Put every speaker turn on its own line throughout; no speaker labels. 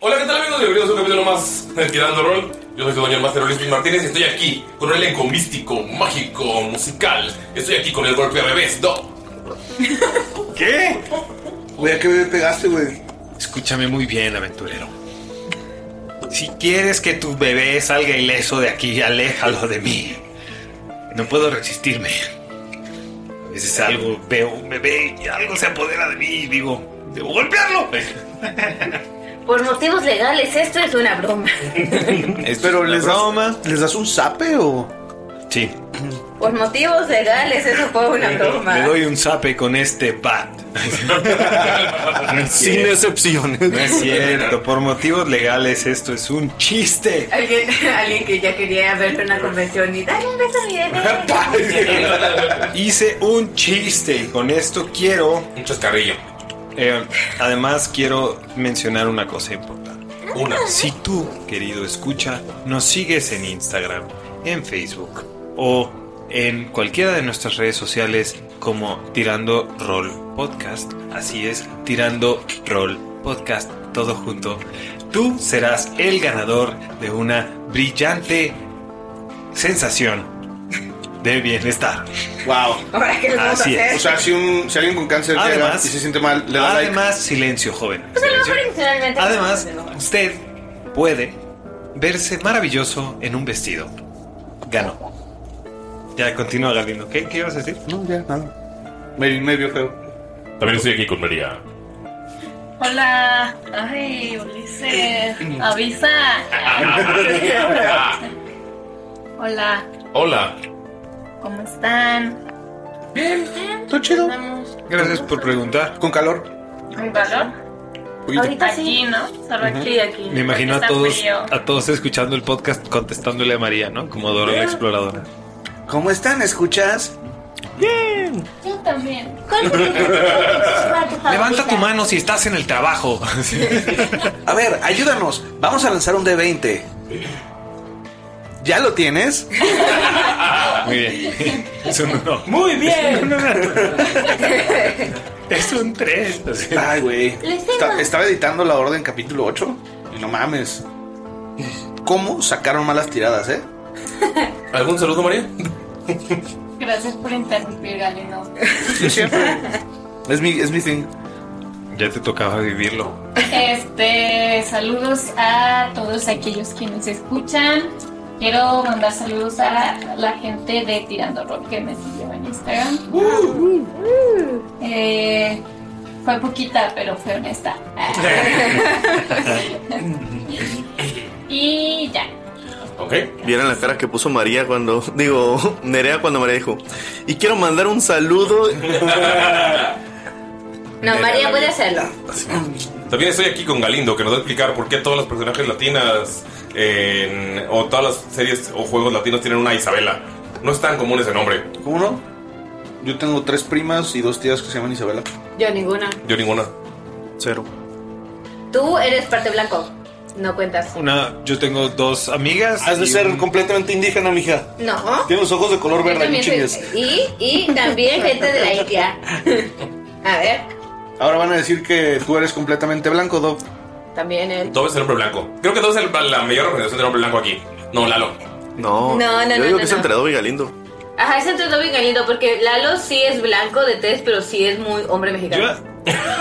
Hola, ¿qué tal amigos? Bienvenidos a un capítulo más de Tirando Rol. Yo soy su dueño Master Luis P. Martínez y estoy aquí con un elenco místico, mágico, musical. Estoy aquí con el golpe a bebés, Do.
¿Qué? Güey, ¿a qué me pegaste, güey?
Escúchame muy bien, aventurero. Si quieres que tu bebé salga ileso de aquí, aléjalo de mí. No puedo resistirme. A veces algo, veo un bebé y algo se apodera de mí y digo, debo golpearlo.
Por motivos legales, esto es una broma.
Pero les das, ¿les das un zape o...?
Sí.
Por motivos legales, eso fue una
Le
broma.
doy un zape con este bat.
Sin
excepciones. No es cierto. Por motivos legales, esto es un chiste.
Alguien, alguien que ya quería verle una convención y dale un beso a mi bebé.
Hice un chiste y con esto quiero. eh,
Un chascarrillo.
además, quiero mencionar una cosa importante.
Una.
Si tú, querido escucha, nos sigues en Instagram, en Facebook o en cualquiera de nuestras redes sociales como Tirando Roll Podcast, así es, Tirando Roll Podcast, todo junto, tú serás el ganador de una brillante sensación de bienestar.
Wow.
Ahora, ¿qué les vamos a
Así es.
hacer?
O sea, si, un, si alguien con cáncer llega
Además,
y se siente mal, le da like.
además silencio, joven.
Pues
Pero no
silencio.
profesionalmente.
Además,
No, no, no.
usted puede verse maravilloso en un vestido. Ganó. Ya continúa Galindo. ¿Qué, qué ibas a decir?
No, ya, nada. Me, me vio feo.
También estoy aquí con María.
Hola, ay, Ulises, avisa. Hola,
Hola.
¿cómo están?
Bien, todo chido.
Estamos
Gracias por preguntar.
Con calor.
muy calor.
Poquito.
Ahorita
Aquí,
sí.
¿no? Solo aquí y aquí.
Me imagino
Porque
a
está
todos,
frío.
a todos escuchando el podcast contestándole a María, ¿no? Como Dora la exploradora.
¿Cómo están? ¿Escuchas?
Yo también.
¿Cuál fue tu favorita?
Levanta tu mano si estás en el trabajo.
A ver, ayúdanos. Vamos a lanzar un D20. ¿Ya lo tienes?
Muy bien. Es un uno.
Muy
bien.
Es un 3. Ay, güey.
Les tengo-
Esta- Estaba editando la orden capítulo 8. Y no mames. ¿Cómo sacaron malas tiradas, eh?
¿Algún saludo, María?
Gracias por interrumpir, Galeno.
Es mi, es mi thing.
Ya te tocaba vivirlo.
Este, saludos a todos aquellos quienes escuchan. Quiero mandar saludos a la gente de Tirando Rock que me siguió en Instagram. Eh, fue poquita, pero fue honesta. y ya.
Vieron la cara que puso María cuando, digo, Nerea cuando María dijo, y quiero mandar un saludo.
No, María puede hacerlo.
También estoy aquí con Galindo, que nos va a explicar por qué todos los personajes latinas en- o todas las series o juegos latinos tienen una Isabela. No es tan común ese nombre.
¿Cómo no? Yo tengo tres primas y dos tías que se llaman Isabela.
Yo ninguna.
Yo ninguna.
Cero.
Tú eres parte blanco. No cuentas.
Una, yo tengo dos amigas.
Has de ser completamente indígena, mija.
No.
Tienes los ojos de color
Yo
verde, no
también soy-
chingues.
y, y también gente de la India. A ver,
Ahora van a decir que tú eres completamente blanco, Dob.
también él.
Todo es el hombre blanco. Creo que todo es el- la mayor representación del hombre blanco aquí. No, Lalo.
No,
No,
no,
yo
no,
digo
no,
que es
no.
entre Adobe y Galindo.
Ajá, es entre Dobby y Galindo porque Lalo sí es blanco de tez, pero sí es muy hombre mexicano.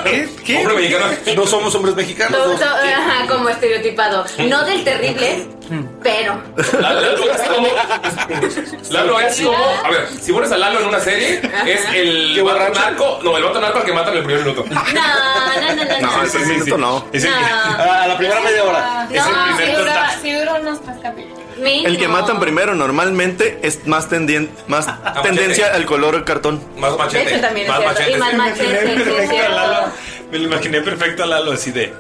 ¿Qué?
Hombre mexicano.
No somos hombres
To-
mexicanos.
to- ajá, como estereotipado. No del terrible, pero.
Lalo, Lalo es como. Lalo es como. A ver, si pones a Lalo en una serie, es el vato narco. No, el vato narco al que matan en el primer minuto.
No, no, no, no. no.
ese minuto no.
Es el,
Ah,
A la primera media hora.
es el
No,
primer
seguro,
contacto.
seguro unos tres capítulos.
Mínimo.
El que matan primero normalmente es más, tendien- más tendencia al color cartón.
Más
De
machete.
hecho, también es
más
cierto.
machete.
Y más machete, sí, es
Perfecto a Lalo.
cierto.
Me lo imaginé perfecto a Lalo así de.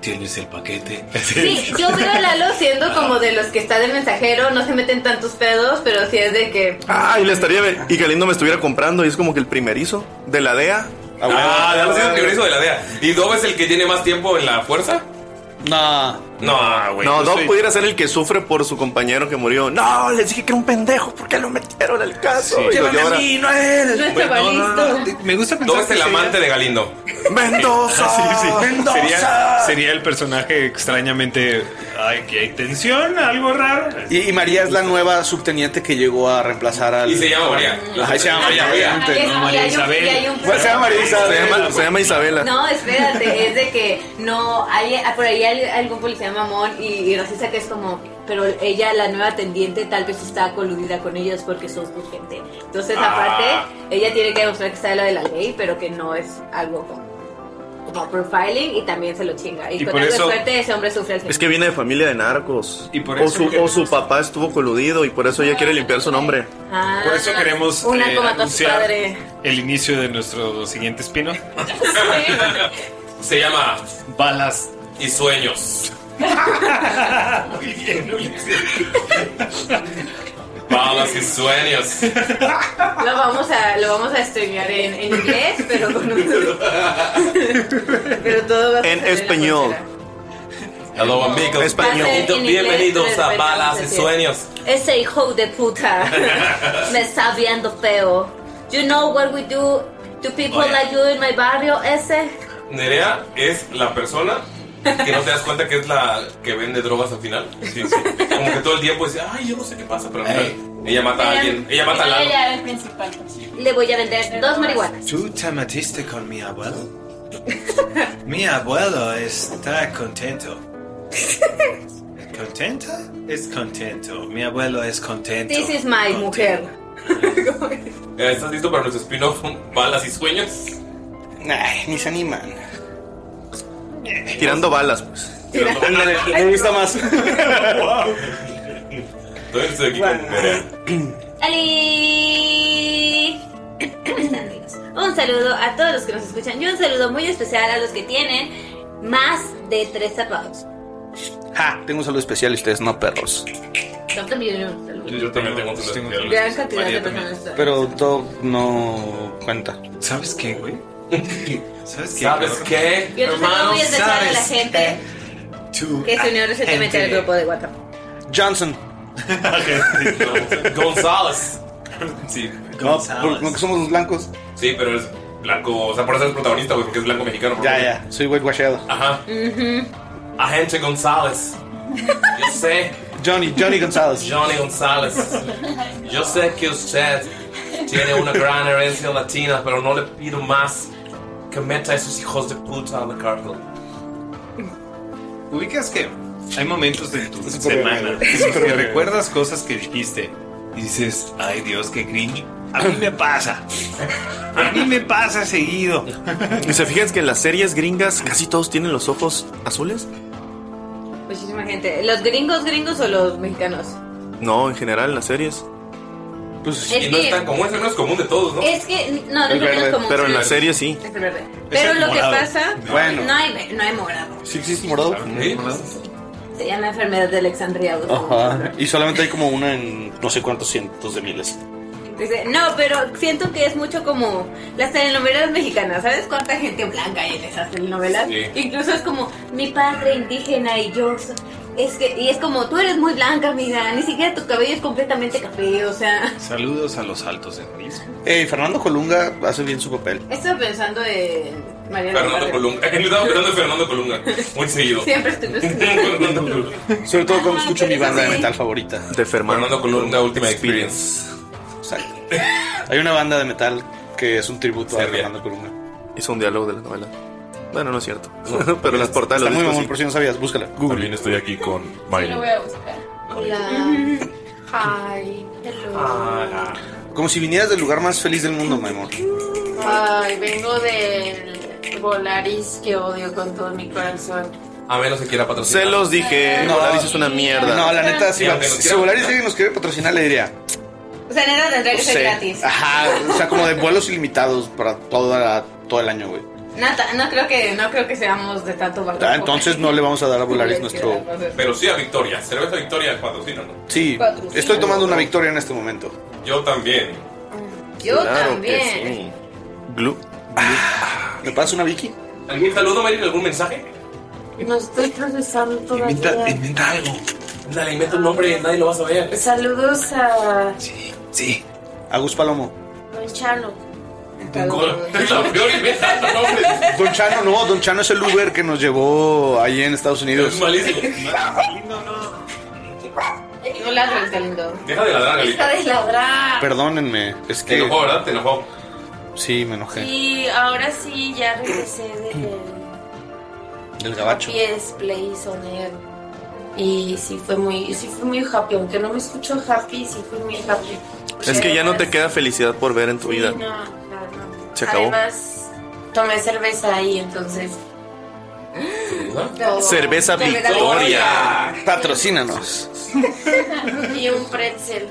Tienes el paquete.
Sí, yo veo a Lalo siendo como de los que está de mensajero, no se meten tantos pedos, pero sí es de que.
Ah, y le estaría y Galindo me estuviera comprando y es como que el primerizo de la DEA.
Ah, Lalo es el primerizo de la DEA. ¿Y Dob es el que tiene más tiempo en la fuerza?
No.
No, güey.
No,
yo
Doc
soy-
pudiera ser el que sufre por su compañero que murió. No, les dije que era un pendejo, ¿por qué lo metieron al caso? Y lo llora.
no a él.
Nuestro
No, no, no,
balista.
no, Me gusta pensar.
Dob es
que
el
sería-
amante de Galindo.
Mendoza.
Ah, Sí, sí. Sería,
Mendoza.
sería el personaje extrañamente. Ay, que hay tensión, algo raro.
Y, y María es la nueva subteniente que llegó a reemplazar al.
Y se llama María.
Ajá, y se llama María.
Y
obviamente.
es-
Este, no,
y
María
hay un-
Isabel.
y hay un
Pues se llama María
Se
Isabel.
llama, se llama Isabela.
No, espérate, es de que no, hay ah, por ahí hay algún policía mamón y, y racista que es como, pero ella, la nueva tendiente, tal vez está coludida con ellos porque son su gente. Entonces,
Ah.
aparte, ella tiene que demostrar que está de lo de la ley, pero que no es algo como, como profiling y también se lo chinga. Y,
Y
con
por
algo
eso-
de suerte, ese hombre sufre el
Es que viene de familia de narcos.
Y por
o,
eso
su,
que-
o su papá estuvo coludido y por eso ella quiere limpiar su nombre.
Ah,
Por eso queremos
Una
eh,
como a tu
anunciar
padre.
el inicio de nuestro siguiente spin-off:
Se llama
Balas.
Y Sueños.
Muy bien,
Balas y Sueños.
Lo vamos a, lo vamos a streamear en, en inglés, pero con un- Pero todo va a
En
ser la
español.
frontera.
Hello, amigos.
Español.
Bienvenido-
En inglés,
Bienvenidos a
pero
Balas y
así es.
Sueños.
Ese hijo de puta me está viendo feo. You know what we do to
Oh,
people
Oye.
like you in my barrio? Ese.
Nerea es la persona que no te das cuenta que es la que vende drogas al final.
Sí, sí.
Como que todo el tiempo dice, ay, yo no sé qué pasa, pero al final ella mata a
Ella-
alguien. Ella mata a
ella
Lalo.
era el principal.
Le voy a vender dos marihuanas.
¿Tú te metiste con mi abuelo? mi abuelo está contento. ¿Contenta? Es contento. Mi abuelo es contento.
This is my
Contento.
mujer.
Eh, ¿Estás listo para nuestro spin-off Balas y Sueños?
Ay, ni se animan.
Tirando balas, pues.
Ándale, me gusta más.
Entonces estoy aquí con Nerea.
Ali. Amigos, un saludo a todos los que nos escuchan y un saludo muy especial a los que tienen más de tres zapatos.
Ja, tengo un saludo especial y ustedes no perros.
Yo también un saludo.
Yo también tengo un
Yo
saludo.
tengo-
Gran cantidad
María
de
también.
personas.
Pero Dob no cuenta.
¿Sabes qué, güey? ¿Sabes qué?
¿Sabes
cabrón?
qué?
Y otro saludo muy especial a la
¿sabes
gente
Tú,
que se unió
ah,
recientemente al
gente.
grupo de WhatsApp.
Johnson.
González. Sí.
No, no que somos los blancos.
Sí, pero es blanco. O sea, por eso es protagonista, güey, porque es blanco mexicano.
Ya, ya, soy whitewashed.
Ajá. Agente González. Yo sé.
Johnny, Johnny González.
Johnny González. Yo sé que usted tiene una gran herencia latina, pero no le pido más que meta a esos hijos de puta a la cárcel.
Ubicas que hay momentos de tu
súper
semana
bien,
¿eh?
que
está súper bien.
recuerdas cosas que dijiste y dices, ay Dios, qué cringe. A mí me pasa. A mí me pasa seguido.
¿Y se fijan que en las series gringas casi todos tienen los ojos azules?
Muchísima gente. ¿Los gringos gringos o los mexicanos?
No, en general en las series.
Pues
Es y no es que- tan común,
ese no es común de todos,
Es que, no, no es como...
pero en las series sí.
Es el verde. Pero lo que
morado.
pasa...
Bueno.
No hay, no hay morado.
¿Sí existe morado?
Se llama enfermedad de Alexandria. Aguda.
Oh. Ajá. Y solamente hay como una en no sé cuántos cientos de miles.
Dice, no, pero siento que es mucho como las telenovelas mexicanas. ¿Sabes cuánta gente blanca hay en esas telenovelas?
Sí.
Incluso es como mi padre indígena y yo. so- Es que, y es como, tú eres muy blanca, amiga. Ni siquiera tu cabello es completamente café. O sea,
Saludos a los altos de nariz.
Eh, Fernando Colunga hace bien su papel.
estaba pensando en Mariana.
Fernando
Padre.
Colunga. He estado pensando en Fernando Colunga. Muy seguido.
Siempre estoy pensando.
Sobre todo cuando escucho mi banda de metal favorita.
De Fernando,
Colunga Ultimate Experience.
Exacto. Hay una banda de metal que es un tributo a Fernando Colunga.
Hizo un diálogo de la novela. Bueno, no es cierto.
No,
pero las portadas de los
Está muy
discos
mamón,
sí.
por si no sabías, búscala. Google. También
estoy aquí con
Lo voy a buscar. Hola. Hi. Hello.
Como si vinieras del lugar más feliz del mundo, mi amor.
Ay, vengo del Volaris que odio con todo mi corazón.
A menos que quiera patrocinar.
Se los dije, Volaris es una mierda.
No, la neta, sí,
Ni
va-
aunque nos
si
quiera
Volaris alguien nos quiere patrocinar, le diría.
O sea, nada tendría que
no
ser
sé.
gratis.
Ajá, Ah, o sea, como de vuelos ilimitados para toda, todo el año, güey.
Nata, no creo que, no creo que seamos de tanto valor.
Ah, Entonces no le vamos a dar a Volaris nuestro.
Pero sí a Victoria. Cerveza Victoria patrocina, ¿no?
Sí, estoy tomando una victoria en este momento.
Yo también.
Yo
Claro
también.
Eh.
Glu.
Ah.
¿Me pasas una Vicky?
¿Algún saludo, Mary? ¿Algún mensaje?
No estoy procesando todavía.
inventa algo. Dale, inventa un nombre, nadie lo va a saber.
Saludos a
Sí. Agus Palomo.
Don Chano.
La peor inventa un nombre.
Don Chano, no, Don Chano es el Uber que nos llevó ahí en Estados Unidos.
Es malísimo.
No ladres, Galindo.
Deja de ladrar, Galita.
Deja de ladrar.
Perdónenme, es que.
Te enojó, ¿verdad? Te enojó.
Sí, me enojé.
Y ahora sí, ya regresé del
El gabacho.
Pies Play Soner. Y sí fue muy, sí fue muy happy, aunque no me escucho happy, sí fue muy happy.
Es que ya no te queda felicidad por ver en tu vida.
Sí, no, claro, no.
Se acabó.
Además, tomé cerveza ahí, entonces. No.
Cerveza Victoria.
Patrocínanos.
y un pretzel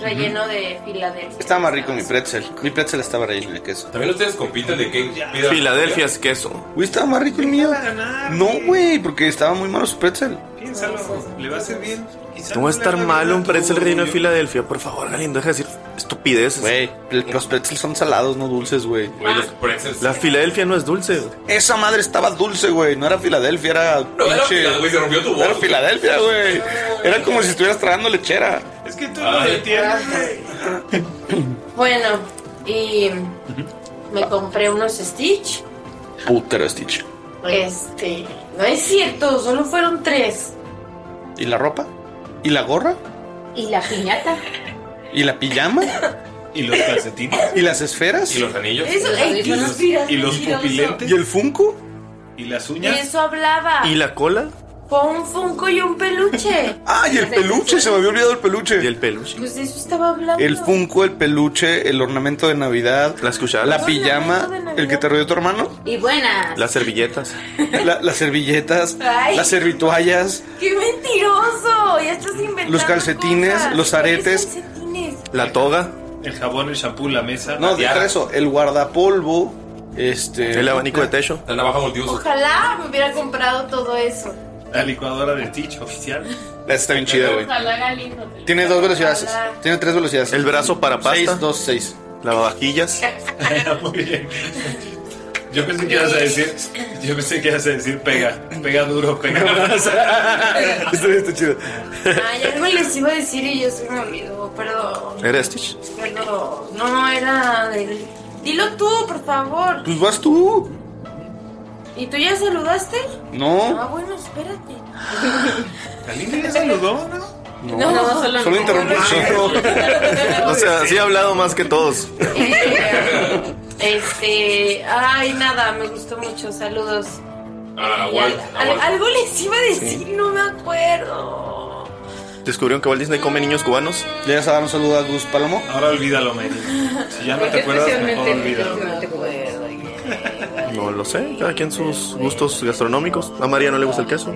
relleno de Filadelfia.
Estaba más rico mi pretzel. Mi pretzel estaba relleno de queso.
También ustedes compiten de qué
Filadelfia es queso.
Güey, estaba más rico el mío. No, güey, porque estaba muy malo su pretzel.
Piénsalo, le va a hacer bien. Quizá
No va a
le
estar
haga
malo
bien
un
a tu
pretzel reino de
novio.
Filadelfia. Por favor, Galindo, deja de decir estupideces.
Güey, los pretzels son salados, no dulces, güey.
La Filadelfia no es dulce.
Esa madre estaba dulce, güey. No era Filadelfia, era.
No, era
pinche-
Filadelfia, güey, se rompió tu voz.
Era Filadelfia, güey. Era como si estuvieras tragando lechera.
Es que tú
Ay.
Bueno, y me compré unos Stitch.
Putero Stitch.
Este, no es cierto, solo fueron tres.
¿Y la ropa? ¿Y la gorra?
¿Y la piñata?
¿Y la pijama?
¿Y los calcetines?
¿Y las esferas?
¿Y los anillos?
Eso, ey, ¿qué suspiras, mentiroso?
¿Y el Funko?
¿Y las
De eso hablaba.
la cola?
Con un Funko y un peluche.
¡Ah, y el peluche! Se me había olvidado el peluche.
Y el peluche.
Pues de eso estaba hablando.
El Funko, el peluche, el ornamento de Navidad.
Las cucharas.
La pijama, el que te rodeó tu hermano.
Y buena.
Las servilletas.
la- las servilletas.
Ay.
Las servituallas.
¡Qué mentiroso! Ya estás inventando.
Los calcetines,
cosas.
los aretes.
Calcetines.
La toga.
El jabón, el champú, la mesa.
No,
la
deja
tiara.
eso. El guardapolvo. Este.
El abanico de techo.
La navaja multiuso.
Ojalá me hubiera comprado todo eso.
La licuadora de Stitch oficial.
Está bien chida, güey.
Ojalá Galindo. te-
Tiene dos velocidades. Tiene tres velocidades. El
brazo para pasta.
6, 2, 6.
Lavavajillas.
Muy bien. Ah, Yo pensé que ibas a decir, yo pensé que ibas a decir pega, pega duro, pega más.
Esto está chido.
Ay, algo les iba a decir y yo se me olvidó, pero.
¿Eres Stitch?
pero no, era del. Dilo tú, por favor.
Pues vas tú.
¿Y tú ya saludaste?
No.
Ah, bueno, espérate.
¿Alguien ya saludó?
No, no, solo-
solo interrumpí. o sea, sí he hablado más que todos.
Este. Ay, nada, me gustó mucho. Saludos.
Ah,
Walt,
Al- algo les iba a decir, no me acuerdo.
¿Descubrieron que Walt Disney come niños cubanos?
¿Le vas a dar un saludo a Gus Palomo?
Ahora olvídalo, Mary. Si ya no te acuerdas, mejor olvídalo.
No lo sé, cada quien sus gustos gastronómicos. A María no le gusta el queso.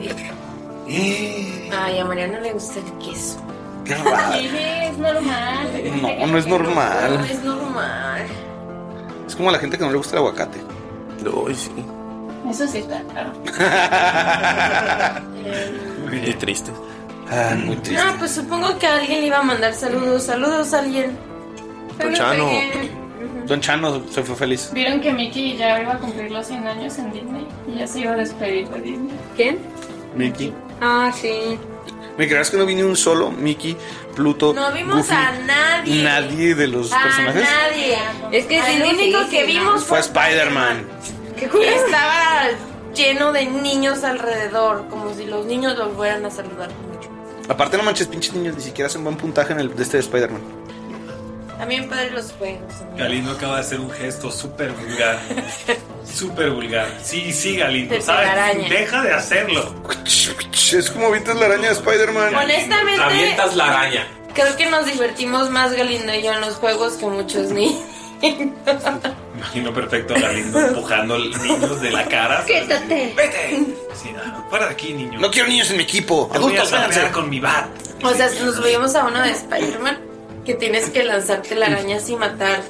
Ay, a Mariana le gusta el queso.
Qué
es normal.
No, no es
No,
normal.
es normal.
Es como a la gente que no le gusta el aguacate.
Ay, sí.
Eso sí está claro.
Muy triste.
Ah, muy triste.
Ah, pues supongo que alguien le iba a mandar saludos. Saludos a alguien.
Don Chano. Don Chano se fue feliz.
Vieron que Mickey ya iba a cumplir los 100 años en Disney y ya se iba a despedir de Disney.
¿Quién?
Mickey.
Ah, sí.
¿Me creerás que no vino un solo Mickey, Pluto?
No vimos
Goofy?
a nadie.
Nadie de los
a
personajes. Pues
nadie. Es
que sí,
el único
sí,
que
sí,
vimos
Fue Spider-man.
fue que estaba lleno de niños alrededor, como si los niños los fueran a saludar mucho.
Aparte, no manches, pinches niños, ni siquiera hacen buen puntaje en el de este de Spider-Man.
También padre los juegos.
Galindo acaba de hacer un gesto súper vulgar. Súper vulgar. Sí, sí, Galindo.
De
¿sabes?
telaraña.
Deja de hacerlo.
Es como avientas la araña de Spider-Man.
Honestamente, Avientas
la araña.
Creo que nos divertimos más Galindo y yo en los juegos que muchos niños.
Imagino perfecto a Galindo empujando niños de la cara.
Quédate. Vete.
Sí, no, fuera de aquí, niño.
No quiero niños en mi equipo.
Te voy a
Adultos,
golpear
váyanse.
con mi bat.
O sea, nos veíamos a uno de Spider-Man que tienes que lanzarte la araña y matar.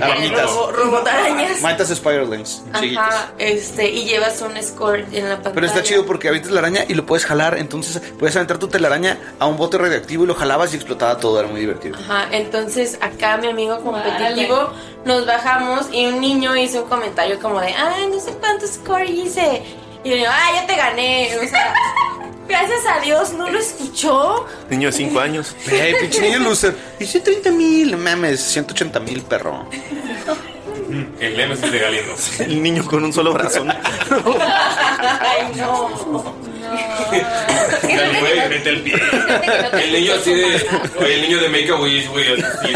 Arañitas.
Robo- robotarañas.
Matas Spider-Lanes. chiquitas.
Ajá, este, y llevas un score en la pantalla.
Pero está chido porque avientas la araña y lo puedes jalar. Entonces, puedes aventar tu telaraña a un bote radioactivo y lo jalabas y explotaba todo. Era muy divertido.
Ajá, entonces acá mi amigo competitivo nos bajamos y un niño hizo un comentario como de, ay, no sé cuánto score hice. Y yo, ay, ya te gané. O sea, gracias a Dios no lo escuchó.
Niño de 5 años.
Ey, pinche niño loser. Hice 30 mil. Mames, 180 mil, perro.
El Nemesis de Galindo.
El niño con un solo brazo. ¿no?
ay, no.
Dale, güey, mete el pie. El niño así de. Oye, el niño de Make a Wish, güey. así.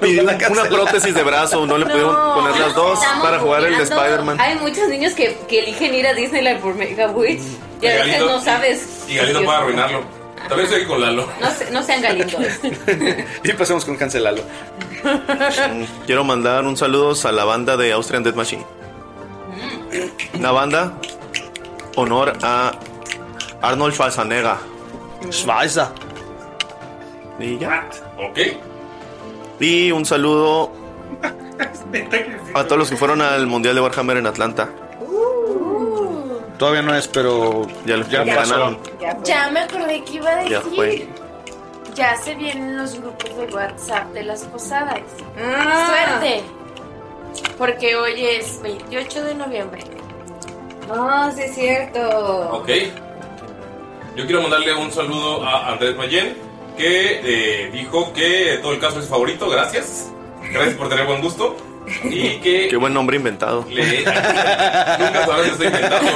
Pidió una prótesis de brazo, no le pudieron poner las dos
Estamos
para jugar el de
combinando.
Spider-Man.
Hay muchos niños que, que eligen ir a Disneyland por Mega Witch
Mm.
y a veces
Galindo-
no sabes.
Y Galindo puede arruinarlo. También estoy con Lalo.
No, se- no sean galindos.
Y pasemos con cancelarlo.
Quiero mandar un saludo a la banda de Austrian Dead Machine. Una banda honor a Arnold Schwarzenegger.
Schweizer.
Y ya.
Ok.
Y un saludo a todos los que fueron al Mundial de Warhammer en Atlanta.
Uh.
Todavía no es, pero
ya, lo-
Ya
ya
pasó.
ganaron.
Ya me acordé que iba a
Ya
decir.
fue.
Ya se vienen los grupos de WhatsApp de las posadas. Ah. Suerte. Porque hoy es 28 de noviembre. Ah.
No, sí es cierto.
Ok. Yo quiero mandarle un saludo a Andrés Mayen, que eh, dijo que todo el caso es su favorito. Gracias. Gracias por tener buen gusto. Y que eh,
Qué buen nombre inventado.
nunca sabrás que estoy inventando.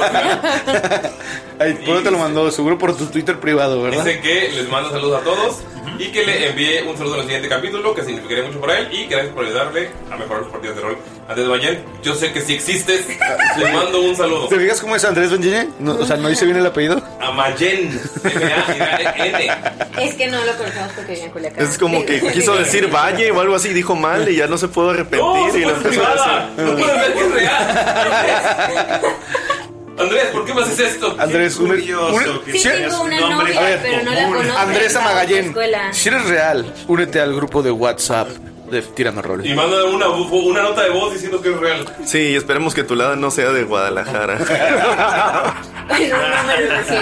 Ay, ¿por dónde te lo mandó? Seguro por tu Twitter privado, ¿verdad?
Dice que les manda saludos a todos y que le envíe un saludo en el siguiente capítulo, que significaría mucho para él. Y gracias por ayudarle a mejorar los partidos de rol. Andrés Mayen, yo sé que si existes, les mando un saludo. Ah,
¿Te fijas cómo es Andrés Benjine? No, o sea, ¿no dice bien el apellido?
A Mayen.
Es que no lo conocemos porque viene en Culiacán.
Es como que quiso decir valle o algo así, dijo mal y ya no se pudo arrepentir y lo empezó a decir.
Andrés, ¿por qué me haces esto?
Andrés, un,
curioso
un-
que Sí tengo una novia,
A ver,
pero no la conozco,
Andrés
está en la
Amagallén,
escuela.
si eres real, únete al grupo de WhatsApp de Tírame Rol.
Y manda una, bu- una nota de voz diciendo que es real.
Sí, y esperemos que tu lado no sea de Guadalajara.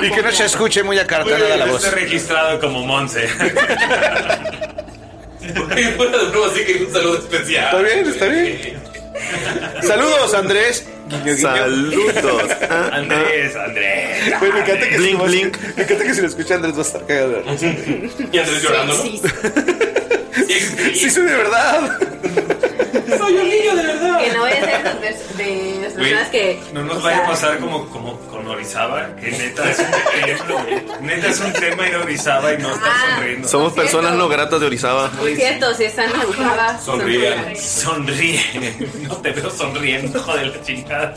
Y que no se escuche muy acartonada la voz.
Estoy registrado como Monse.
Fuera de nuevo, así que un saludo especial.
Está bien, está bien. Saludos, Andrés. Guiño, guiño.
Saludos.
Andrés, Andrés.
Güey, Pues me encanta que si lo vas- Me encanta que si lo escucha Andrés va a estar cagado. de risa.
Y Andrés llorando. ¿no?
Sí, soy de verdad.
Soy un niño
de verdad.
Que no voy a ser de, de las
Güey,
personas que.
No
o
nos vaya
sea,
a pasar como, como con Orizaba, que neta es un ejemplo, güey. Neta es un tema ir a Orizaba y no estar
Ah.
sonriendo.
Somos personas no gratas de Orizaba.
Muy cierto, si están enojadas.
Sonríe. Sonríe. No te veo sonriendo, hijo de la chingada.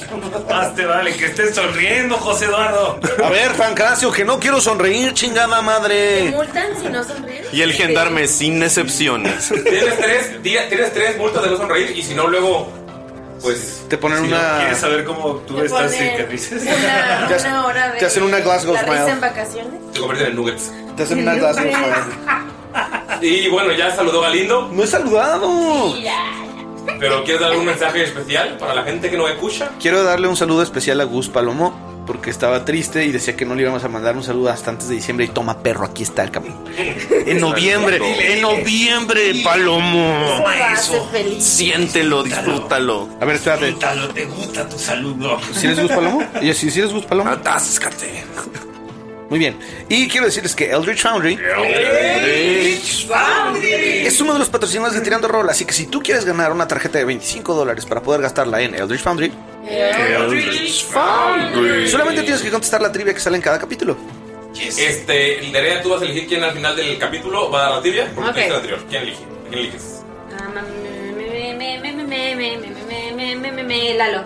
Más te vale que estés sonriendo, José Eduardo.
A ver, Pancracio, que no quiero sonreír, chingada madre.
multan si no sonríes?
Y el gendarme sin excepciones.
Tienes tres, di- tienes tres multas de no sonreír y si no, luego. Pues.
Te ponen
si no
una.
quieres
saber cómo tú
Te estás ponen
cicatrices?
Una,
Te hacen-
una hora de.
te hacen una Glasgow
la risa
Smile.
en vacaciones.
Te convierten en nuggets.
Te hacen una Glasgow Smile.
Y bueno, ya saludó Galindo.
No he saludado.
Pero ¿quieres dar algún mensaje especial para la gente que no escucha?
Quiero darle un saludo especial a Gus Palomo porque estaba triste y decía que no le íbamos a mandar un saludo hasta antes de diciembre y toma perro, aquí está el camino. En noviembre, en noviembre, Palomo.
Siéntelo, disfrútalo.
A ver, espérate.
te gusta tu Ah, saludo.
¿Si eres Gus Palomo? Y yo, si eres Gus Palomo.
Atáscate.
Muy bien. Y quiero decirles que Eldritch Foundry es uno de los patrocinadores de Tirando Roll, así que si tú quieres ganar una tarjeta de 25 dólares para poder gastarla en Eldritch Foundry, solamente tienes que contestar la trivia que sale en cada capítulo.
Este, Nerea, tú vas a elegir quién al final del capítulo va a dar la tibia. Porque
Ok.
tú hiciste la anterior. ¿Quién elige? ¿A quién eliges?
Ah, me- me- me- me- me- me- me- me- me- me- me- me- me- Lalo.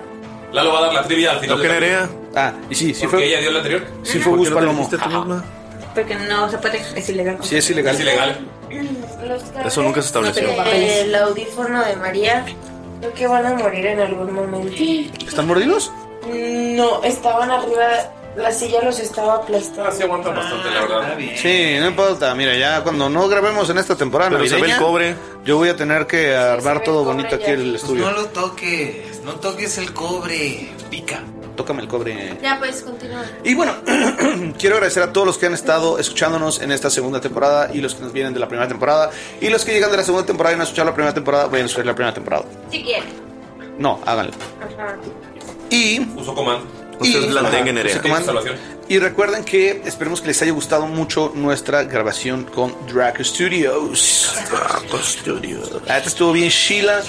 Lalo va a dar la trivia al final.
¿No que
del
Nerea?
capítulo.
Ah, y sí, sí
Porque
fue.
ella dio la anterior.
Sí fue Gus Palomo.
Porque no se puede. Es ilegal.
Sí, es ilegal.
Es ilegal.
Eso nunca se estableció.
El audífono de María. Creo que van a morir en algún momento.
¿Están mordidos?
No, estaban arriba. La silla los estaba aplastando.
Así aguantan bastante, la verdad.
Sí, no importa. Mira, ya cuando no grabemos en esta temporada
Pero se ve
navideña,
el cobre.
yo voy a tener que armar todo bonito aquí en el
Pues
estudio.
Pues No lo toques, no toques el cobre, pica.
Tócame el cobre.
Ya, pues continúa.
Y bueno, quiero agradecer a todos los que han estado escuchándonos en esta segunda temporada y los que nos vienen de la primera temporada y los que llegan de la segunda temporada y no han escuchado la primera temporada, vayan a escuchar la primera temporada.
Si quieren.
No, háganlo. Y...
Uso comando.
Ustedes
Pues la
Ajá,
tengan, Nerea.
usa comando. Y recuerden que esperemos que les haya gustado mucho nuestra grabación con Draco Studios. Draco Studios. La neta estuvo bien Sheila.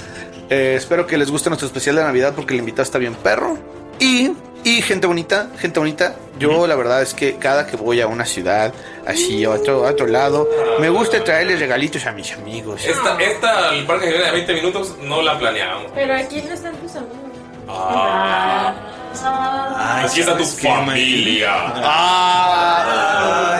Eh, espero que les guste nuestro especial de Navidad porque el invitado está bien perro. Y, y gente bonita, gente bonita. Yo la verdad es que cada que voy a una ciudad, así a otro, a otro lado, me gusta traerles regalitos a mis amigos.
Esta, esta, el parque que viene de 20 minutos, no la planeamos.
Pero aquí no están tus amigos. Ah,
Aquí está tu familia.
la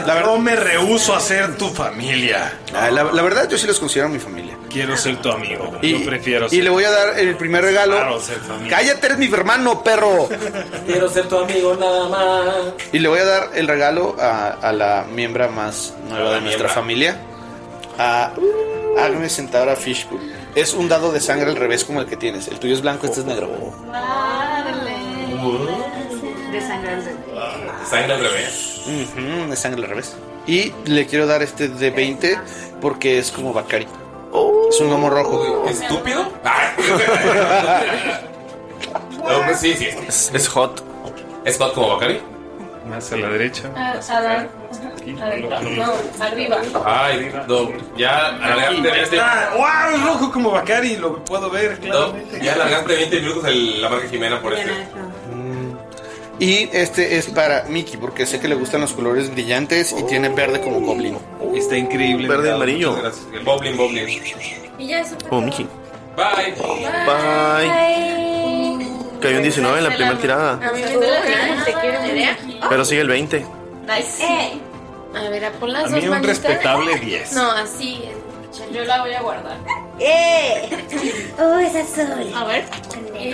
verdad
Ah, me rehuso a ser tu familia.
Ah, La, la- la verdad yo sí los considero mi familia.
Quiero ser tu amigo.
Y-
yo prefiero
Y le voy a dar el primer regalo.
Claro, ser familia.
Cállate, eres mi hermano, perro.
Quiero ser tu amigo nada más.
Y le voy a dar el regalo a, a la miembra más nueva de nuestra
miembra.
familia, a Agnes Centaura Fishpool. Es un dado de sangre al revés como el que tienes. El tuyo es blanco, este es negro.
De sangre al revés.
Sangre al revés.
Ujú, de sangre al revés. Y le quiero dar este de 20 porque es como Bacari. Es un lomo
Oh.
rojo.
¿Estúpido? No, pues sí, sí. Es,
hot.
¿Es hot como Bacari?
Más a la derecha.
A- a ver. Adentro. No, arriba.
Ay, no, ya alargaste,
Ahí está. ¡Wow! Ah, Es rojo como Bacari, lo puedo ver
no,
claramente.
ya alargaste 20 minutos el- la marca Jimena por este.
Mm. Y este es para Mickey porque sé que le gustan los colores brillantes y tiene verde como goblin.
Está increíble.
Verde y
Muchas
amarillo.
Gracias. El Boblin Boblin.
Y ya eso.
Como Mickey.
Bye.
Bye. Cayó un 19 en la primera tirada.
A mí me da la gana, te quiero
Pero sigue el 20.
Nice. A ver, a pon las
A
dos
mí un
manitas.
respetable 10.
No, así.
Yo la voy a guardar.
¡Eh! ¡Oh, es azul!
A ver.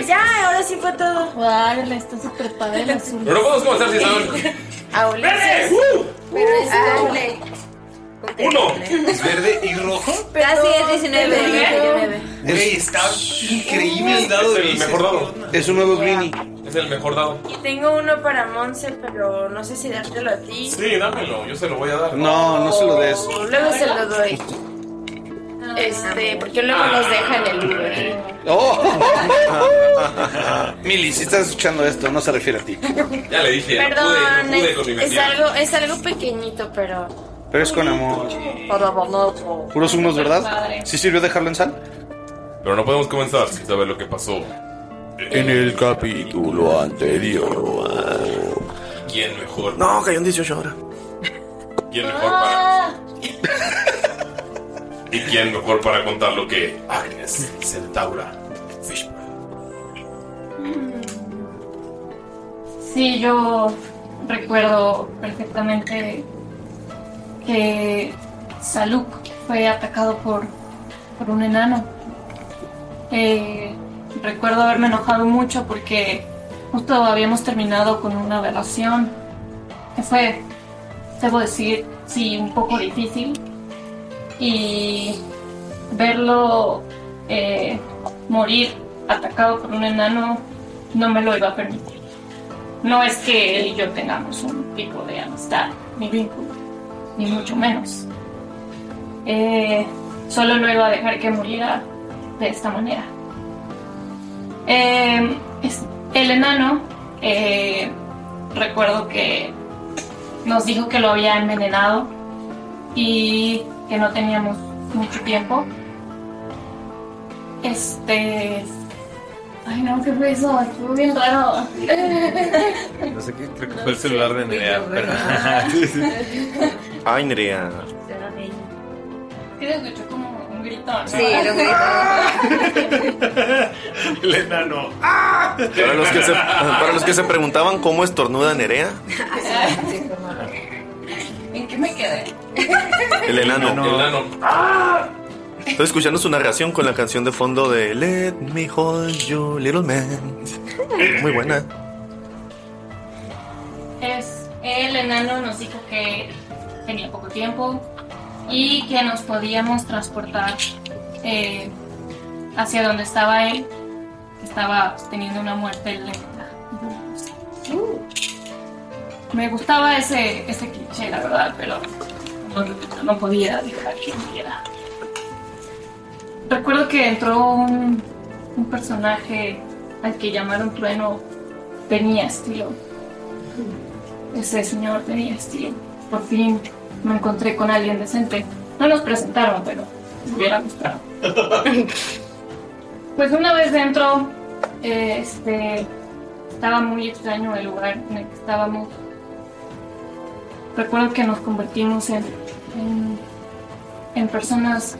Ya, ahora sí fue todo.
Guárdala, está súper padre el azul.
Pero no podemos comenzar sin saber.
Eh, A Ulises. Pero
Uh.
es Ah, doble.
Uno.
¿Es verde y rojo?
Casi es 19.
Güey, está increíble el dado
Es
de
el mejor dado.
Es un nuevo Greenie.
Es el mejor dado.
Y tengo uno para Monse, pero no sé si dártelo a ti.
Sí, dámelo. Yo se lo voy a dar.
No, no se lo des.
Luego se lo doy. Este, porque luego los deja en el Uber.
¡Oh! Mili, si estás escuchando esto, no se refiere a ti.
Ya le dije,
Perdón,
pude
es-
con mi
es,
mentira.
algo, es algo pequeñito, pero.
Pero es con amor.
por favor, no-
Puros humos, ¿verdad?
Padre.
¿Sí sirvió dejarlo en sal?
Pero no podemos comenzar sin saber lo que pasó.
En el capítulo anterior.
¿Quién mejor?
No, cayó en 18 ahora.
¿Quién mejor para?
Ah.
¿Y quién mejor para contar lo que Agnes Centaura Fishman?
Sí, yo recuerdo perfectamente que Saluk fue atacado por, por un enano. Eh, recuerdo haberme enojado mucho porque justo habíamos terminado con una relación que fue, debo decir, sí, un poco difícil. Y verlo eh, morir atacado por un enano no me lo iba a permitir. No es que él y yo tengamos un tipo de amistad, ni vínculo, ni mucho menos. Eh, solo lo iba a dejar que muriera de esta manera. Eh, es- el enano, eh, recuerdo que nos dijo que lo había envenenado y que no teníamos mucho tiempo. Este. Ay, no, ¿qué fue eso? Estuvo bien raro.
No sé qué, creo que fue el celular de Nerea. pero- Sí, sí.
Ay, Nerea.
Creo que escuchó como un grito. ¿no?
Sí, era un
El enano.
Para los, que se, para los que se preguntaban cómo estornuda Nerea,
¿En qué me quedé?
el enano.
El enano.
Estoy escuchando su narración con la canción de fondo de Let me hold you, little man. Muy buena.
Es, el enano nos dijo que tenía poco tiempo y que nos podíamos transportar eh, hacia donde estaba él, que estaba teniendo una muerte lenta.
Uh.
Me gustaba ese, ese cliché, la verdad, pero no, no podía dejar que muriera. Recuerdo que entró un, un personaje al que llamaron Trueno, tenía estilo. Ese señor tenía estilo. Por fin me encontré con alguien decente. No nos presentaron, pero me hubiera gustado. Pues una vez dentro, eh, este, estaba muy extraño el lugar en el que estábamos. Recuerdo que nos convertimos en, en, en personas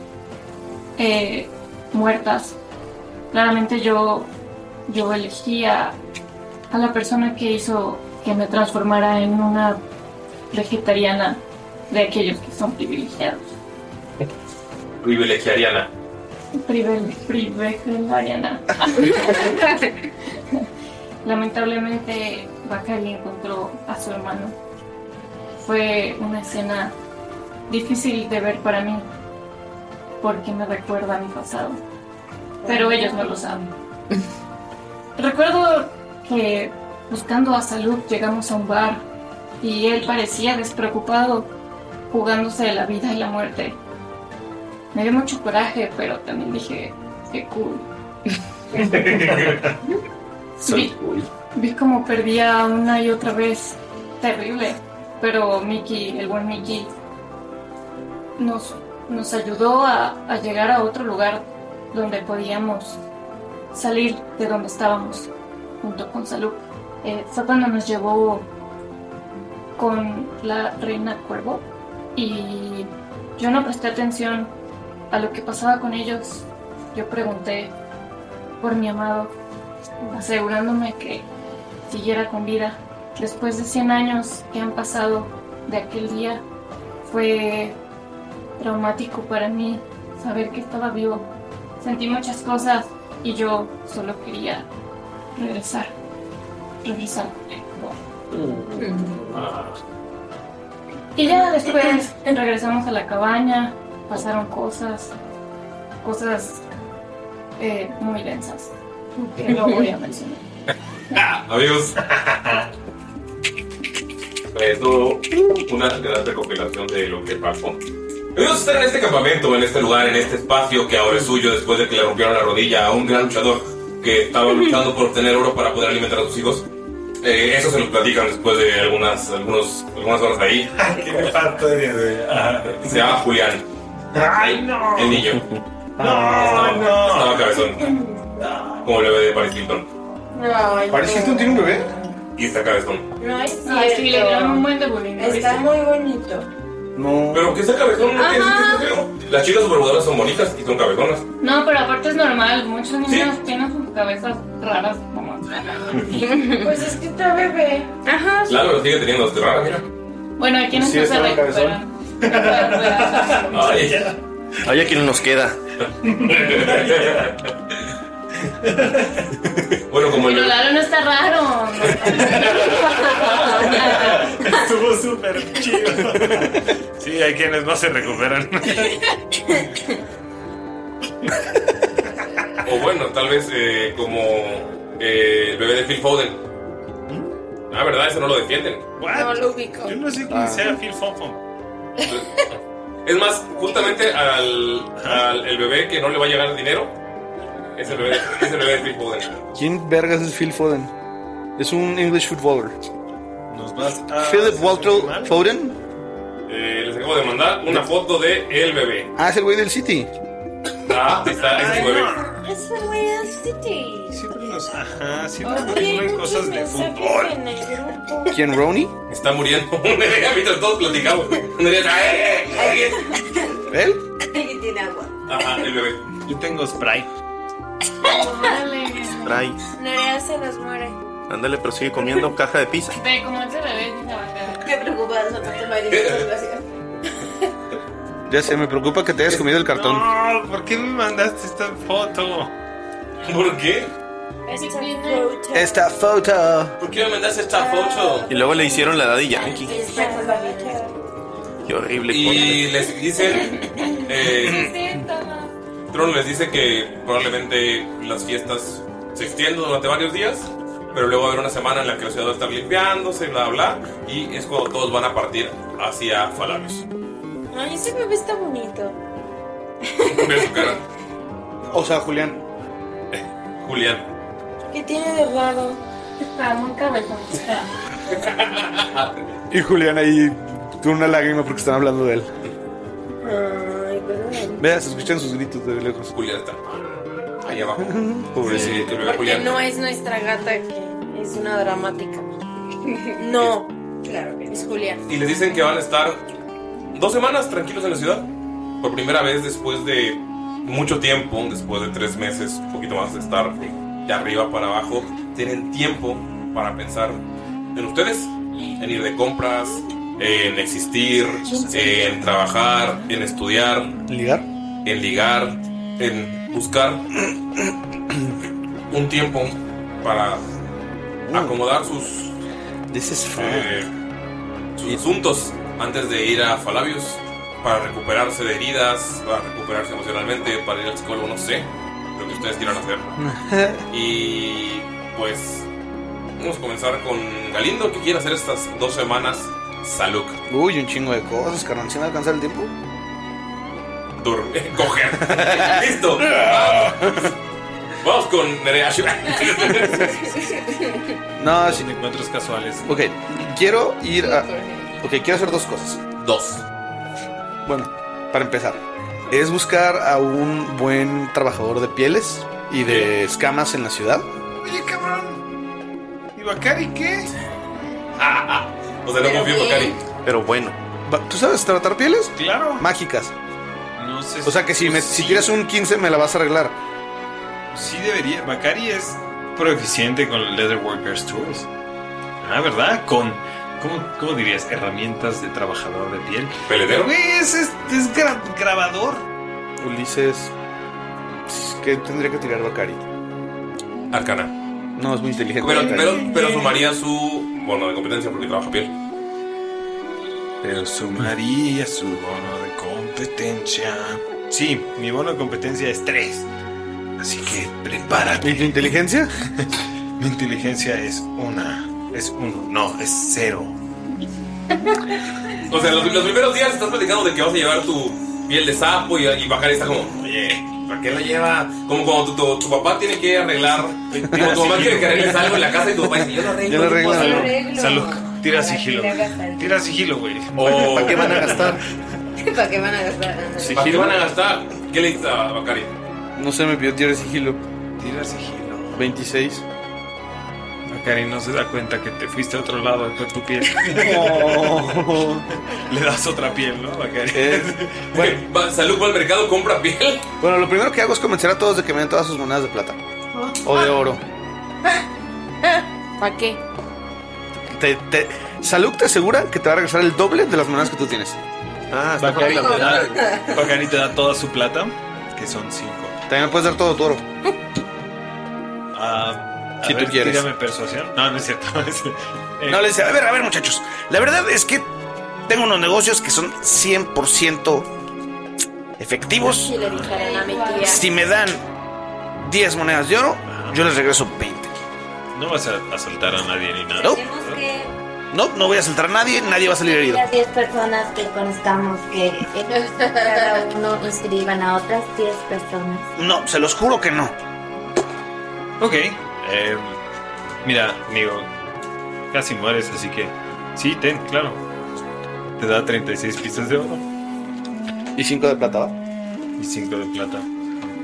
eh, muertas. Claramente yo, yo elegía a la persona que hizo que me transformara en una vegetariana de aquellos que son privilegiados.
Privilegiariana.
Prive- Privilegiariana. Lamentablemente, Bakari encontró a su hermano. Fue una escena difícil de ver para mí, porque me recuerda a mi pasado. Pero ellos no lo saben. Recuerdo que buscando a Salud llegamos a un bar y él parecía despreocupado, jugándose la vida y la muerte. Me dio mucho coraje, pero también dije, qué cool.
Soy
Vi como perdía una y otra vez. Terrible. Pero Mickey, el buen Mickey, nos, nos ayudó a, a llegar a otro lugar donde podíamos salir de donde estábamos, junto con Salud. Eh, fue cuando nos llevó con la reina Cuervo y yo no presté atención a lo que pasaba con ellos. Yo pregunté por mi amado asegurándome que siguiera con vida. Después de 100 años que han pasado de aquel día, fue traumático para mí saber que estaba vivo. Sentí muchas cosas y yo solo quería regresar. Regresar. Y ya después regresamos a la cabaña, pasaron cosas, cosas eh, muy densas, que no voy a mencionar.
Amigos. Pues, Fue todo una gran recopilación de lo que pasó Ellos están en este campamento, en este lugar, en este espacio que ahora es suyo después de que le rompieron la rodilla a un gran luchador que estaba luchando por obtener oro para poder alimentar a sus hijos. Eh, eso se lo platican después de algunas, algunos, algunas horas de ahí.
Ah,
Se llama Julián,
¡Ay, no!
el niño.
¡No, no!
Estaba cabezón, como el bebé de Paris Hilton.
Ay, no.
tiene un bebé? Y está cabezón.
No es cierto.
Ay, sí, le dieron un buen de bullying.
Está muy bonito.
No. Pero que sea cabezón no tiene
Ajá.
sentido, creo. Las chicas supermodelas son bonitas y son cabezonas.
No, pero aparte es normal. Muchos niños tienen sus cabezas raras. como-
pues es que está bebé. Ajá.
Claro, lo sigue teniendo, es rara, mira.
Bueno, aquí no
Sí,
se
está
sabe.
bien cabezón.
Ay,
Ay, a quien nos queda.
bueno, como
Pero Lalo no está raro.
Estuvo súper chido. Sí, hay quienes no se recuperan.
O bueno, tal vez eh, como eh, el bebé de Phil Foden. Ah, ¿verdad? Eso no lo defienden.
No lo ubico. Yo no sé
Ah.
quién sea
Phil Fonfon.
Es más, justamente al, al- el bebé que no le va a llegar el dinero es el bebé, es el bebé de Phil Foden.
¿Quién vergas es Phil Foden? Es un English footballer.
Nos vas
Philip Waltrell Foden.
Eh, les acabo de mandar una foto de el bebé.
Ah, es el güey del City.
Ah, ahí está, ahí está el bebé.
Es el Real City.
Siempre nos. Ajá,
siempre
nos
arreglan
cosas de
fútbol. En el grupo.
¿Quién, Ronnie?
Está muriendo. Un bebé, mientras todos platicamos. Un bebé, ¡eh, eh, eh!
¿Él?
Alguien tiene agua.
Ajá, el bebé.
Yo tengo spray.
Trae.
Nerea se nos muere.
Ándale, pero sigue comiendo caja de pizza.
Ve, como es de revés, dice Bárbara.
Qué preocupada, no te me
Ya sé, me preocupa que te hayas comido el cartón.
No, ¿por qué me mandaste esta foto?
¿Por qué?
Esta foto.
¿Por qué me mandaste esta foto?
Y luego le hicieron la Daddy Yankee. Qué horrible.
Y les dicen. Eh, Tron les dice que probablemente las fiestas se extienden durante varios días, pero luego va a haber una semana en la que la ciudad va a estar limpiándose, bla, bla, y es cuando todos van a partir hacia Falarius.
Ay, ese bebé está bonito.
Ve su cara,
O sea, Julián.
Eh, Julián.
¿Qué tiene de raro?
Está muy cabezón.
Y Julián ahí con una lágrima porque están hablando de él.
Ay, perdón.
Vea, se escuchan sus gritos de lejos.
Julián está ahí abajo.
Pobrecito.
el bebé
Que
Julián.
no es nuestra gata que es una dramática. No. Claro que es Julián.
Y les dicen que van a estar dos semanas tranquilos en la ciudad. Por primera vez después de mucho tiempo, después de tres meses, un poquito más de estar de arriba para abajo, tienen tiempo para pensar en ustedes, en ir de compras, en existir, en trabajar, en estudiar,
¿Ligar?
en ligar, en buscar un tiempo para acomodar sus, eh, sus asuntos antes de ir a Falabius para recuperarse de heridas, para recuperarse emocionalmente, para ir al psicólogo, no sé, lo que ustedes quieran hacer. Y pues vamos a comenzar con Galindo, que quiere hacer estas dos semanas salud,
Uy, un chingo de cosas, carnal. ¿Sí me alcanza el tiempo?
dur, coger. Listo. Ah. Vamos con Nerea.
No, sí.
Encuentros casuales.
Ok, quiero ir a. Ok, quiero hacer dos cosas.
Dos.
Bueno, para empezar, es buscar a un buen trabajador de pieles y de escamas en la ciudad.
Oye, cabrón. ¿Y Bacari qué?
o sea, no confío en Bacari.
Pero bueno.
¿Tú sabes tratar pieles?
Claro.
Mágicas.
No sé
O sea que si, me, si tiras un 15 me la vas a arreglar.
Sí debería. Bacari es proeficiente con Leatherworkers Tools. Ah, ¿verdad? Con, ¿cómo, cómo dirías? Herramientas de trabajador de piel.
Peledero.
Güey, es, es, es gra- grabador.
Ulises. ¿Qué tendría que tirar Bacari?
Arcana.
No, es muy inteligente.
Pero,
Bacari.
pero, pero sumaría su bono de competencia porque trabaja piel.
Pero sumaría su bono de competencia. Sí, mi bono de competencia es 3. Así que prepárate.
¿Y tu inteligencia?
mi inteligencia es una. Es uno. No, es cero.
O sea, los, los primeros días estás platicando de que vas a llevar tu piel de sapo y, y Bacari está como, oye, ¿para qué la lleva? Como cuando tu, tu- tu papá tiene que arreglar, como tu mamá quiere que arregles algo en la casa y tu papá dice, yo lo arreglo.
Yo lo arreglo,
yo puedo
no.
hacerlo".
Salud. Tira sigilo. Tira sigilo, güey.
Oh.
¿Para qué van a gastar?
¿Para qué van a gastar?
¿Para qué van a gastar? ¿Qué le dices a Bacari?
No sé, me pidió tirar sigilo.
Tira sigilo.
26.
Bacari no se da cuenta que te fuiste a otro lado con tu piel. Le das otra piel, ¿no? Bacari.
bueno, va, salud va al mercado, compra piel.
Bueno, lo primero que hago es convencer a todos de que me den todas sus monedas de plata o de oro.
¿Para qué?
Te, te- Salud te asegura que te va a regresar el doble de las monedas que tú tienes.
Ah,
Bacari
la
te, da, Bacari te da toda su plata, que son cinco.
También me puedes dar todo tu oro.
Ah, a
Si tú
ver,
quieres.
Tírame persuasión. No, no es cierto. Eh,
No le dice, a ver, a ver, muchachos. La verdad es que tengo unos negocios que son 100% efectivos.
Si le dijeran a mi tía.
Si me dan 10 monedas de oro, yo les regreso 20.
No vas a asaltar a nadie ni nada.
No.
Tenemos que
No, no voy a saltar a nadie, nadie va a salir herido.
las 10 personas que conozcamos que en cada uno inscriban a otras 10 personas.
No, se los juro que no.
Ok. Eh, mira, digo, casi mueres, así que. Sí, ten, claro. Te da 36 piezas de oro
Y 5 de plata, ¿va?
y 5 de plata.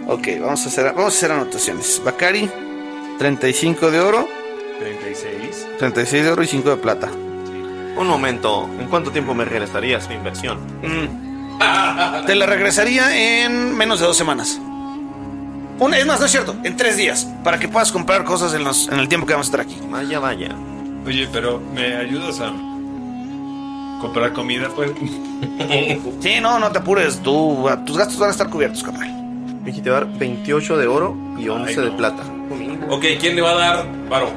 Ok, vamos a hacer, vamos a hacer anotaciones. Bakari, 35 de oro,
36.
36 de oro y 5 de plata.
Un momento, ¿en cuánto tiempo me regresarías mi inversión?
Mm. Te la regresaría en menos de dos semanas. Una, es más, no es cierto, en tres días, para que puedas comprar cosas en, los- en el tiempo que vamos a estar aquí.
Vaya, vaya.
Oye, pero ¿me ayudas a comprar comida, pues?
Sí, no, no te apures, tú, a- tus gastos van a estar cubiertos, carnal.
Me dijiste dar 28 de oro y 11 de plata.
Ok, ¿quién le va a dar varo?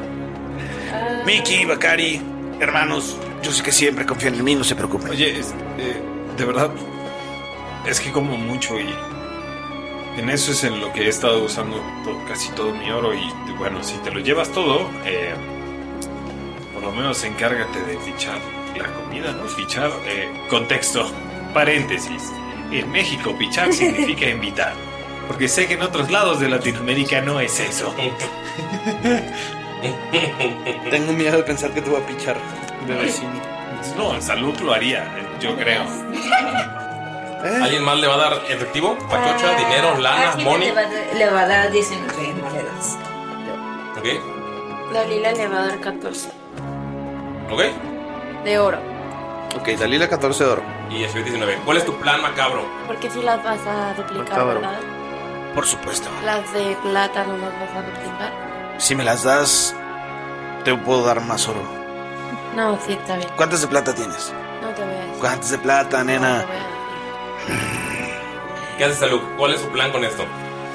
Miki, Bakari, hermanos, yo sé que siempre confían en mí, no se preocupen.
Oye, es- eh, de verdad, es que como mucho y en eso es en lo que he estado usando to- casi todo mi oro y bueno, si te lo llevas todo, eh, por lo menos encárgate de fichar la comida, ¿no? Fichar, eh, contexto, paréntesis. En México fichar significa invitar, porque sé que en otros lados de Latinoamérica no es eso.
Tengo miedo de pensar que te voy a pichar de vecino.
No, salud lo haría, eh, yo creo.
¿Alguien más le va a dar efectivo? ¿Pachocha? ¿Dinero? ¿Lana?
Ángel
¿Money?
Le va, Ah, a dar- le va a dar 19 monedas.
Ok,
Dalila le va a dar 14
ok.
de oro.
Ok, Dalila 14 de oro.
Y es 19. ¿Cuál es tu plan macabro?
Porque si las vas a duplicar,
Macabro.
¿verdad?
Por supuesto.
Las de plata no las vas a duplicar.
Si me las das, te puedo dar más oro.
No, sí, está bien.
¿Cuántas de plata tienes?
No te voy a decir.
¿Cuántas de plata, nena?
¿Qué haces, Salud? ¿Cuál es tu plan con esto?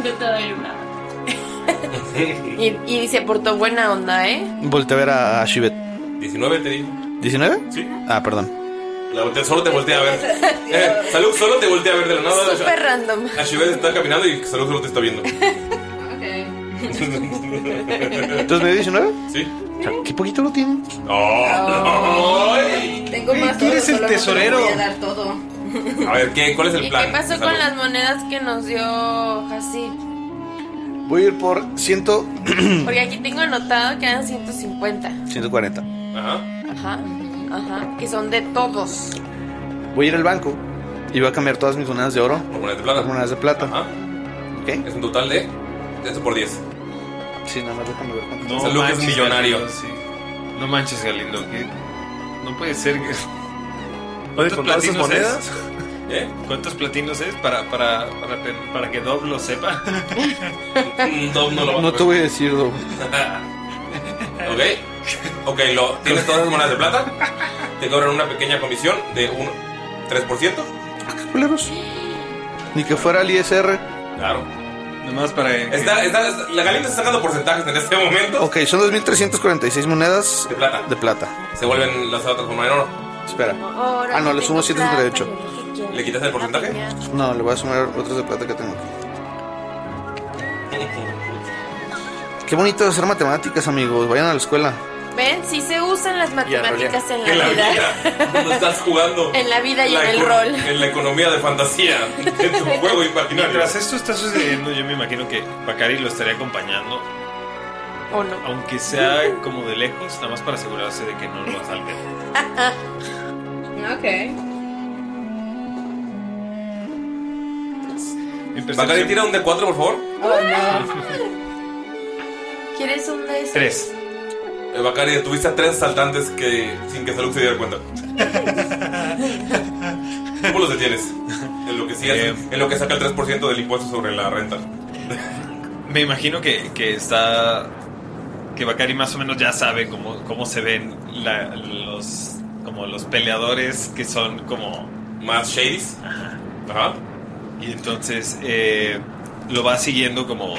Yo te doy una.
Y, y se portó buena onda, ¿eh?
Volte a ver a, a Shivet.
19 te digo.
¿19?
Sí.
Ah, perdón.
La voltea- solo te voltea a ver. Eh, salud, solo te voltea a ver de la nada.
Súper random.
La Shivet está caminando y Salud solo te está viendo.
¿Entonces me dio 19?
Sí.
¿Qué poquito lo tiene?
Oh,
Tengo
Ey,
más
tú
oro,
eres el
solo no te lo
tesorero.
voy a dar todo.
no. A ver, ¿qué, ¿cuál es el
¿Y
plan?
qué pasó
de
con
Salud?
las monedas que nos dio Hasib?
Voy a ir por 100,
Porque aquí tengo anotado que eran 150.
140.
Ajá.
Ajá. Ajá. Que son de todos.
Voy a ir al banco y voy a cambiar todas mis monedas de oro
Por monedas de plata.
por monedas de plata.
Ajá.
¿Ok?
Es un total de. de Eso por 10.
Sí, nada más déjame ver cuánto.
No
Salud, que es
manches,
millonario.
Galindo, sí. No manches, Galindo. que No puede ser que.
¿Puedes contar sus monedas?
¿Eh?
¿Cuántos platinos es para, para, para, que- para que Dob lo sepa?
Mm, Dom no lo va a
No te voy a decir, Dob.
Ok. Ok, lo, tienes todas las monedas de plata. Te cobran una pequeña comisión de un 3%.
Culeros. Ni que fuera el ISR.
Claro.
Nomás para.
Está, está, está- la Galindo está sacando porcentajes en este momento.
Ok, son 2.346 monedas
De plata.
de plata.
Se vuelven las a transformar en oro.
Espera.
Ahora
Ah, no, le
tengo
sumo
plata,
138.
yo dije que-
¿Le quitas el porcentaje?
No, le voy a sumar otras de plata que tengo aquí. Qué bonito es hacer matemáticas, amigos. Vayan a la escuela.
¿Ven? Sí se usan las matemáticas en la,
En la
vida.
vida. No estás jugando.
En la vida y en el
eco-
rol.
En la economía de fantasía. En tu juego imaginario.
Mientras esto está sucediendo, yo me imagino que Bakari lo estaría acompañando,
¿O no?
aunque sea como de lejos, nada más para asegurarse de que no lo asalten.
Ah. Ok.
Bacari, tira un D4, por favor.
Oh, ¿Quieres un de esos?
Tres. Eh, Bacari, tuviste a tres asaltantes que sin que Saluk se diera cuenta. ¿Cómo los detienes? En lo que sí hace- en lo que saca el 3% del impuesto sobre la renta.
Me imagino que, que está. que Bakari más o menos ya sabe cómo, cómo se ven la- los. como los peleadores que son como.
Más shadies.
Ajá. Y entonces eh, lo va siguiendo como.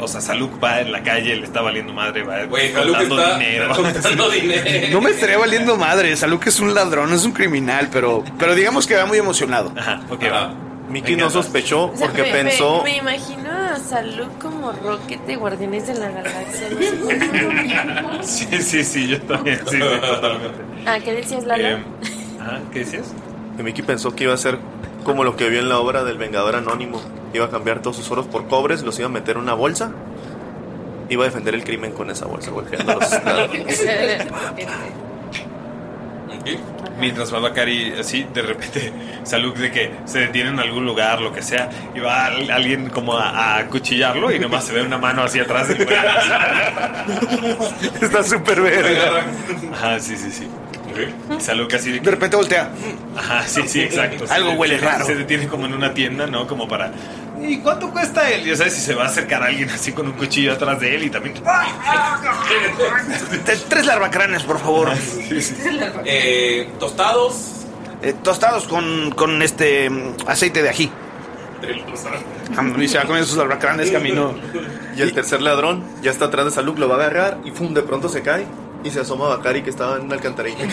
O sea, Saluk va en la calle, le está valiendo madre, va
Güey, Saluk
contando
está
dinero.
contando dinero.
No me estaría valiendo madre. Salud que es un ladrón, es un criminal, pero, pero digamos que va muy emocionado.
Ajá, ok,
Ah, Mickey no sospechó
O sea,
porque
me- me-
pensó.
Me, imagino a Salud como Rocket de Guardianes de la Galaxia.
Sí, sí, sí, yo también. Sí, sí, totalmente. Eh,
ah, ¿qué decías, Lala?
Em,
Ajá, ¿qué decías?
Que Mickey pensó que iba a ser como lo que vio en la obra del Vengador Anónimo. Iba a cambiar todos sus oros por cobres, los iba a meter en una bolsa. Iba a defender el crimen con esa bolsa, golpeándolos.
Mientras va Bakari así, de repente Saluk de que se detiene en algún lugar, lo que sea, y va al- alguien como a, a cuchillarlo y nomás se ve una mano hacia atrás y
Está súper
verga. Ajá, sí, sí, sí. Saluk así de que-
De repente voltea.
Ajá, sí, sí, exacto. Se
Algo huele
detiene-
raro.
Se detiene como en una tienda, ¿no? Como para... ¿Y cuánto cuesta él? Y o sea, si se va a acercar a alguien así con un cuchillo atrás de él y también...
Ah, Tres larvacranes, por favor.
Eh, tostados.
Eh, tostados con, con este mm, aceite de ají. Ah, Y se va comiendo sus larvacranes camino.
Y el tercer ladrón ya está atrás de Saluk, lo va a agarrar y ¡fum! de pronto se cae y se asoma a Bakari que estaba en una alcantarilla.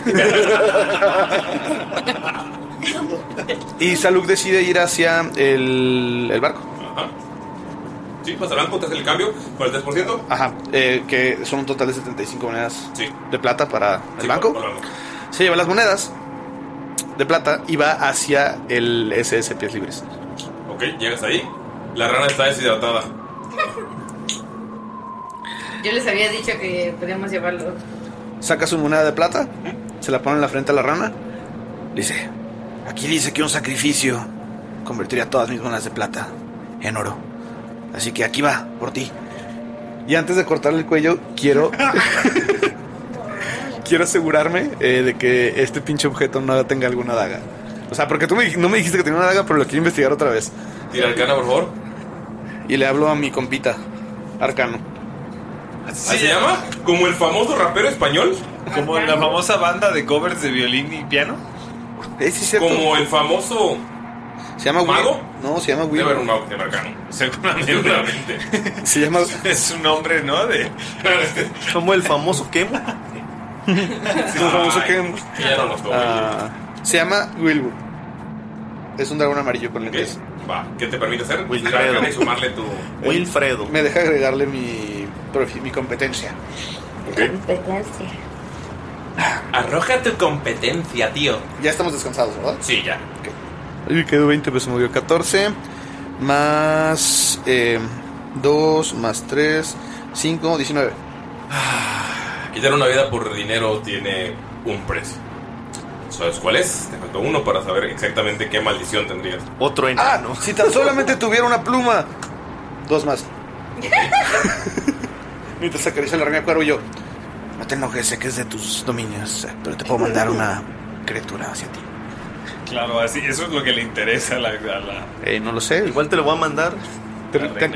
Y Saluk decide ir hacia el, el barco.
Sí, pasa blanco, te hace el cambio por el 3%.
Ajá. eh, que son un total de 75 monedas de plata para el banco. Se lleva las monedas de plata y va hacia el SS Pies Libres.
Ok, llegas ahí. La rana está deshidratada.
Yo les había dicho que podíamos llevarlo.
Saca su moneda de plata, se la pone en la frente a la rana. Dice: Aquí dice que un sacrificio convertiría todas mis monedas de plata en oro. Así que aquí va, por ti. Y antes de cortarle el cuello, quiero. quiero asegurarme eh, de que este pinche objeto no tenga alguna daga. O sea, porque tú me- no me dijiste que tenía una daga, pero lo quiero investigar otra vez.
Tira arcana, por favor.
Y le hablo a mi compita, Arcano.
¿Así se llama? ¿Como el famoso rapero español?
Como la famosa banda de covers de violín y piano.
Como el famoso.
Eh, ¿Se llama
¿Mago?
No, se llama
Will. Debe haber un mago de Arcano.
Seguramente.
Se llama.
Es un hombre, ¿no? De.
Como el famoso Kemo.
Ah,
Sí, un famoso
Ay,
Ken.
ya no nos toca.
Ah, se llama Wilbur. Es un dragón amarillo con lentes.
Va, ¿qué te permite hacer? Tirar
Wilfredo.
arcana y sumarle tu.
Wilfredo.
Me deja agregarle mi, profi- mi competencia.
Competencia.
Arroja tu competencia, tío.
Ya estamos descansados, ¿verdad?
Sí, ya.
Ahí quedó 20, pero se movió 14. Más 2, más 3, 5, 19.
Quitar una vida por dinero tiene un precio. ¿Sabes cuál es? Te faltó uno para saber exactamente qué maldición tendrías.
Otro
Ah, si tan solamente tuviera una pluma. Dos más. Mientras acaricia la araña cuero yo. No te enojes, sé que es de tus dominios, eh, pero te puedo mandar una criatura hacia ti.
Claro, así, eso es lo que le interesa a la. a la-
Eh, no lo sé.
Igual te lo voy a mandar.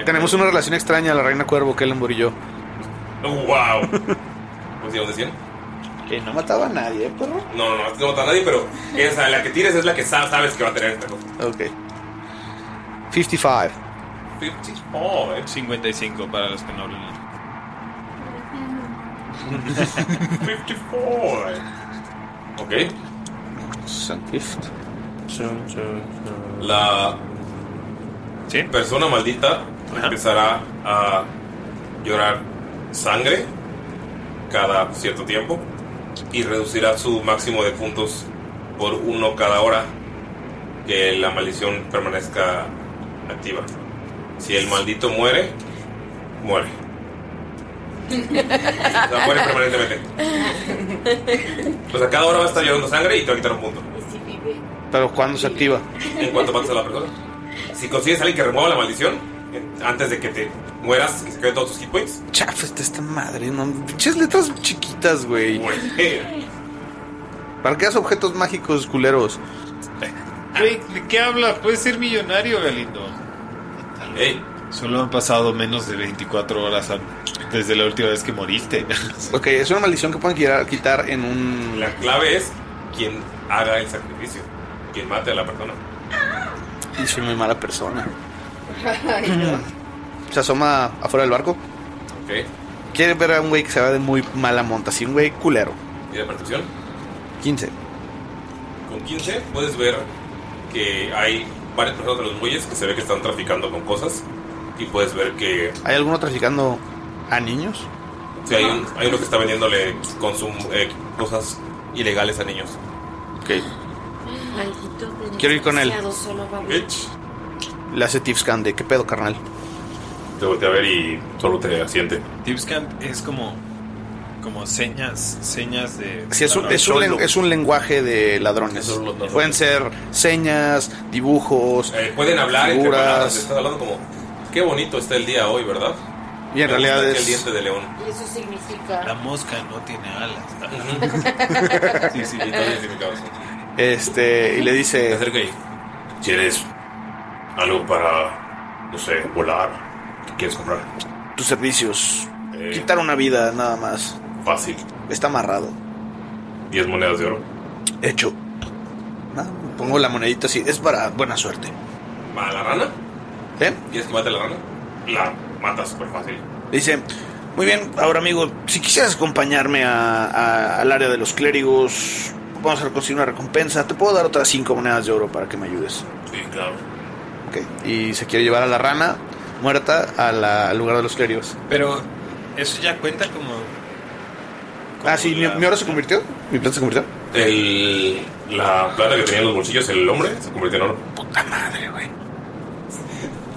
tenemos una relación extraña, la reina cuervo, que y yo.
¡Wow! ¿Cómo se llama? ¿Decían?
Que no mataba a nadie, ¿eh, perro.
No, no, no mata a nadie, pero esa, la que tires es la que sa- sabes que va a tener esta cosa.
Ok. 55.
50. Oh, eh.
55 para los que no hablan.
54. Ok. La persona maldita empezará a llorar sangre cada cierto tiempo y reducirá su máximo de puntos por uno cada hora que la maldición permanezca activa. Si el maldito muere, muere. O sea, muere permanentemente. O sea, cada hora va a estar llorando sangre y te va a quitar un punto.
Pero cuando se activa.
En cuanto mates a la persona. Si consigues a alguien que remueva la maldición, eh, antes de que te mueras, que se queden todos tus hit points,
Chafa está esta madre, no. Pinches letras chiquitas, güey. ¿Para qué haces objetos mágicos culeros?
Güey, ¿De qué hablas? Puedes ser millonario, Galindo.
Solo han pasado menos de 24 horas a- desde la última vez que moriste.
Ok, es una maldición que pueden quitar, quitar en un.
la clave es quien haga el sacrificio, quien mate a la persona.
Y soy muy mala persona. Se asoma afuera del barco.
Ok.
Quiere ver a un güey que se va de muy mala monta, así un güey culero.
¿Y de percepción?
15.
Con 15 puedes ver que hay varias personas de los bueyes que se ve que están traficando con cosas. Y puedes ver que
¿Hay alguno traficando a niños?
sí, hay, un- hay uno que está vendiéndole consum- eh, cosas ilegales a niños.
Ok. Quiero ir con él. Le hace tipscan de qué pedo, carnal.
Te voltea a ver y solo te asiente.
Tipscamp es como, como señas, señas de...
Sí, es, un, es, un, len- es un lenguaje de ladrones. Pueden ser señas, dibujos.
Eh, Pueden hablar entre
figuras.
palabras. Están hablando como, qué bonito está el día hoy, ¿verdad?
Y
Me
en realidad
gusta que
es-
El diente de león.
Y eso significa.
La mosca no tiene
sí, sí, está bien significado eso.
Este, y le dice.
¿Quieres algo para, no sé, volar? ¿Qué quieres comprar?
Tus servicios. Quitar una vida, nada más.
Eh, Fácil.
Está amarrado.
10 monedas de oro.
Hecho. Ah, Pongo la monedita así. Es para buena suerte.
¿Para la rana?
¿Eh?
¿Quieres que mate a la rana? La mata súper fácil.
Le dice, muy bien, ahora amigo, si quisieras acompañarme a- a- al área de los clérigos, vamos a conseguir una recompensa. Te puedo dar otras cinco monedas de oro para que me ayudes.
Sí, claro.
Ok, Y se quiere llevar a la rana muerta a la- al lugar de los clérigos.
Pero eso ya cuenta como...
Ah, sí, mi, mi oro se convirtió. Mi plata se convirtió.
El, la plata que tenía en los bolsillos, el hombre, se convirtió en oro.
Puta madre, güey.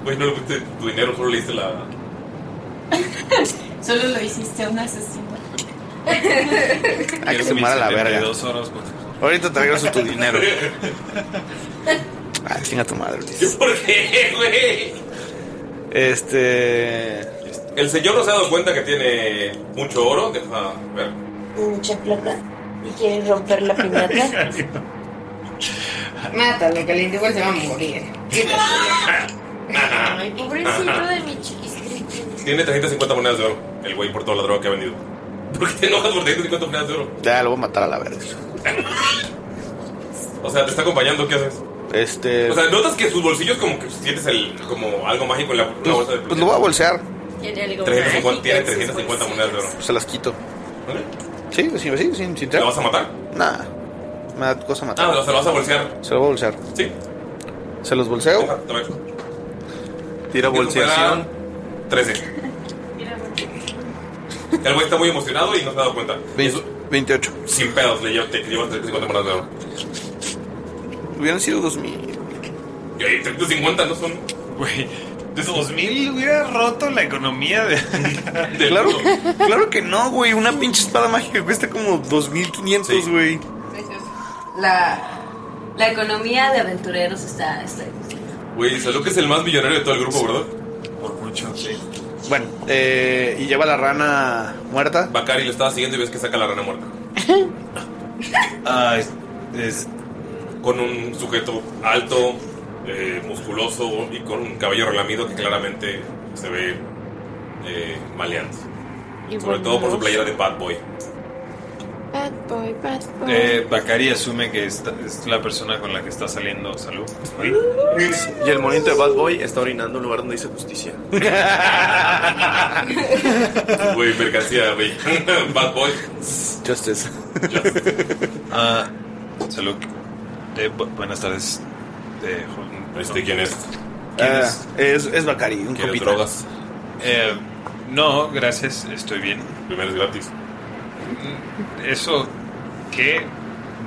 Güey, no le pusiste tu dinero, solo le diste la...
Solo lo hiciste un asesino.
Hay que se muera la verga. Ahorita te regreso tu dinero. Ah, chinga tu madre. Luis.
¿Por qué, güey?
Este.
El señor no se ha dado cuenta que tiene mucho oro. Deja ver.
Mucha plata. Y quieren romper la piñata.
Mátalo, que el igual se va a morir.
Ay, pobrecito de mi chiquistriquín.
Tiene 350 monedas de oro. El güey por toda la droga que ha vendido. ¿Por qué te enojas por 350 monedas de oro?
Ya lo voy a matar a la verga.
O sea, te está acompañando, ¿qué haces?
Este.
O sea, notas que sus bolsillos como que sientes el, como algo mágico en la, la bolsa de
Pues lo voy a bolsear.
Tiene algo
350,
mágico
tiene
en sus
350 monedas de oro.
Se las quito.
¿Vale?
Sí, sí, sí, sin, sin
¿Lo vas a matar?
Nada. Me da cosa matar.
Ah, o sea, lo vas a bolsear.
Se lo voy a bolsear.
Sí.
Se los bolseo.
A ver.
Tira
bolseación. 13. El güey está muy emocionado y no se ha dado cuenta.
28.
Sin pedos, le llevo, te llevas 350 monedas de oro.
Hubieran sido 2000.
Y ahí 350 no son.
Güey, de 2000 hubiera roto la economía de...
Claro, claro que no, güey. Una pinche espada mágica cuesta como 2500, güey.
La, la economía de aventureros está... está
Güey, Salud que es el más millonario de todo el grupo, ¿verdad?
Por mucho, sí.
Bueno, eh, y lleva la rana muerta.
Bacari lo estaba siguiendo y ves que saca la rana muerta.
Ah, es, es-
Con un sujeto alto, eh, musculoso y con un cabello relamido que claramente se ve eh, maleante.
Y
Sobre todo por
voluminoso.
su playera de Bad Boy.
Bad boy, bad boy.
eh, Bacari asume que esta- es la persona con la que está saliendo salud.
Y el monito de Bad Boy está orinando en un lugar donde dice justicia.
Güey, mercancía, güey. Bad Boy.
Justice.
Ah, salud. Eh, bu- buenas tardes. Eh, jo-
Este, ¿quién es?
¿Quién
Ah,
es?
es, es Bacari, un
¿Quieres
copito.
drogas? Eh, no, gracias, estoy bien. Mm,
Primero es gratis.
Eso que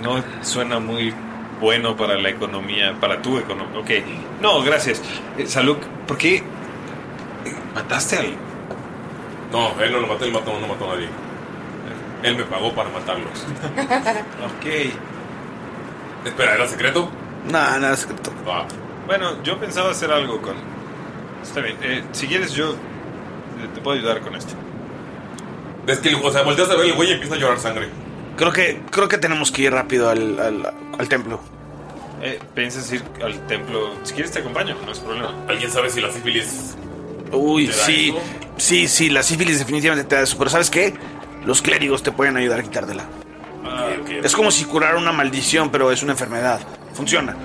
no suena muy bueno para la economía, para tu economía. Ok, no, gracias. Eh, Saluk, ¿por qué mataste a alguien?
No, él no lo mató, él mató, no mató a nadie. Él me pagó para matarlos.
Ok.
Espera, ¿era secreto?
No, no es secreto.
Bueno, yo pensaba hacer algo con... Está bien, eh, si quieres yo eh, te puedo ayudar con esto.
Es que, o sea, volteas a ver el güey y empieza a llorar sangre.
Creo que, creo que tenemos que ir rápido al, al, al templo.
Eh, piensas ir al templo. Si quieres te acompaño, no es problema.
¿Alguien sabe si la sífilis...
Uy,
¿Te da
sí, sí, sí, la sífilis definitivamente te da eso. Pero ¿sabes qué? Los clérigos te pueden ayudar a quitártela.
Ah,
Es como si curara una maldición, pero es una enfermedad. Funciona.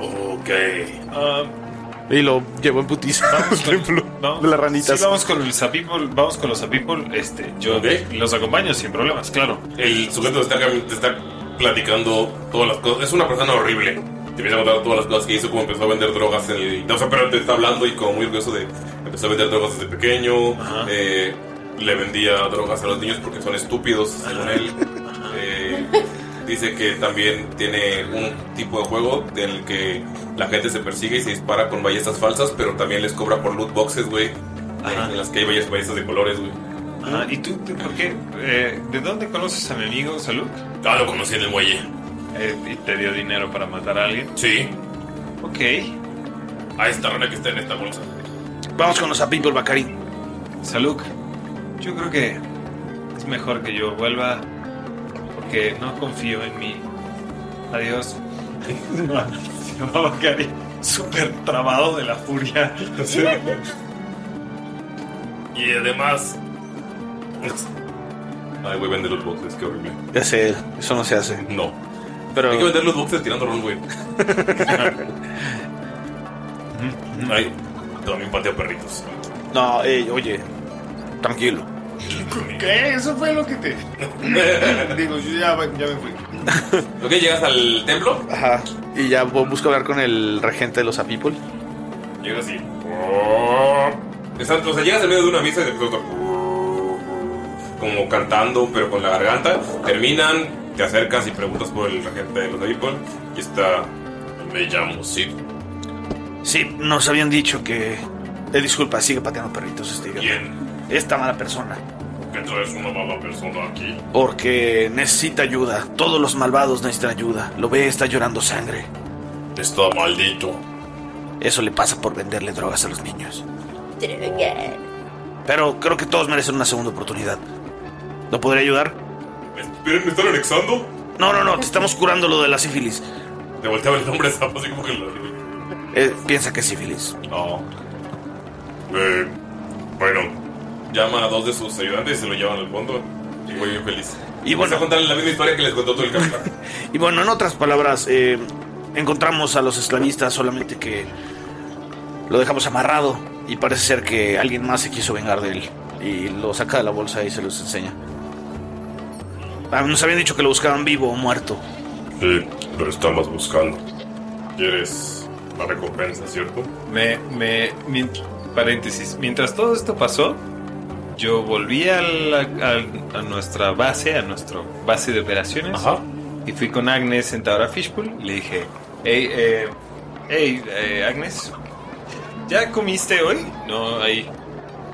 Ok.
Ah,
Y lo llevó en putiza al templo de las ranitas.
Sí, vamos con el Zapipol, vamos con los Zapipol, este, yo
Ok.
los acompaño sin problemas, claro.
El sujeto está, cam- te está platicando todas las cosas. Es una persona horrible. Te empieza a contar todas las cosas que hizo, como empezó a vender drogas. En el, o sea, pero te está hablando y como muy orgulloso de... Empezó a vender drogas desde pequeño. eh, le vendía drogas a los niños porque son estúpidos, según él. Eh, dice que también tiene un tipo de juego en el que la gente se persigue y se dispara con ballestas falsas, pero también les cobra por loot boxes, güey. En, en las que hay balles- ballestas de colores, güey.
Ajá, ¿Y tú, tú por qué? Eh, ¿De dónde conoces a mi amigo Salud? Eh,
Ah, lo conocí en el muelle.
¿Y te dio dinero para matar a alguien?
Sí.
Ok.
A esta rana que está en esta bolsa.
Vamos con los Zapipol, Bacari.
Salud, yo creo que es mejor que yo vuelva porque no confío en mí. Adiós. Se va Bacari, súper trabado de la furia.
Y además. pues, Ay, güey, vende los boxes, qué horrible.
Ya sé, eso no se hace.
No.
Pero.
Hay que vender los boxes tirando rol, güey. Ay, también pateo perritos.
No, ey, oye, tranquilo.
¿Qué? Eso fue lo que te. Digo, yo ya, ya me fui.
¿Lo que llegas al templo?
Ajá. Y ya bu- busco hablar con el regente de los Apipol.
Llegas así. Oh. Exacto, o sea, llegas en medio de una misa y de pronto, Como cantando, pero con la garganta. Terminan, te acercas y preguntas por el agente de los Avipol. Y está. Me llamo Sid.
Sí, nos habían dicho que. Eh, disculpa, sigue pateando perritos este
¿Quién?
Esta mala persona.
Que tú eres una mala persona aquí.
Porque necesita ayuda. Todos los malvados necesitan ayuda. Lo ve, está llorando sangre.
Está maldito.
Eso le pasa por venderle drogas a los niños. Pero creo que todos merecen una segunda oportunidad. ¿Lo podría ayudar?
¿Me están anexando?
No, no, no, te estamos curando lo de la sífilis.
Te volteaba el nombre, estaba así como que lo-
Eh, piensa que es sífilis.
No. Eh, bueno, llama a dos de sus ayudantes y se lo llevan al fondo. Y voy bien feliz. Y bueno, a contarle la misma historia que les contó todo el capitán.
Y bueno, en otras palabras, eh, encontramos a los esclavistas, solamente que lo dejamos amarrado y parece ser que alguien más se quiso vengar de él. Y lo saca de la bolsa y se los enseña. Ah, Nos habían dicho que lo buscaban vivo o muerto.
Sí, lo estamos buscando. ¿Quieres la recompensa, cierto?
Me, me, mien- paréntesis, mientras todo esto pasó, yo volví a, la- a- a nuestra base, a nuestro base de operaciones, y fui con Agnes sentadora Fishpool y le dije, hey, eh, hey, eh, Agnes, ¿ya comiste hoy? No, ahí,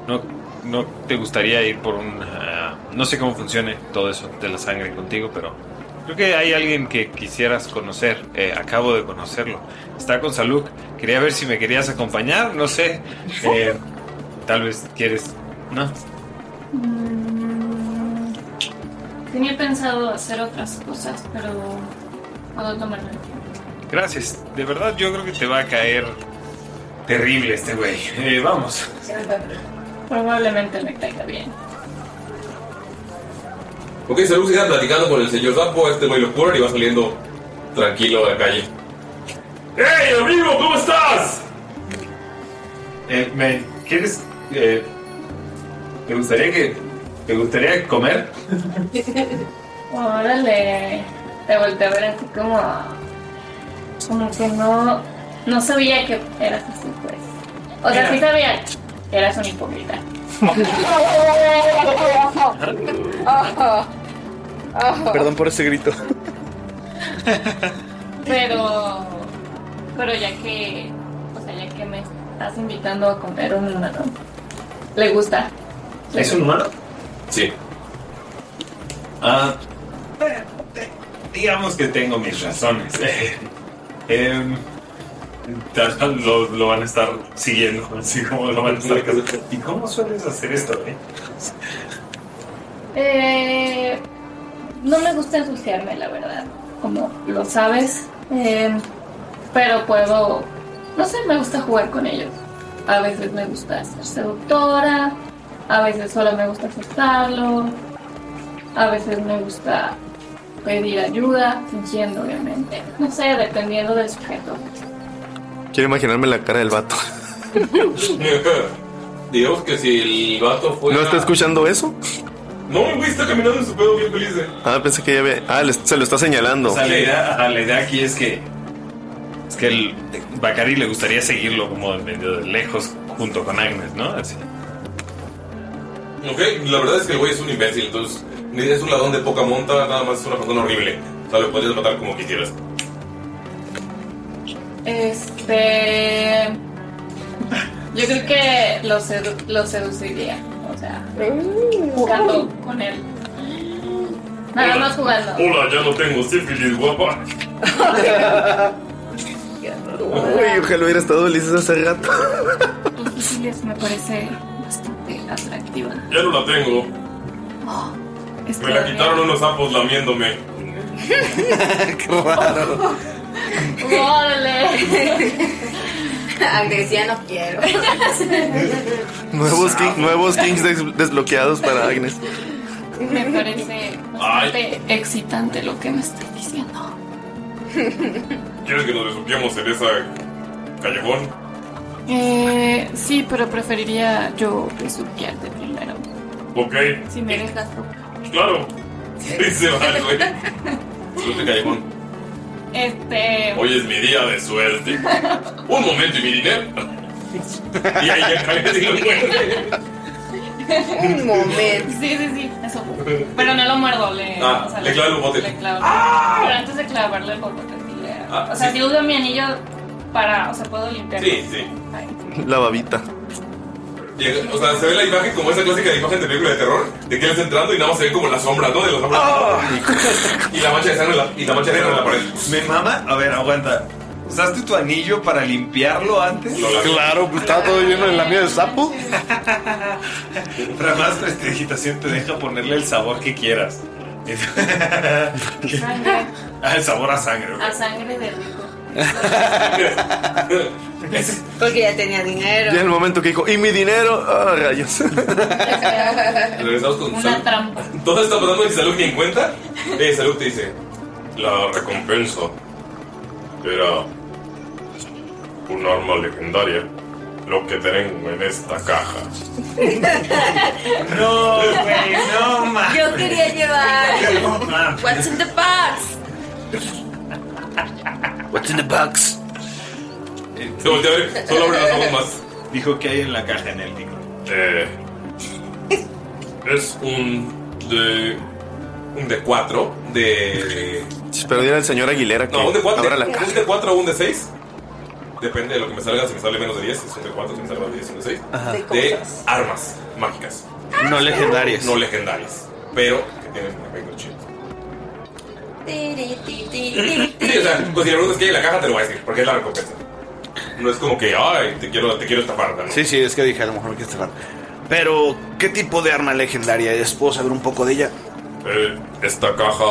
no, no te gustaría ir por un, ah, no sé cómo funcione todo eso de la sangre contigo, pero Creo que hay alguien que quisieras conocer. Eh, acabo de conocerlo. Está con Saluk. Quería ver si me querías acompañar. No sé. Eh, tal vez quieres. No.
Mm, Tenía pensado hacer otras cosas, pero puedo tomarlo.
Gracias. De verdad, yo creo que te va a caer terrible este güey. Eh, vamos.
Probablemente me caiga bien.
Ok, Salud sigue platicando con el señor Zapo, este güey lo cura y va saliendo tranquilo a la calle. ¡Hey, amigo! ¿Cómo estás?
Eh, me, ¿Quieres? eh, ¿Te gustaría que... ¿Te gustaría comer?
Órale, te volteé a ver así como. Como que no. No sabía que eras así, pues. O sea, sí sabía que eras un hipócrita. Oh.
Perdón por ese grito.
Pero. Pero ya que. O sea, ya que me estás invitando a comer un humano. Le gusta.
¿Es un humano?
Sí.
Ah, eh, eh, digamos que tengo mis razones. Em, lo, lo van a estar siguiendo, así como lo van a estar cazando. ¿Y cómo sueles hacer esto, eh?
Eh, no me gusta ensuciarme, la verdad. Como lo sabes. Eh, pero puedo. No sé, me gusta jugar con ellos. A veces me gusta ser seductora. A veces solo me gusta aceptarlo. A veces me gusta pedir ayuda, fingiendo, obviamente. No sé, dependiendo del sujeto.
Quiero imaginarme la cara del vato.
Digamos que si el vato fuera.
¿No está escuchando eso?
No, güey, está caminando en su pedo bien feliz. eh.
Ah, pensé que ya ve. Ah, le- se lo está señalando.
O sea, la idea, ajá, la idea aquí es que. Es que el Bacari le gustaría seguirlo como de medio de lejos junto con Agnes, ¿no? Así.
Ok, la verdad es que el güey es un imbécil, entonces ni es un ladón de poca monta, nada más es una persona horrible. O sea, lo podrías matar como quisieras.
Este. Yo creo que lo, sedu- lo seduciría. O sea, jugando con él. Nada más jugando.
Hola, ya no tengo sífilis, guapa.
Uy, ojalá hubiera estado Ulises hace rato.
Tus fusiles me parece bastante atractiva.
Ya no la tengo.
Oh,
Me la quitaron unos sapos lamiéndome.
Qué raro.
¡Órale! Agnes, ya no quiero.
Nuevos, king- nuevos Kings des- desbloqueados para Agnes.
me parece bastante excitante lo que me estás diciendo.
¿Quieres que nos besuquemos en esa callejón?
Eh, sí, pero preferiría yo besuquearte primero.
Ok,
Si me dejas tú.
claro. Dice va el güey. Suerte callejón.
Este.
Hoy es mi día de suerte. Un momento y mi dinero. Y ahí ya cae, digo, güey.
Un momento. Sí, sí, sí, eso. Pero no lo muerdo, le.
Ah, le clavo el bote.
Le clavo.
¡Ah!
Pero antes de clavarle el bote, sí le-
Ah,
o sea,
sí.
si uso mi anillo para. O sea, puedo limpiarlo.
Sí, sí.
La babita.
Llega- O sea, se ve la imagen como esa clásica de imagen de película de terror, de que él está entrando y nada más se ve como la sombra, ¿no? De la sombra. Y la mancha de sangre en la- y la mancha de sangre en la pared.
¿Me mama? A ver, aguanta. ¿Usaste tu anillo para limpiarlo antes?
Claro, pues estaba todo lleno de lamida de sapo.
Pero además tu prestigitación te deja ponerle el sabor que quieras.
Sangre.
Ah, el sabor a sangre.
A sangre de rico.
Porque ya tenía dinero.
Ya en el momento que dijo, ¿y mi dinero? Ah, rayos.
Regresamos con salud.
trampa.
Todo está pasando y salud ni en cuenta. Eh, salud te dice: La recompensa era un arma legendaria. Lo que tengo en esta caja.
No, güey, no, ma.
Yo quería
No, ma.
llevar. What's in the box?
What's in the box?
Se voltea a ver, solo abre los ojos más.
Dijo que hay en la caja en el libro.
Eh, es un de un de 4 de
Pero dile al señor Aguilera que
no, un de 4,
abra la caja.
un de 4 o un de 6. Depende de lo que me salga, si me sale menos de 10, es un de 4, si me sale más de 10, es un de 6.
Ajá.
De, armas mágicas.
No legendarias.
No legendarias, pero que tienen un efecto chido. Sí, o sea, pues si la pregunta es que hay en la caja, te lo voy a decir, porque es la recompensa. No es como que, ay, te quiero, te quiero estafar, ¿no?
Sí, sí, es que dije, a lo mejor hay que cerrar. Pero, ¿qué tipo de arma legendaria es? ¿Puedo saber un poco de ella?
Eh, esta caja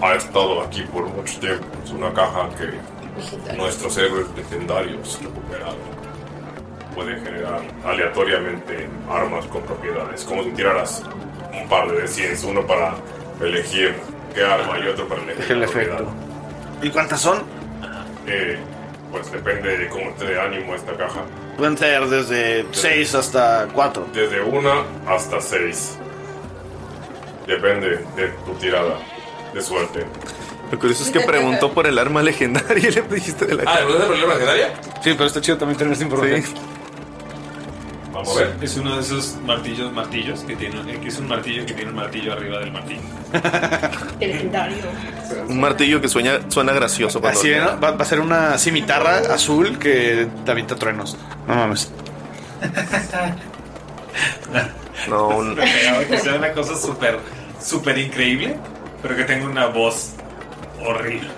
ha estado aquí por mucho tiempo. Es una caja que nuestros héroes legendarios recuperaron. Pueden generar aleatoriamente armas con propiedades, como si tiraras un par de 100, uno para elegir qué arma y otro para elegir
El
la
efecto.
propiedad.
¿Y cuántas son?
Eh, pues depende de cómo esté de ánimo esta caja.
Pueden ser desde 6 hasta 4.
Desde una hasta seis. Depende de tu tirada de suerte.
Lo curioso es que preguntó por el arma legendaria y le dijiste de la
Ah, ¿le preguntaste por el arma legendaria?
Sí, pero está chido también tener esa información.
Vamos a ver.
Es uno de esos martillos, martillos, que tiene, eh, que es un martillo que tiene un martillo arriba del martillo.
Legendario.
Un martillo que sueña, suena gracioso. cuando-
Así, ¿no? Va, va a ser una cimitarra azul que te avienta truenos. No mames.
No,
Me pegaba que sea una cosa súper, súper increíble, pero que tenga una voz horrible.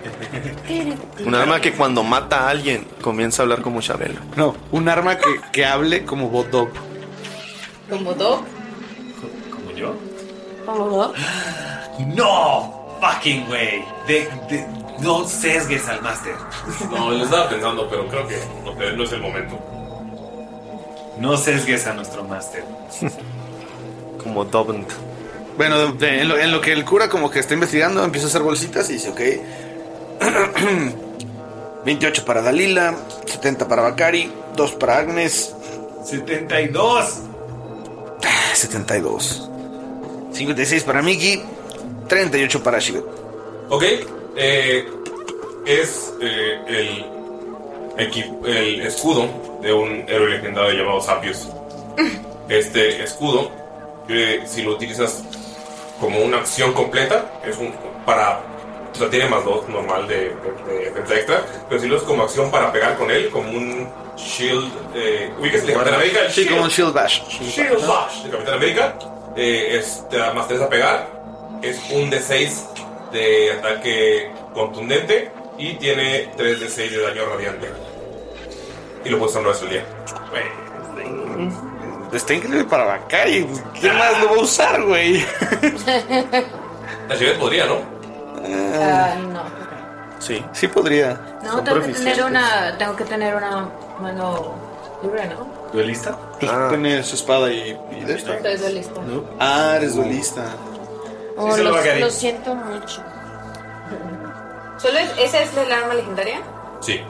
Un arma que cuando mata a alguien comienza a hablar como Chabelo.
No, un arma que, que hable como bot dog.
Como Doc.
Como yo.
Como Doc.
No, fucking way. De- de- no sesgues al máster.
No, lo estaba pensando, pero creo que no, te- no es el momento.
No sesgues a nuestro máster.
Como Dobbent.
Bueno, de- en, lo, en lo que el cura como que está investigando, empieza a hacer bolsitas y dice, ok. 28 para Dalila, 70 para Bakari, 2 para Agnes. Ah,
72.
72. 56 para Miki, 38 para Shigo.
Ok, eh, es eh, el, equi- el escudo de un héroe legendario llamado Sapios. Este escudo, eh, si lo utilizas como una acción completa, es un para. O sea, tiene más dos normal de, de- de defensa extra, pero si lo usas como acción para pegar con él, como un shield. Eh, ¿Ubicas el de Capitán América? El
Sí, como un
shield.
Shield Bash.
Shield Bash de Capitán América. Eh, es, te da más 3 a pegar. Es un D6 de ataque contundente. Y tiene 3 D6 de daño radiante. Y lo puedes usar una vez al día.
Está increíble para Bakari. ¿Quién más lo va a usar, güey?
La Chivet podría, ¿no?
Ah, no.
Sí.
Sí podría.
No, tengo
Son
que
proficientes.
tener una. Tengo que tener una mano libre, ¿no?
¿Duelista?
Ah. Tienes Pues espada y, y de esto.
Soy duelista.
Ah, eres duelista.
Oh,
se lo
lo,
va a querer.
lo siento mucho.
¿Solo es- esa es la arma legendaria?
Sí.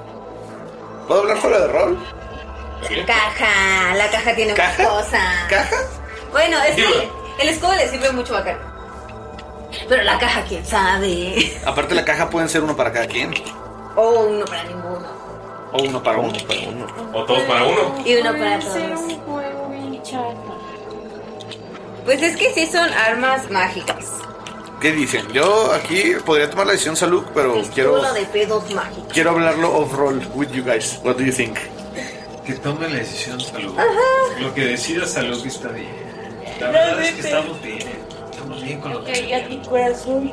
¿Puedo hablar fuera de rol?
Caja, la caja tiene
¿Caja?
una cosa.
¿Caja?
Bueno, es que el escudo le sirve mucho bacán. Pero la caja, quién sabe.
Aparte la caja pueden ser uno para cada quien.
O uno para ninguno.
O uno para uno.
O todos para uno.
Y uno para
Puede ser
todos.
un juego bien chato.
Pues es que sí son armas mágicas.
¿Qué dicen? Yo aquí podría tomar la decisión salud, pero quiero,
Todo de pedos mágicos.
quiero hablarlo off roll with you guys. What do you think?
Que tome la decisión salud.
Ajá.
Lo que decida salud está bien. La verdad es que estamos bien. Estamos bien con lo que.
a mi corazón.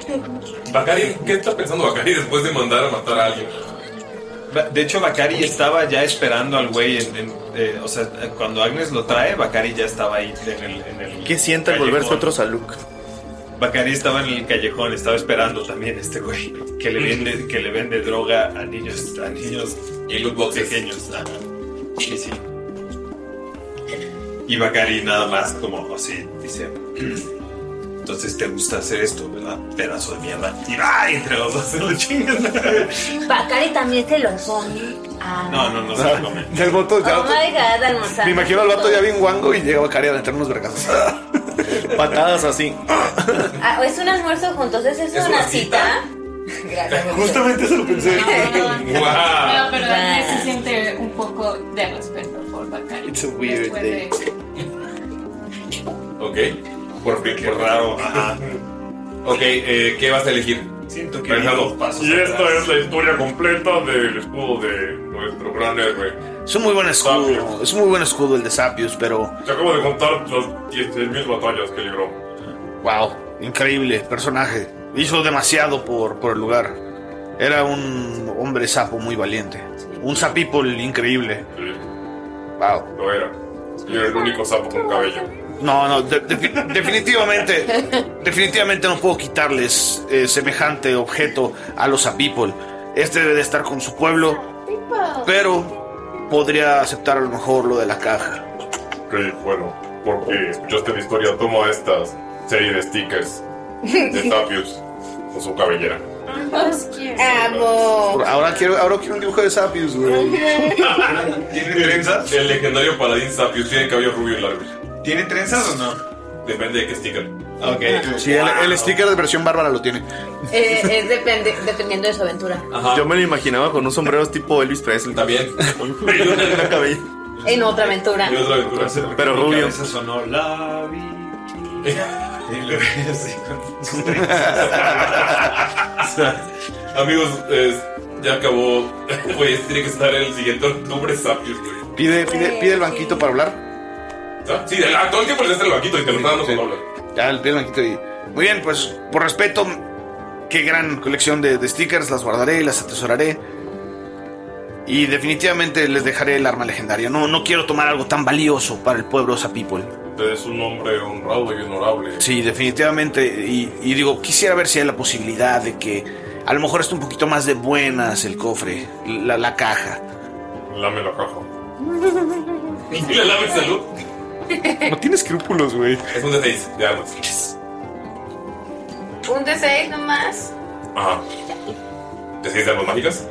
Bacari, ¿qué está pensando Bacari después de mandar a matar a alguien?
Ba- De hecho, Bakari estaba ya esperando al güey. en- en- eh, o sea, eh, cuando Agnes lo trae, Bakari ya estaba ahí en el. En el
¿Qué siente al volverse
callejón.
otro Saluk?
Bacari estaba en el callejón, estaba esperando también este güey que le vende, que le vende droga a niños, a niños
y los boxes.
pequeños. ajá. Sí, sí. Y Bacari nada más como así dice. Entonces te gusta hacer esto, ¿verdad? Pedazo de mierda. Y va y entre los dos se lo chingan.
Bacari también se lo pone. Ah.
No, no, no se lo come.
Del voto, ya-
Oh my god, almorzar.
me imagino al vato ya bien guango y llega Bacari a meter unos vergazos.
Patadas así.
Ah, es un almuerzo juntos, ¿es, es, una, cita? Eh, Gracias.
Justamente eso lo pensé.
No, pero él se siente un poco de respeto por Bacari.
It's a weird
Después
day.
de-
Ok. Por fin, qué raro. Ajá. Ok, eh, ¿qué vas a elegir?
Siento
que
di dos pasos
Y esta
atrás.
es la historia completa del escudo de nuestro gran héroe.
Es un muy buen escudo. Es un muy buen escudo el de Sapius, pero.
Te acabo de contar las 16.000 batallas que libró.
Wow, increíble personaje. Hizo demasiado por, por el lugar. Era un hombre sapo muy valiente. Un sapipol increíble. Wow.
Lo era. Y era el único sapo con cabello.
No, no, de- de- definitivamente, definitivamente no puedo quitarles eh, semejante objeto a los Apipol. Este debe de estar con su pueblo, pero podría aceptar a lo mejor lo de la caja.
Ok, bueno, porque escuchaste mi historia, toma esta serie de stickers de Tapius con su cabellera.
Amo.
Ahora quiero, ahora quiero un dibujo de Sapius, güey.
¿Tiene trenzas?
El legendario paladín Sapius tiene cabello rubio y largo.
¿Tiene trenzas o no?
Depende de qué sticker.
Ok.
Sí, el, el sticker de versión bárbara lo tiene.
Eh, es depende, dependiendo de su aventura.
Yo me lo imaginaba con un sombrero tipo Elvis Presley.
También.
una cabellera.
En otra aventura.
En otra aventura.
Pero rubio.
Esa sonó la viquina. Y le ve así con sus tripas.
Amigos, es- ya acabó. Güey, este tiene que estar el siguiente octubre Sapiens, güey.
Pide, pide, pide el banquito para hablar.
¿Ah? Sí, de la- todo el tiempo le das el banquito y te lo está dando solo hablar.
Ya, el pide el banquito y. Muy bien, pues por respeto, qué gran colección de, de stickers. Las guardaré, las atesoraré. Y definitivamente les dejaré el arma legendaria. No, no quiero tomar algo tan valioso para el pueblo Zapipol.
Usted es un hombre honrado y honorable.
Sí, definitivamente. Y, y digo, quisiera ver si hay la posibilidad de que a lo mejor esté un poquito más de buenas el cofre, la, la caja.
Lame la caja. Y le lame salud.
No tiene escrúpulos, güey.
Es un D6 de armas.
Un D6 nomás.
Ajá. ¿De 6 de armas mágicas?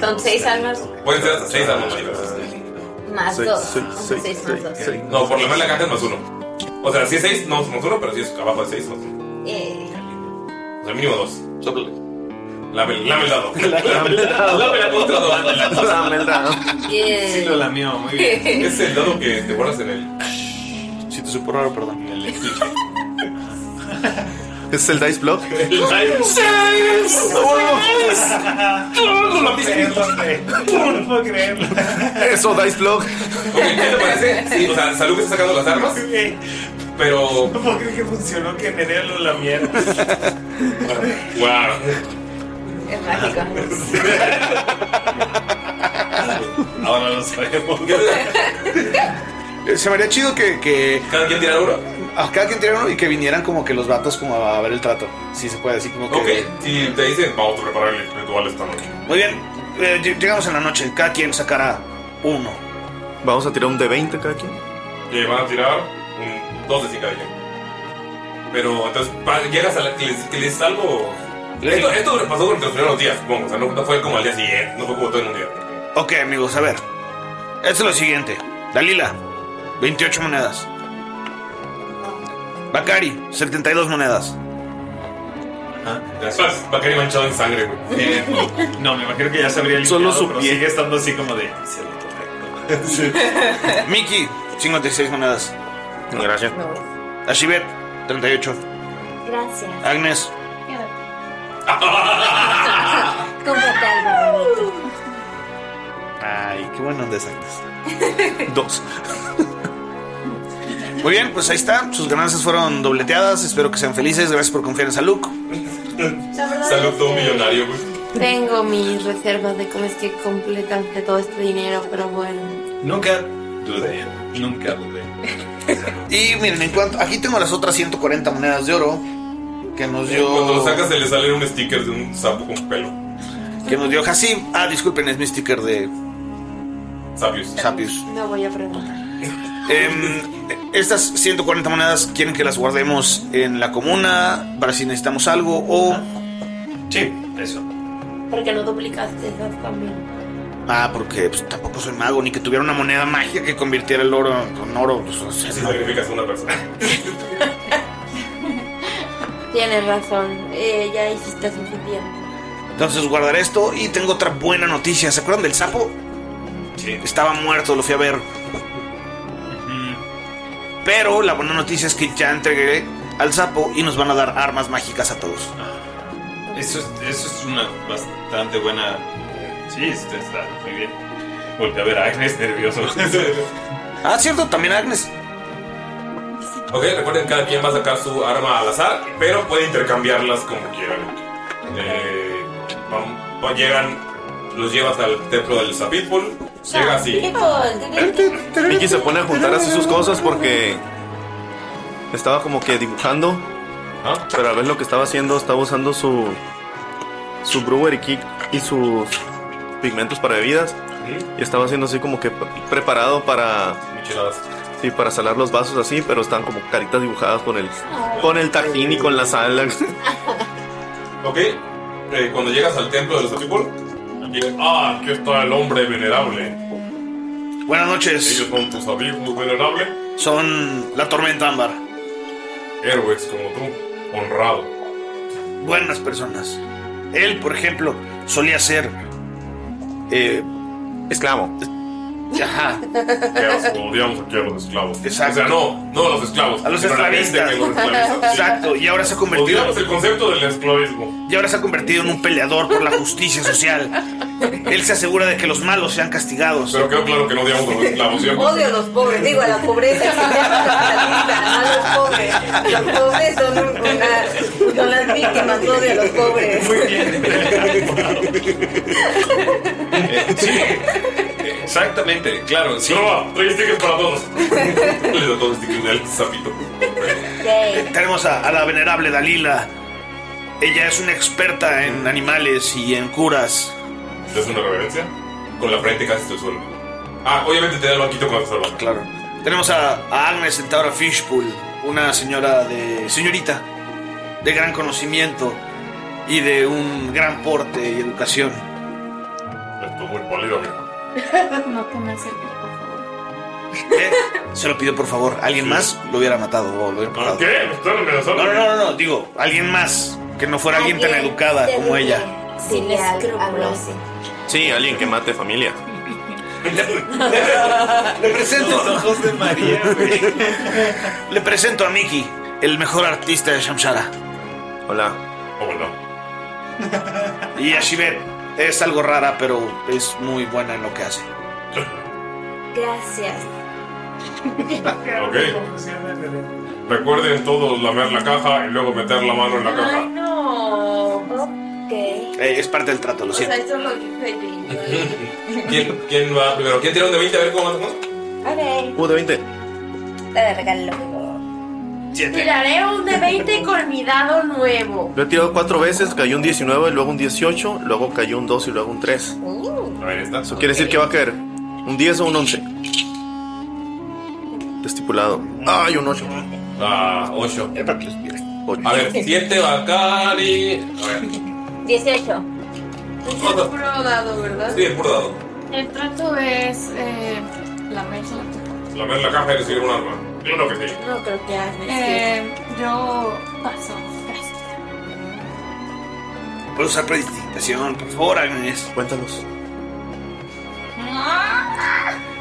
Son seis almas
Pueden ser hasta 6 armas mágicas.
más
Seis,
dos.
seis,
Son
seis,
seis más dos.
No, por lo menos la caja es más 1. O sea, si es 6, no es más 1, pero si es abajo de 6, más 1.
Eh,
O sea, mínimo 2. Lame, lame el dado. Lame la contra dos.
Lame el dado.
yeah.
Sí, lo lamió, muy bien. Es el dado que te guardas en el.
Si te supo raro, perdón. ¿Es el Dice Block?
No puedo creerlo.
Eso, Dice Block.
¿Qué te parece? Sí, o sea, Salud que está sacando las armas. Pero.
No puedo creer que funcionó que Nerea lo lamiera.
Wow.
es mágico.
Ahora lo sabemos.
Eh, Se me haría chido que. que Ah,
cada quien tirara uno.
cada quien tirara uno y que vinieran como que los vatos como a ver el trato. Si se puede, así como que.
Ok, si te dicen, vamos a preparar el ritual esta noche.
Muy bien, eh, lleg- llegamos en la noche. Cada quien sacará uno.
Vamos a tirar un D20 cada quien.
Y van a tirar un 2 de 5 de quien. Pero entonces, pa- llegas a la que les, que les salvo. Esto, esto pasó durante los primeros días, supongo. O sea, no, no fue como al día siguiente, no fue como todo en un día.
Ok, amigos, a ver. Esto es lo siguiente. Dalila, 28 monedas. Bakari, 72 monedas.
Ah,
Gracias. Va a caer manchado en sangre, güey. Eh,
No, me imagino que ya se habría limpiado.
Solo su
pero
pie.
Sigue estando así como de.
Miki, 56 monedas. Gracias. Ashibet, 38.
Gracias.
Agnes,
Cómprate algo bonito.
Ay, qué buenos desastres. Dos. Muy bien, pues ahí está. Sus ganancias fueron dobleteadas. Espero que sean felices. Gracias por confiar en Saluk.
La verdad
Salud
es
todo
que
millonario, güey.
Tengo mis reservas de cómo es que completan de todo este dinero, pero bueno.
Nunca dudé. Nunca dudé.
Y miren, en cuanto. Aquí tengo las otras 140 monedas de oro que nos dio.
Cuando lo sacas, se le sale un sticker de un sapo con pelo.
Que nos dio Hassim. Ah, disculpen, es mi sticker de.
Sapius.
Sapius.
No voy a preguntar.
Em, estas 140 monedas quieren que las guardemos en la comuna para si necesitamos algo o.
Sí, eso.
Porque no duplicaste esas también.
Ah, porque pues, tampoco soy mago, ni que tuviera una moneda mágica que convirtiera el oro en oro. Pues, o sea,
Si
no.
sacrificas a una persona.
Tienes razón, eh, ya hiciste suficiente.
Entonces guardaré esto y tengo otra buena noticia. ¿Se acuerdan del sapo?
Sí.
Estaba muerto, lo fui a ver. Pero la buena noticia es que ya entregué al sapo y nos van a dar armas mágicas a todos.
Eso es, eso es una bastante buena. eh, Sí, está, está muy bien. Volví a ver a Agnes nervioso.
ah, cierto, también Agnes.
Ok, recuerden, cada quien va a sacar su arma al azar, pero puede intercambiarlas como quieran. Eh, van- van- llegan, los llevas al templo del Sapitbull. Llega así.
Miki se pone a juntar así sus cosas porque estaba como que dibujando. Pero a ver lo que estaba haciendo, estaba usando su su brewery kick y sus pigmentos para bebidas. Y estaba haciendo así como que p- preparado para sí, para salar los vasos así, pero están como caritas dibujadas con el con el tajín y con la sal.
Ok, eh, cuando llegas al templo del Sapitbull, dices, ah, aquí está el hombre venerable.
Buenas noches.
Ellos son tus amigos venerables.
Son la tormenta ámbar.
Héroes como tú, honrado.
Buenas personas. Él, por ejemplo, solía ser... eh,
Esclavo.
Ajá.
Que os odiamos aquí a los esclavos.
Exacto.
O sea, no, no a los esclavos.
A los
sino la gente
esclavistas.
que los esclaviza, sí.
Exacto. Y ahora se ha convertido.
Odiamos el concepto del esclavismo.
Y ahora se ha convertido en un peleador por la justicia social. Él se asegura de que los malos sean castigados.
Pero quedó claro que no odiamos a los esclavos,
Odio a los pobres, Pues digo a la pobreza, que se llama capitalista, a los pobres. Los pobres son, un- una- son las víctimas, odio a los pobres.
Eh, sí, eh, exactamente, claro. Sí.
Trae stickers para todos.
Le
dio todo el sapito.
Eh, Tenemos a, a la venerable Dalila. Ella es una experta en animales y en curas.
¿Es una reverencia?
Con la frente casi te suelo. Ah, obviamente te da el banquito cuando estás Claro. Tenemos a, a Agnes Centaura Fishpool, una señora de. señorita, de gran conocimiento y de un gran porte y educación.
Esto muy pálido, amigo.
No comer cerdo, por favor.
Se lo pido por favor. ¿Alguien más lo hubiera matado? o lo hubiera matado.
¿Qué? Me están amenazando.
No, no, no, no, no, digo, alguien más que no fuera alguien tan
Alguien
educada
de
como
bien.
ella.
Sin escrúpulos.
Sí, alguien que mate familia.
Le presento ojos de María. Le presento a Miki, el mejor artista de Shamshara. Hola. Oh,
Hola.
Y a Shibet es algo rara, pero es muy buena en lo que hace.
Gracias.
Recuerden todos lamer la caja y luego meter la mano en la caja.
Ay, no.
Ok.
es parte del trato,
O sea, esto lo dice Billy.
¿Quién, ¿Quién va primero? ¿Quién tira un de 20 a ver cómo más?
A ver,
Un de 20.
Te regalo.
tiraré un de 20 con mi dado nuevo.
Lo he tirado cuatro veces, cayó un 19, luego un 18, luego cayó un 2 y luego un 3.
A ver, está.
Eso quiere decir que va a caer un 10 o un 11. Estipulado. ¡Ay, un 8!
Ah, 8. A ver, 7 Bacari. A ver,
18.
Es puro dado, ¿verdad?
sí, el puro dado.
El trato es eh, la mesa.
Lamer la caja y recibir un arma. Yo no que sí.
No creo que hagas. Eh, yo paso. Gracias.
Puedo usar predistinción, por favor, Agnes. Cuéntanos.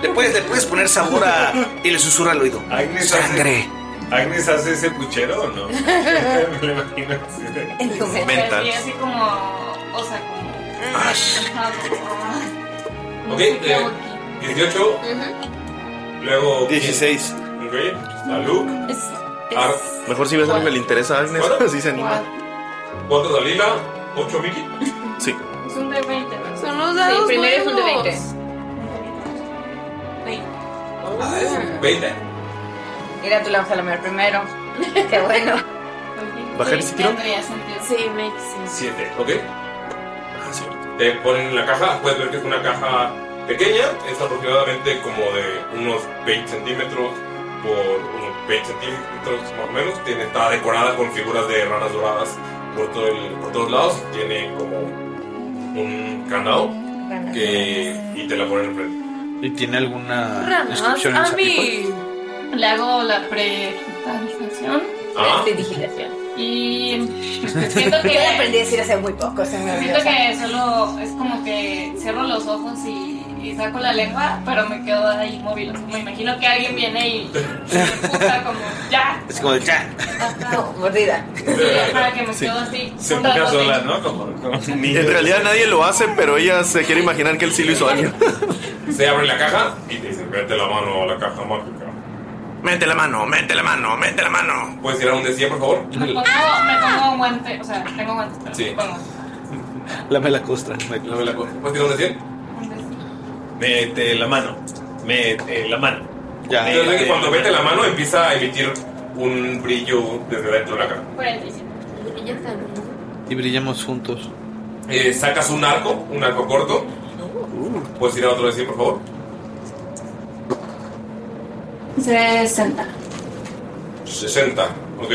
Le puedes, le puedes poner sabor a. y le susurra al oído.
Agnes hace-
Sangre.
¿Agnes hace ese puchero o no? Me lo imagino así de-
Se perdí así como. O sea, como. Ajá, como-
Ok, eh, 18, luego
16.
Ok, está Luke. Ar-
Mejor si ves algo que le interesa a Agnes, así se anima.
4 Dalila, 8 Vicky.
Sí.
Es un de 20, ¿verdad?
Son los dados
Sí, primero es un de
nuevos.
20.
Ah, 20.
Mira, tú la vas a lamer primero. Qué bueno.
¿Bajar el sitio?
Sí, me sí.
7, ok. Ah, Te ponen la caja, puedes ver que es una caja pequeña, es aproximadamente como de unos 20 centímetros por unos 20 centímetros más o menos. Tiene, está decorada con figuras de ranas doradas por, todo el- por todos lados. Tiene como un candado que, y te la ponen enfrente.
¿Y tiene alguna
Ranas, a mí. Le hago la pre-digitalización.
Ah.
Prestidigitación.
Y siento
Siento que
que.
yo la aprendí a decir hace muy poco. Se me olvidó.
Siento que solo es como que cierro los ojos y, y saco la lengua, pero me quedo ahí móvil. O sea, me imagino que alguien viene y me empuja como ya,
Es como de ya.
No, mordida.
para que me quedo así.
Se
un rato de-
¿no? en realidad nadie lo hace, pero ella se quiere imaginar que él sí lo hizo alguien.
Se abre la caja y te dicen, mete la mano a la caja mágica.
Mete la mano, mete la mano, mete la mano.
¿Puedes tirar un de 100, por favor?
Me pongo, me
Ah.
pongo un guante, o sea, tengo guantes, pero
Sí.
me pongo.
Lame la costra.
Lame la Pues, costra. ¿Puedes tirar un de 100?
Mete la mano. Mete la mano.
Ya.
Entonces, que cuando mete la mano empieza a emitir un brillo desde dentro de la caja.
47.
Y brillamos juntos.
Eh, sacas un arco, un arco corto.
Uh.
¿Puedes tirar otro de 100, por favor?
60.
60, ¿ok?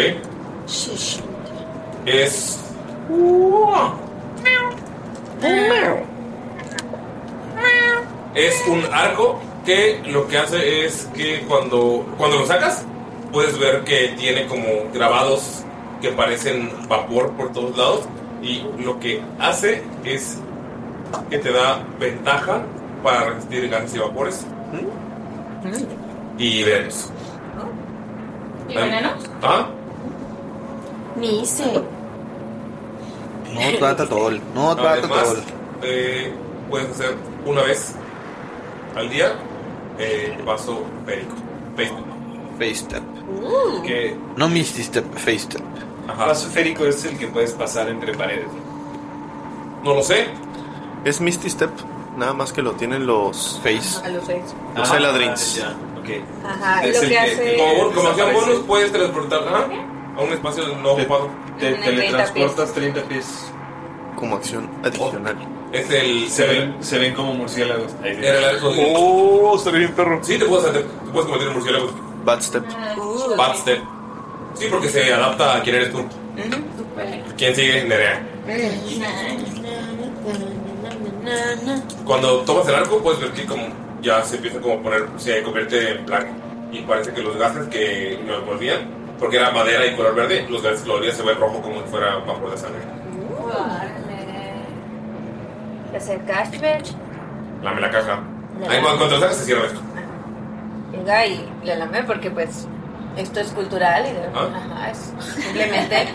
Es... Es un arco que lo que hace es que cuando, cuando lo sacas, puedes ver que tiene como grabados que parecen vapor por todos lados. Y lo que hace es que te da ventaja para resistir gases y vapores Y veremos.
¿Y veneno?
¿Ah?
Ni hice.
No trata todo. No trata
Además,
todo.
eh, puedes hacer una vez al día eh, paso férico.
Face tap.
Uh.
No Misty Step, Face Step.
Paso férico es el que puedes pasar entre paredes.
No lo sé.
Es Misty Step, nada más que lo tienen los Face.
A los seis.
Los
Ah,
Eladrins.
ya,
Ajá, y lo que hace.
Como, bon- como acción
desaparece.
bonus puedes transportar a, a un espacio no ocupado.
Te- En 30 teletransportas
30 pies.
Como acción adicional.
Es el.
Se ven, se ven como murciélagos.
Era el arco de-
Oh, estaría bien perro.
Sí, te puedes, hacer- te puedes convertir en murciélago.
Bad Step.
Ah.
Bad step. Sí, porque se adapta a quién eres tú. ¿Quién sigue? Nerea. Cuando tomas el arco puedes ver que como ya se empieza como a poner, se convierte en blanco. Y parece que los gases que lo envolvían, porque era madera y color verde, los gases que lo envolvían se ven rojo como si fuera vapor de sangre.
¿Te acercaste, Bert?
Lame la caja.
Le
Ahí
lame.
cuando encuentras sangre se cierra esto.
Llega y le lamé porque, pues, esto es cultural y de-
Ah.
ajá, es simplemente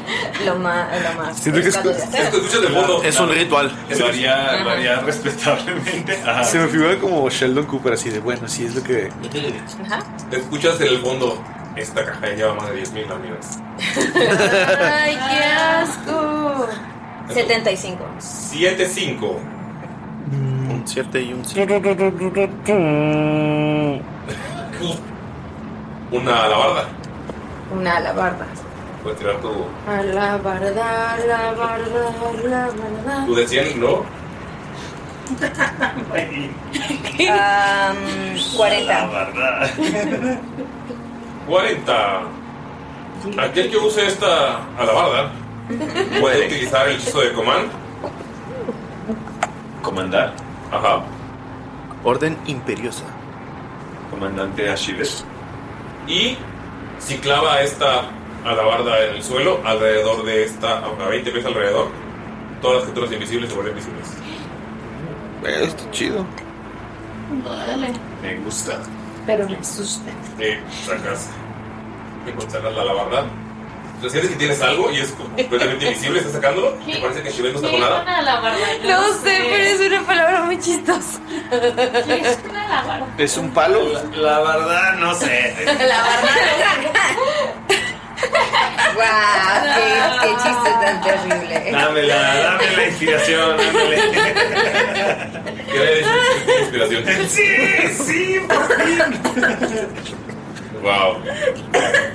lo más. Lo más
Siento que es-
pescado de hacer.
Es un ritual.
Lo haría, lo haría respetablemente. Ajá.
Se me figura como Sheldon Cooper, así de bueno, sí es lo que.
Ajá.
Te escuchas en el fondo, esta caja ya lleva más de 10.000 láminas.
¡Ay, qué asco! 75.
7-5.
Un 7 y un 5.
Una alabarda.
Una alabarda.
Puedes tirar tu,
Alabarda, alabarda, alabarda.
tu de 100, ¿no?
Am, 40.
40. Aquel que use esta alabarda puede utilizar el hechizo de command.
Comandar.
Ajá.
Orden imperiosa.
Comandante Ashibes.
Y si clava esta alabarda en el suelo, alrededor de esta, a 20 pies alrededor, todas las criaturas invisibles se vuelven visibles.
Esto chido.
Dale.
Me gusta.
Pero me asusta.
Eh, sacas, encontrarás la alabarda. Lo sientes que tienes algo y es completamente invisible, estás sacándolo y parece que Shibet no está con nada.
No sé, pero es una palabra muy chistosa.
es una alabarda?
¿Es un palo?
La, la verdad, no sé.
¡Guau! qué, qué chiste tan terrible!
Dámela, dame la inspiración, dámele.
inspiración?
Sí, sí, por fin.
Wow.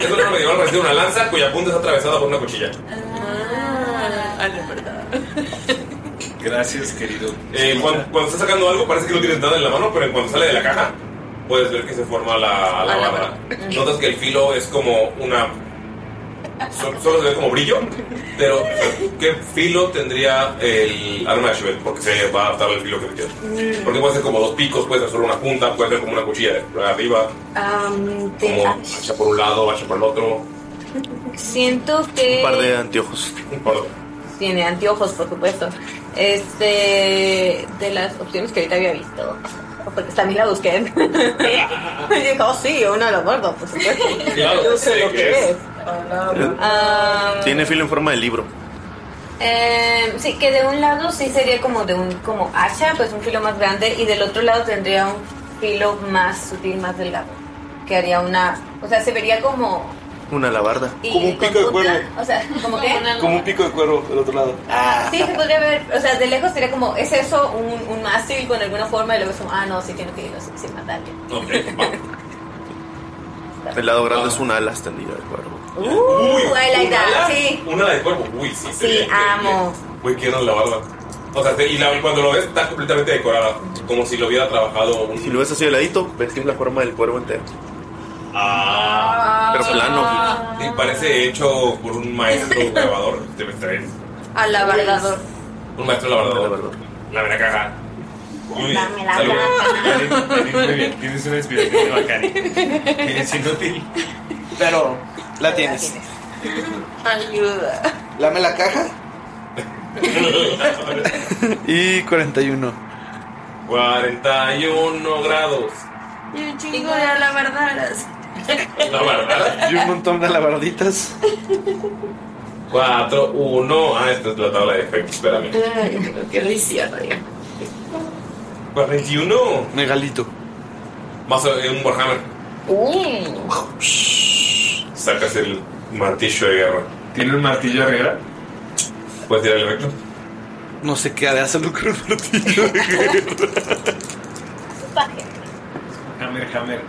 Es una medieval recibe una lanza cuya punta es atravesada por una cuchilla.
Gracias, querido.
Eh, cuando, cuando estás sacando algo parece que no tienes nada en la mano, pero en cuanto sale de la caja puedes ver que se forma la
Ah,
alabarda. Notas que el filo es como una... so- Solo se ve como brillo, pero ¿qué filo tendría el arma de Shivet? Porque se va a adaptar al filo que quieras. Porque puede ser como dos picos, puede ser solo una punta, puede ser como una cuchilla de arriba,
Am, te-
como hacha por un lado, hacha por el otro.
siento que.
anteojos.
Tiene anteojos, por supuesto. Este. De las opciones que ahorita había visto. Porque también la busqué. Y dijo, "Oh, sí, una lo gordo, por supuesto.
Claro,
Yo sé
sí,
lo
que
que
es.
es. Ah,
Tiene filo en forma de libro.
eh, sí, que de un lado sí sería como de un como hacha, pues un filo más grande, y del otro lado tendría un filo más sutil, más delgado. Que haría una. O sea, se vería como.
Una alabarda.
y-
Como un
con
pico de
punta,
cuervo.
O sea, como que.
Como un pico de cuervo del otro lado.
Sí, se podría ver, o sea, de lejos sería como, es eso, un, un mástil con alguna forma, y luego es como, ah, no, sí tiene que ir sin matarle.
El lado grande es una ala extendida del cuervo.
Uh, I like
una
that,
ala,
sí.
Una de cuerpo, uy, sí. se ve
Sí, amo.
Güey, quiero la barba. O sea, te- y la- cuando lo ves está completamente decorada, como si lo hubiera trabajado un...
Si lo ves así de ladito, ves que es la forma del cuervo entero. Pero plano.
Y Ah. parece hecho por un maestro grabador. Debe estar bien.
Alabardador.
Un maestro labrador. La mera caja. Muy bien.
Dame la
Salud.
Muy bien, tienes una inspiración de Bacari. Tienes inútil.
Pero la tienes.
Ayuda.
Lame la caja. y 41.
41 grados.
Y un chingo de alabardaras.
La verdad.
Y un montón de alabarditas.
4, 1. Ah, esta es la tabla de efectos, espérame.
Qué risa, María.
Pues, 41.
Megalito.
Más eh, un Warhammer.
Uh.
Sacas el martillo de guerra.
¿Tiene un martillo de guerra?
¿Puedes tirar el recto?
No sé qué ha de hacerlo con un martillo de guerra.
Hammer, hammer.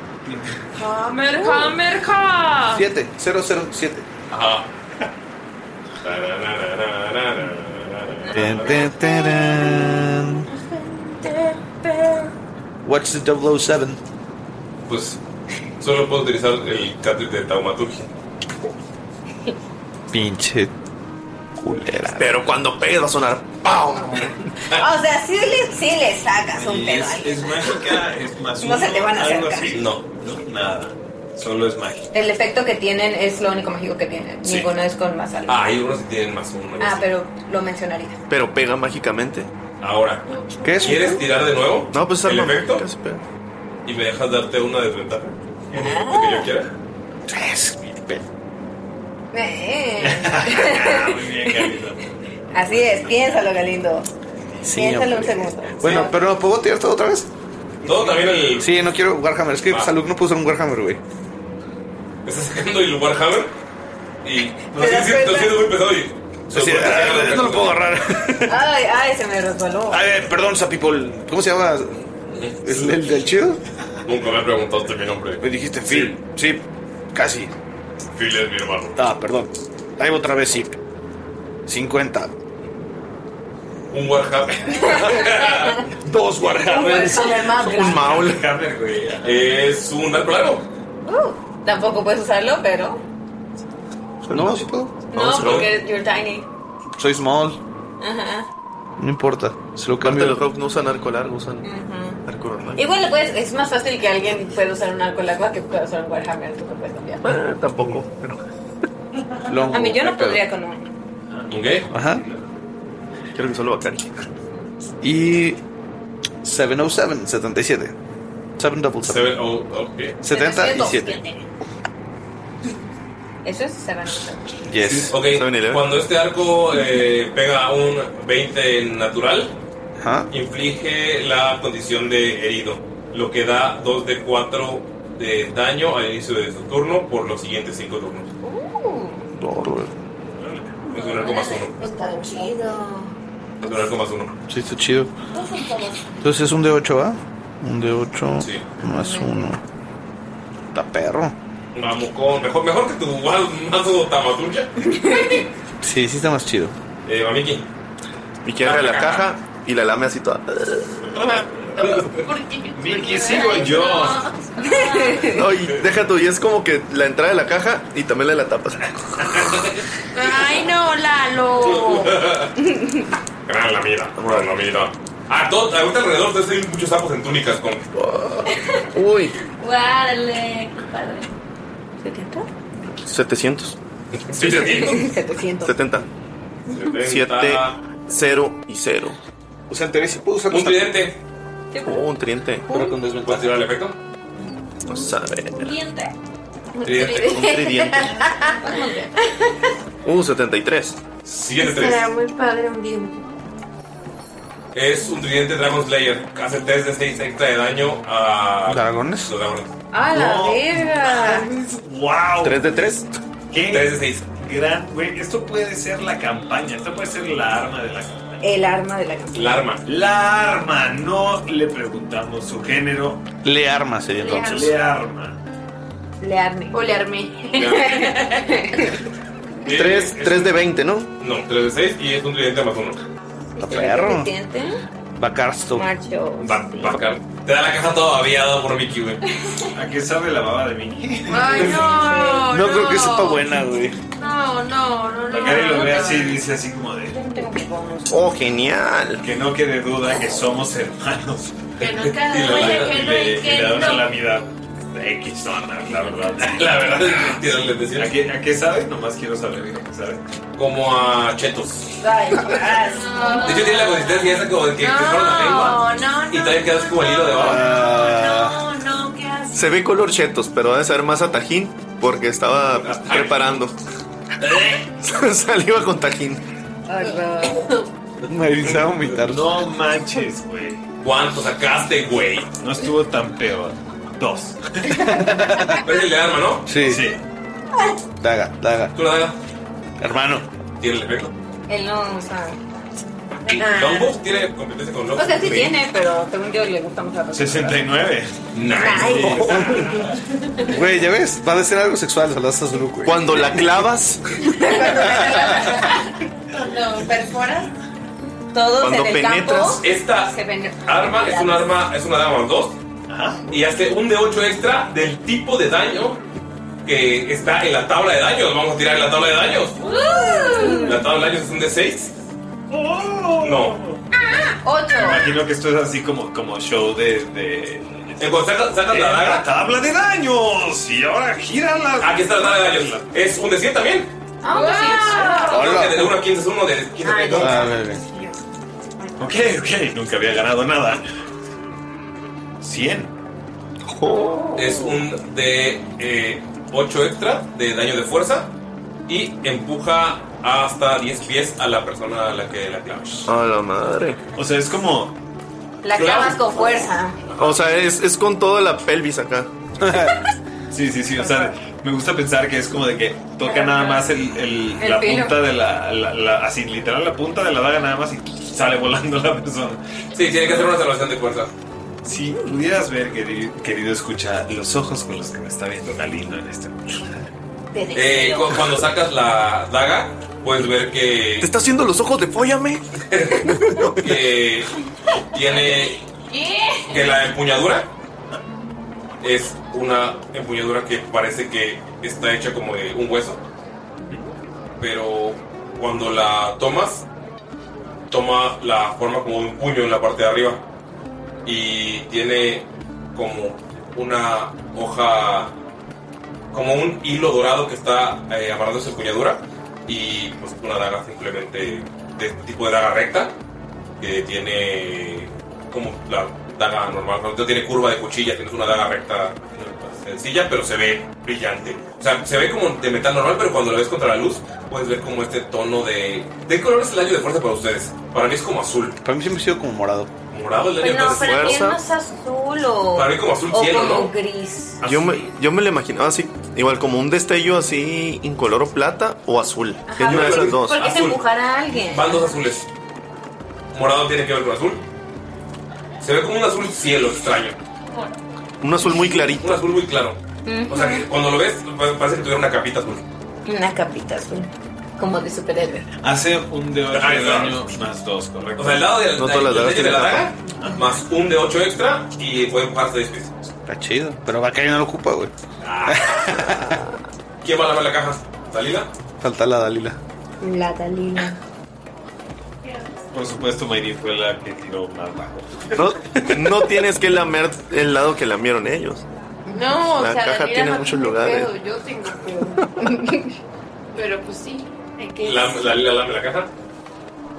Hammer, hammer, hammer.
7, 0, 0, 7.
Ajá.
What's the 007?
Pues solo puedo utilizar el cátedra de taumaturgia.
Pinche culera.
Pero cuando pegue va a sonar ¡Pau!
O sea, sí le, sí le sacas un
Y
pedo
es,
ahí.
es mágica, es más
No se te van a
algo
acercar.
así. No, no, nada. Solo es mágica.
El efecto que tienen es lo único mágico que tienen.
Sí.
Ninguno es con más algo.
Ah, hay unos que tienen más uno.
Ah, pero lo mencionaría.
Pero pega mágicamente.
Ahora,
¿Qué es?
¿quieres tirar de nuevo?
No, pues
el
arma
efecto.
mágica, se pega.
Y me dejas darte una desventaja. Lo
Ah.
que yo quiera.
Ah,
Así es, piénsalo, Galindo. piénsalo un segundo.
Bueno, pero ¿puedo tirar todo otra vez?
Todo también el.
Sí, no quiero Warhammer. Es que Salud no puso un Warhammer, güey.
Estás sacando el Warhammer y lo
¿Te das
siento,
cuenta?
lo siento muy pesado y.
Sí, ah, no lo puedo agarrar.
Ay, ay, se me resbaló.
A ver, perdón, Sapipol. ¿Cómo se llama? ¿El, el del chido?
Nunca me preguntaste mi nombre.
Me dijiste Phil. Sí, casi.
Phil es mi hermano.
Ah, perdón. Ahí otra vez sí. 50.
Un Warhammer.
Dos
Warhammers.
Un Warhammer más grande.
Maul. Es un arco largo.
Uh, tampoco puedes usarlo, pero.
No, sí puedo.
No, porque you're tiny.
Soy small.
Ajá.
No importa. Se lo
Aparte,
cambio.
los Hawks no usan arco largo, usan
ujú.
arco normal.
Igual le puedes, es más fácil que alguien pueda usar un arco largo a que pueda usar un Warhammer, tú lo puedes cambiar.
Eh, tampoco. Pero...
A mí yo no podría con un.
Ok.
Ajá.
Quiero que solo Bacari.
Y 707, 77. 777.
Seven, oh, ok.
77.
Eso es se van a usar.
Yes.
Ok, cuando este arco eh, pega un 20 natural,
Ajá.
inflige la condición de herido, lo que da 2 de 4 de daño al inicio de su turno por los siguientes 5 turnos. Es un arco más 1.
Está chido.
Es un arco más 1.
Sí, está chido. Entonces es un de 8, ¿va? Un de 8 más 1. Está perro.
Vamos con. Mejor, mejor que tu ma- mazo Tamatuya.
Sí, sí está más chido.
Eh, Mamiki.
Y que agarra la caja y la lame así toda.
Miki, sigo yo.
No, y deja tú, y es como que la entrada de la caja y también la de la tapa.
Ay, no, Lalo.
Gran la mira. Gran la mira. Ah, todo, ahorita alrededor de ustedes hay muchos sapos en túnicas con.
Uy,
Guárdale, compadre.
700.
700.
70. 7, 0 y 0.
O sea, en teoría sí puedo usar
Un tridente.
Oh, un tridente.
Pero con desventaja.
¿Puedes tirar el efecto?
Vamos a ver.
Diente.
Tridente.
Un tridente. Uh, 73.
Siguiente
Será
tres.
muy padre un diente.
Es un tridente Dragon Slayer. Hace 3 de 6 extra de daño a.
¿Dragones?
Los dragones.
¡A la verga!
¡Wow!
¿3 de 3?
3 de 6.
Gran, güey. Esto puede ser la campaña. Esto puede ser la arma de la campaña.
El arma de la campaña.
La arma.
La arma. No le preguntamos su género.
Le arma sería entonces.
Le arma.
Le arme.
O le armé.
3, 3 de 20, ¿no?
No, 3 de 6 y es un tridente más 1.
Está Ah, perro.
¿Siente?
Bacarsto.
Macho.
Te da la caja toda aviada por Mickey, güey.
¿A qué sabe la baba de Mickey?
Ay, Oh, no.
No creo que sepa
buena, güey.
No, no, no, no.
Bacari lo ve así y dice así como de.
Oh, genial.
Que no quede duda que somos hermanos.
Que no
Y
quede
le
duda,
da-
que
y
no,
le-
y
y
que
le da una
no.
lámina de X, no, no, la verdad. La verdad es mentira, les decía. ¿A qué, ¿A qué sabe? Nomás quiero saber bien, ¿sabe?
Como a chetos.
Ay, qué asco.
De hecho, tiene la consistencia esa como de que te fueron la lengua.
No, no,
Y todavía quedas como el hilo de baba.
Ah. no, no, qué asco.
Se ve color chetos, pero debe ser más a tajín porque
Ah,
estaba preparando.
¿Eh?
Saliva con tajín.
Me dice a vomitar.
No manches, güey.
¿Cuánto sacaste, güey?
No estuvo tan peor. Dos.
Es el de arma, ¿no?
Sí. Daga, daga.
¿Tú la daga?
Hermano.
¿Tiene el efecto?
Él no usa. Ah.
Longbow tiene competencia con
O
Longbow.
sea, sí tiene, pero según yo le gusta mucho la ropa.
69.
Güey, ya ves, va a decir algo sexual, saludas a Zulu, güey. Cuando la clavas,
Lo perforas. Todos
Cuando
en el
penetras
campo.
esta
se ven-
Arma es un arma, es una daga más dos. Y hace un de 8 extra del tipo de daño que está en la tabla de daños. Vamos a tirar en la tabla de daños. La tabla de daños es un de 6.
Uh.
No.
Ocho.
Imagino que esto es así como, como show de. de...
Sacas, sacas la
Eh,
daga.
la tabla de daños. Y ahora gira la.
Aquí está la tabla de daños. Es un de 100 también.
Ah, pues sí.
Creo que De 1 a 15 es 1 de 15
Ay,
no.
Ok, ok. Nunca había ganado nada. 100.
Es un de 8 extra de daño de fuerza y empuja hasta 10 pies a la persona a la que la clavas.
A la madre.
O sea, es como.
La clavas con fuerza.
O sea, es, es con toda la pelvis acá.
Sí, sí, sí. O sea, me gusta pensar que es como de que toca nada más el, el-
El
la
filo.
punta de la, la- la- Así, literal, la punta de la daga nada más y sale volando la persona.
Sí, tiene que hacer una salvación de fuerza.
Si pudieras ver, querido, querido escucha, los ojos con los que me está viendo Galindo en este momento.
Eh, cu- cuando sacas la daga, puedes ver que,
¿Te está haciendo los ojos de fóllame?
que tiene que la empuñadura es una empuñadura que parece que está hecha como de un hueso. Pero cuando la tomas, toma la forma como de un puño en la parte de arriba. Y tiene como una hoja, como un hilo dorado que está eh, amarrando esa empuñadura. Y pues una daga simplemente de este tipo de daga recta que tiene como la daga normal, no tiene curva de cuchilla, tienes una daga recta sencilla, pero se ve brillante. O sea, se ve como de metal normal, pero cuando lo ves contra la luz, puedes ver como este tono de... ¿De qué color es el daño de fuerza para ustedes? Para mí es como azul.
para mí siempre ha sido como morado.
Morado el daño
Pues
de
no,
fuerza.
pero es más azul o.
Para mí como azul
o
cielo,
como
¿no?
gris.
Yo me, yo me lo imaginaba así, igual como un destello así, incoloro plata o azul. que es una de esas dos.
Porque se empujará a alguien.
Van dos azules. Morado tiene que ver con azul. Se ve como un azul cielo extraño.
Un azul muy clarito.
Un azul muy claro. O sea, que cuando lo ves, pa- parece que tuviera una capita azul.
Una capita azul. Como de superhéroe.
Hace un de ocho
Ah,
de
es
daño más dos, correcto.
O sea, el lado del-
No todas las
del-
dagas
del- de la
tienen
daga, más un de 8 extra y puede empujarse 10 pies.
Está chido, pero va a caer no lo ocupa, güey.
¿Quién va a lavar la caja? ¿Salida?
Falta la Dalila.
La Dalila.
Por supuesto, Mayri fue la que tiró más bajo.
No, no tienes que lamer el lado que lamieron ellos.
No,
La
o sea,
caja
vida
tiene
no
muchos lugares.
pedo, yo tengo pedo. Pero pues sí, hay que.
¿Dalila lame la caja?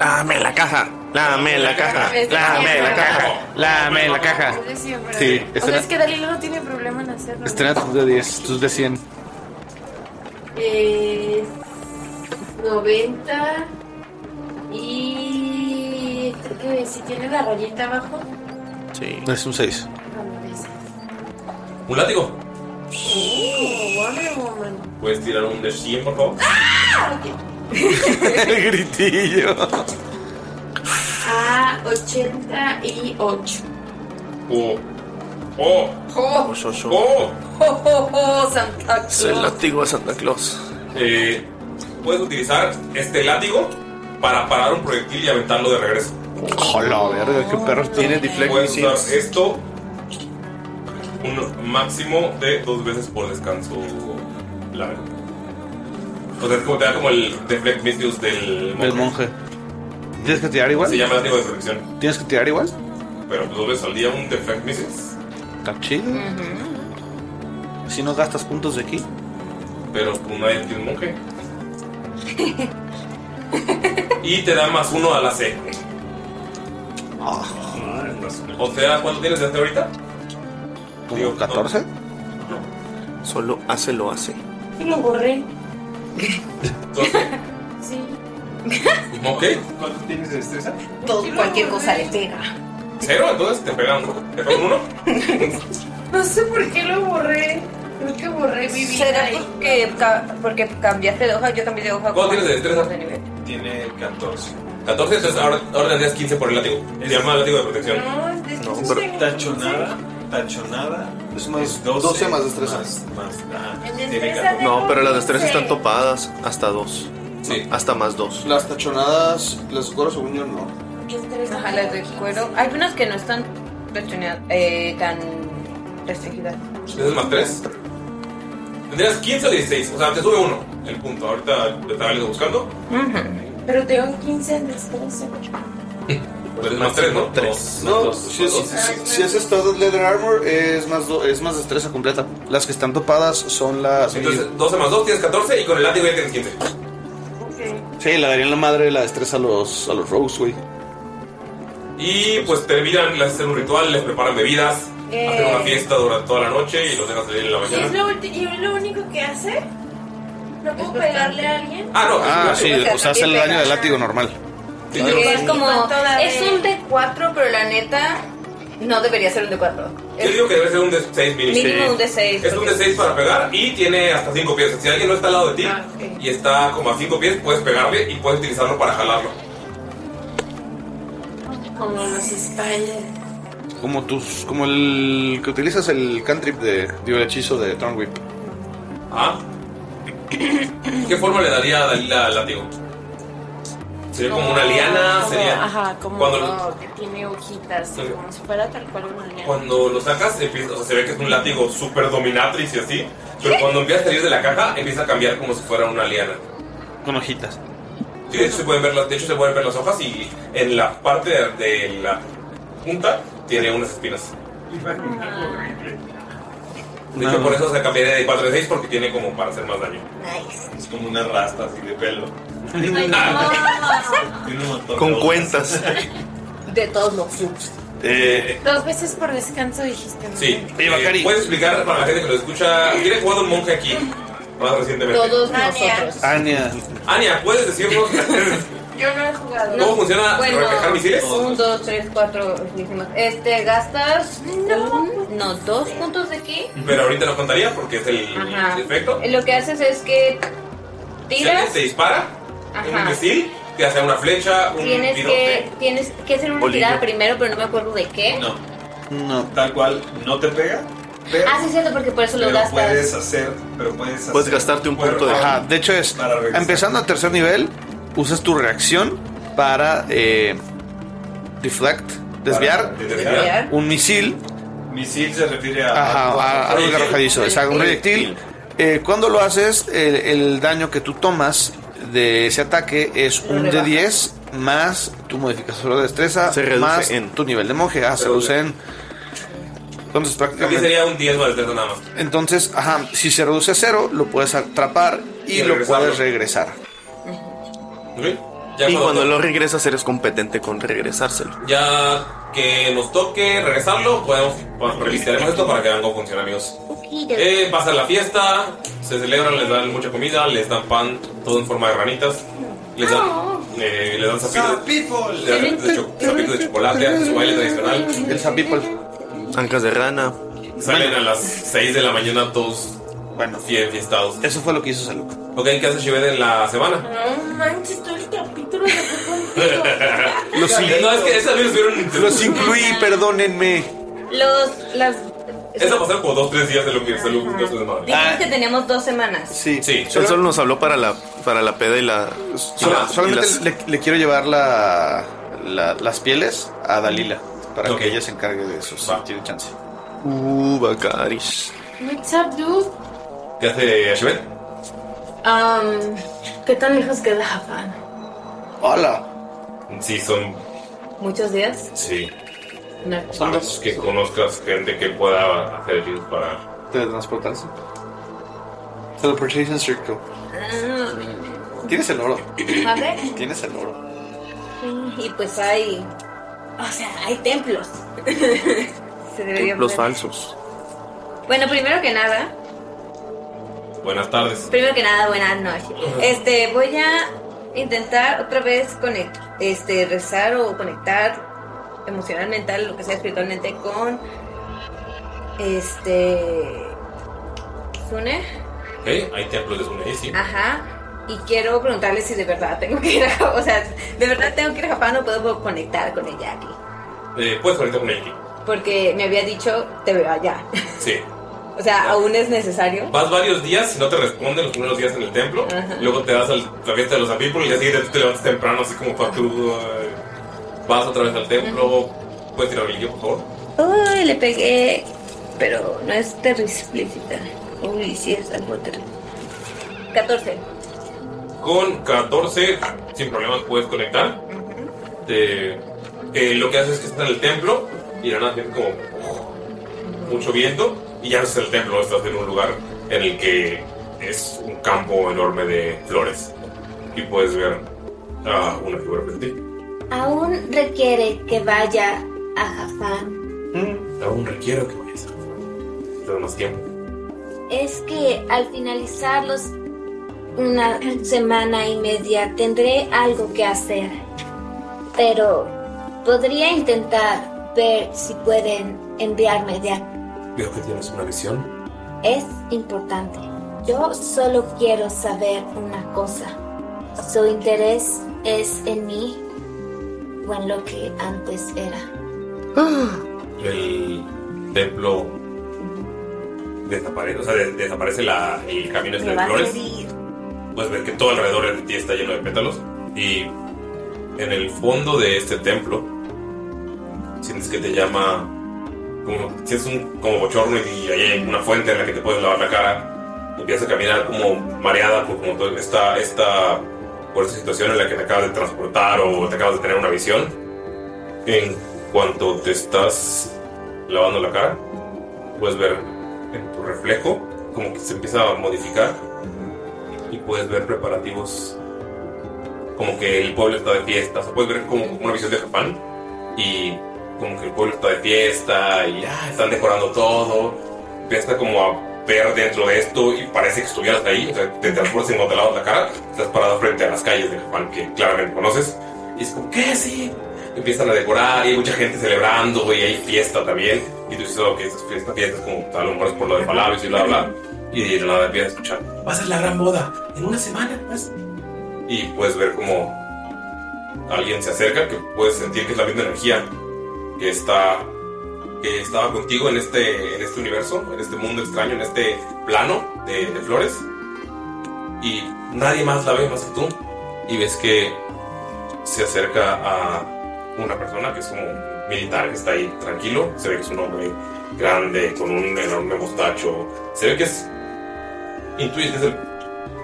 Lame la caja, lame la caja, lame la caja, lame la caja.
Es de siempre.
Sí,
o
este
sea,
era-
es que Dalila no tiene problema en hacerlo.
Estrena tus de 10, tus de 100.
Es 90 y creo que si tiene la rayita abajo,
Sí.
Es un 6.
no es.
¿Un látigo?
Oh, Wonder Woman.
Puedes tirar un de 100, por favor.
Ah, ok.
el gritillo.
Ah, 88.
Oh. Oh.
Oh,
Ocho, ocho.
Oh.
oh, oh, oh, Santa Claus.
Es el látigo de Santa Claus.
Eh, puedes utilizar este látigo para parar un proyectil y aventarlo de regreso.
Hola, verga, qué perros tiene Deflect
Puedes usar
Missiles.
esto un máximo de dos veces por descanso largo. O sea, es como te da como el deflect missiles del
El monje. ¿Tienes que tirar igual?
Se llama látigo de protección.
¿Tienes que tirar igual?
Pero dos veces al día un deflect missiles.
Está chido. Si no gastas puntos de aquí.
Pero pues, nadie tiene un monje. y te da más uno a la C.
Ah,
O sea, ¿cuánto tienes de hasta ahorita?
¿Como 14?
Solo hace lo hace.
Y lo borré.
Sí.
Ok.
¿Cuánto tienes de destreza?
Todo, cualquier cosa le pega.
¿Cero? Entonces te pegan. ¿Te pegan uno?
No sé por qué lo borré. Creo que borré mi vida.
¿Será porque, ca- porque cambiaste de hoja? Yo cambié de hoja.
¿Cuánto tienes de destreza?
nivel.
Tiene 14.
14, entonces ahora, ahora tendrías 15 por el látigo. Se llama látigo de protección.
No, es de-
Tachonada. Tachonada. Es más 12,
12 más destreza.
Más, más, ajá.
En
Tiene
destreza
14.
No, pero las destrezas
Sí.
están topadas hasta dos. Hasta más dos.
Las tachonadas, las gorras según yo no.
Ajá, las de cuero. Hay unas que no están restriccionadas, eh, tan restringidas.
Entonces más 3. Tendrías 15 o 16. O sea, te sube uno el punto. Ahorita te estaba buscando.
Pero tengo 15 en destreza.
Pero es más 3, ¿no? Ah. 3.
No, si, es- si- si haces todo el leather armor es más, do- es más destreza completa. Las que están topadas son las...
Entonces 12 más 2 tienes 14 y con el látigo ya tienes 15.
Sí, le darían la madre la destreza a los, a los rogues, güey.
Y pues terminan, les hacen un ritual, les preparan bebidas,
Eh.
hacen una fiesta durante toda la noche y los dejan salir en la
Y es
mañana.
lo, ulti- y es lo único que hace. ¿No puedo pegarle a alguien?
Ah, no.
Ah, sí, o sea, hace el daño del látigo normal.
Que es como. Es un D4, pero la neta no debería ser un D4.
Yo digo que debe ser un de 6 mínimo.
Mínimo un D6.
Es un de 6 para pegar y tiene hasta 5 pies. Si alguien no está al lado de ti
Ah,
y está como a 5 pies, puedes pegarle y puedes utilizarlo para jalarlo.
Como los spiders.
Como tus, como el que utilizas el cantrip de, digo, el hechizo de Thorn Whip.
¿Ah? ¿Qué forma le daría a Dalila al látigo? ¿Sería como una liana?
Ah, Como-
¿Sería
Ajá, como
cuando,
no, que tiene hojitas, así, como si fuera tal cual una liana.
cuando lo sacas, empieza- o sea, se ve que es un látigo super dominatrix y así. Pero cuando empieza a salir de la caja, empieza a cambiar como si fuera una liana.
Con hojitas.
Sí, de hecho se pueden ver las, de hecho se pueden ver las hojas y en la parte de, de la punta tiene unas espinas. De hecho, por eso se cambiaría de 4 a 6 porque tiene como para hacer más daño. Es como una rasta así de pelo. Ah.
Ah,
Con cuentas.
De todos los clubs.
Eh,
Dos veces por descanso dijiste. ¿no?
sí. Eh, ¿Puedes explicar para la gente que lo escucha? ¿Quién ha jugado un monje aquí? Más recientemente.
Todos nosotros.
Ania.
Ania, ¿puedes decirnos
Yo no he jugado.
¿Cómo funciona
bueno,
reflejar misiles?
1, 2, 3, 4. Este, gastas. No. No, dos puntos de aquí.
Pero ahorita no contaría porque es el,
Ajá.
el efecto.
Lo que haces es que
Si alguien
tiras.
te dispara, un
Ajá.
misil, te hace una flecha, un
Tienes
tirote.
que, tienes que hacer una
Bolillo.
tirada primero, pero no me acuerdo de qué.
No.
No.
Tal cual, no te pega. Pero,
Ah, sí, es cierto, porque por eso lo
pero
gastas.
puedes hacer. Pero puedes hacer.
Puedes gastarte un punto de.
Ajá, de hecho es, empezando a tercer nivel, usas tu reacción para eh, deflect, desviar,
desviar.
un misil
Misil se refiere a.
Ajá, a- a algo arrojadizo, exacto, un proyectil. Eh, cuando lo haces, el, el daño que tú tomas de ese ataque es
Lo
un de
rebaja.
10 más tu modificador de destreza,
Se reduce
más
en.
tu nivel de monje. Ah, se
Pero-
reduce en. Entonces,
Aquí
prácticamente.
sería un 10 más de nada más.
Entonces, ajá, si se reduce a cero, lo puedes atrapar y,
Y
lo
regresarlo.
puedes regresar.
Ya
Y cuando
toque-
lo regresas, eres competente con regresárselo.
Ya que nos toque regresarlo, podemos bueno, revisaremos esto para que algo funcione, amigos. Eh, pasa la fiesta, se celebran, les dan mucha comida, les dan pan, todo en forma de ranitas. Les dan, eh, les dan zapitos, les dan de cho- zapitos de chocolate, hacen su baile tradicional.
El Zapipol.
Ancas de rana.
Salen a las 6 de la mañana todos
bueno.
bien fiestados.
Eso fue lo que hizo Saluk.
Ok, ¿qué hace Shibet en la semana?
No manches, todo el capítulo de
Los,
No, es que esas veces fueron-
los incluí, perdónenme.
Los, las.
Eso pasaron como 2-3 días de lo que es el de su desmadre.
Dijimos que teníamos dos semanas.
Sí.
Él solo nos habló para la, para la peda y la. y
Sol-
la- y
solamente
las-
le, le quiero llevar la- la- las pieles a Dalila para que ella se encargue de eso si tiene chance.
Uh, Bacaris.
What's up, dude?
¿Qué hace Shibet?
Um, ¿Qué tan lejos queda Japón?
Hola.
Sí, son.
Muchos días.
Sí.
No.
A menos que conozcas gente que pueda hacer ellos para.
Teletransportarse. Teleportation Circle. Tienes el oro.
Ah, A ver.
Tienes el oro.
Y pues hay. O sea, hay templos. Se debería
Los
poner.
falsos.
Bueno, primero que nada,
Buenas tardes.
Primero que nada, buenas noches. Este, voy a intentar otra vez conect- este, rezar o conectar emocional, mental, lo que sea espiritualmente con este Sune.
Ok, hay templos de Sunehisi.
Ah. Ajá. Y quiero preguntarle si de verdad tengo que ir a Japón. O sea, de verdad tengo que ir a Japón, no puedo conectar con ella aquí.
Eh, puedes conectar con Elki.
Porque me había dicho, te veo allá.
Sí.
O sea, aún es necesario.
Vas varios días y no te responden los primeros días en el templo.
Ajá.
Luego te das al- la fiesta de los apípulos y así te, te levantas temprano, así como para tú. eh, vas otra vez al templo. Puedes tirar religión, por favor.
Uy, le pegué, pero no es terriblícita. Uy, sí es algo terrible. 14.
Con 14, sin problemas puedes conectar. Te- eh, lo que haces es que está en el templo y la nada tiene como uf, mucho viento y ya no estás en el templo, estás en un lugar en el que es un campo enorme de flores y puedes ver ah, una figura frente a ti.
Aún requiere que vaya a Jafán.
Aún requiero que vayas a te doy más tiempo.
Es que al finalizar los una semana y media tendré algo que hacer. Pero podría intentar ver si pueden enviarme de aquí.
Veo que tienes una visión.
Es importante. Yo solo quiero saber una cosa. Su interés es en mí o en lo que antes era.
El templo desaparece, o sea, de- desaparece la, el camino este
Me
de
vas a
flores.
herir.
Puedes ver que todo alrededor de ti está lleno de pétalos. Y en el fondo de este templo, sientes que te llama. Como, sientes un como bochorno y ahí hay una fuente en la que te puedes lavar la cara. Empiezas a caminar como mareada por como todo esta, esta, por esta situación en la que te acabas de transportar o te acabas de tener una visión. En cuanto te estás lavando la cara, puedes ver en tu reflejo como que se empieza a modificar y puedes ver preparativos como que el pueblo está de fiesta, o sea, puedes ver como una visión de Japón y como que el pueblo está de fiesta y ah, están decorando todo, empieza como a ver dentro de esto y parece que estuvieras ahí, o sea, te transportas en cuanto lavas la cara, estás parado frente a las calles de Japón que claramente conoces y es como, ¿qué? Sí. Empiezan a decorar y hay mucha gente celebrando y hay fiesta también. Y tú dices, ok, esta fiesta, fiesta es como tal, lo mejor es por lo de palabras y bla, bla. Y de la nada empiezas a escuchar Va a ser la gran boda en una semana. Pues. y puedes ver como alguien se acerca, que puedes sentir que es la misma energía que está que estaba contigo en este en este universo, en este mundo extraño, en este plano de, de flores. Y nadie más la ve más que tú. Y ves que se acerca a una persona que es como un militar que está ahí tranquilo. Se ve que es un hombre grande con un enorme mostacho. Se ve que es intuyes que es el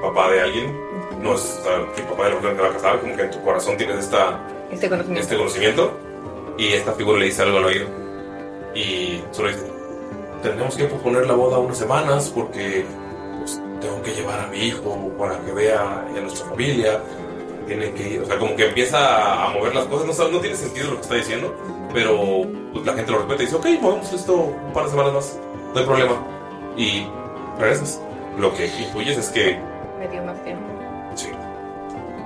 papá de alguien, no es o sea, el papá de la persona que te va a casar, como que en tu corazón tienes esta,
Este conocimiento.
este conocimiento y esta figura le dice algo al oído y solo dice, tenemos que posponer la boda unas semanas porque pues, tengo que llevar a mi hijo para que vea a nuestra familia, tiene que ir, o sea, como que empieza a mover las cosas, no, sabe- no tiene sentido lo que está diciendo, pero pues, la gente lo respeta y dice, ok, movemos esto un par de semanas más, no hay problema. Y regresas. Lo que influyes es que
Me dio más tiempo.
Sí.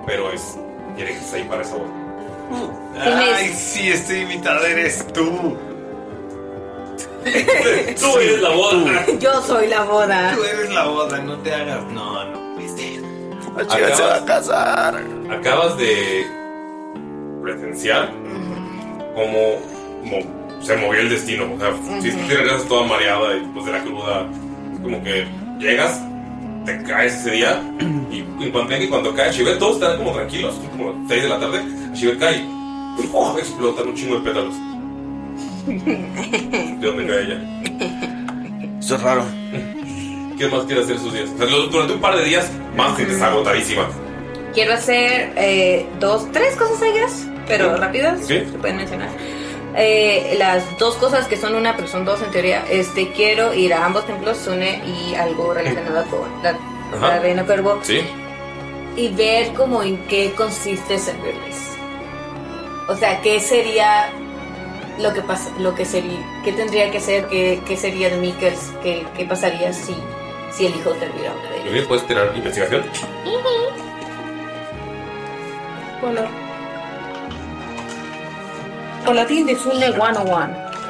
Pero es. Quiere que esté ahí para esa boda.
Ay, sí, este invitado eres tú.
Tú eres la boda.
Yo soy la boda.
Tú eres la boda, no te hagas. No, no puede ser.
chica se va a
casar.
Acabas de. presenciar. Cómo mo- se movió el destino. O sea, si tú
Ujú.
te regresas toda mareada y después de la cruda, es como que llegas, te caes ese día. Y en cuanto, en cuanto cae Chivet, todos están como tranquilos, como 6 de la tarde. Chivet cae. y, ¡oh! explotan un chingo de pétalos. ¿De dónde cae ella?
Eso es raro.
¿Qué más quieres hacer esos días? O sea, lo- durante un par de días más te estás agotadísima.
Quiero hacer eh, dos, tres cosas seguidas, pero rápidas.
¿Sí?
Se pueden mencionar. Eh, las dos cosas que son una, pero son dos en teoría. Este, quiero ir a ambos templos, Sune y algo relacionado con la,
Ajá.
la reina cuervo.
Sí.
y ver como en qué consiste servirles. O sea, qué sería lo que pasa, lo que sería, qué tendría que ser, qué, qué sería de mí, qué, qué- qué pasaría si, si elijo servir a una de ellas.
Muy bien, puedes tirar investigación.
Hola. Hola, tienes un 101.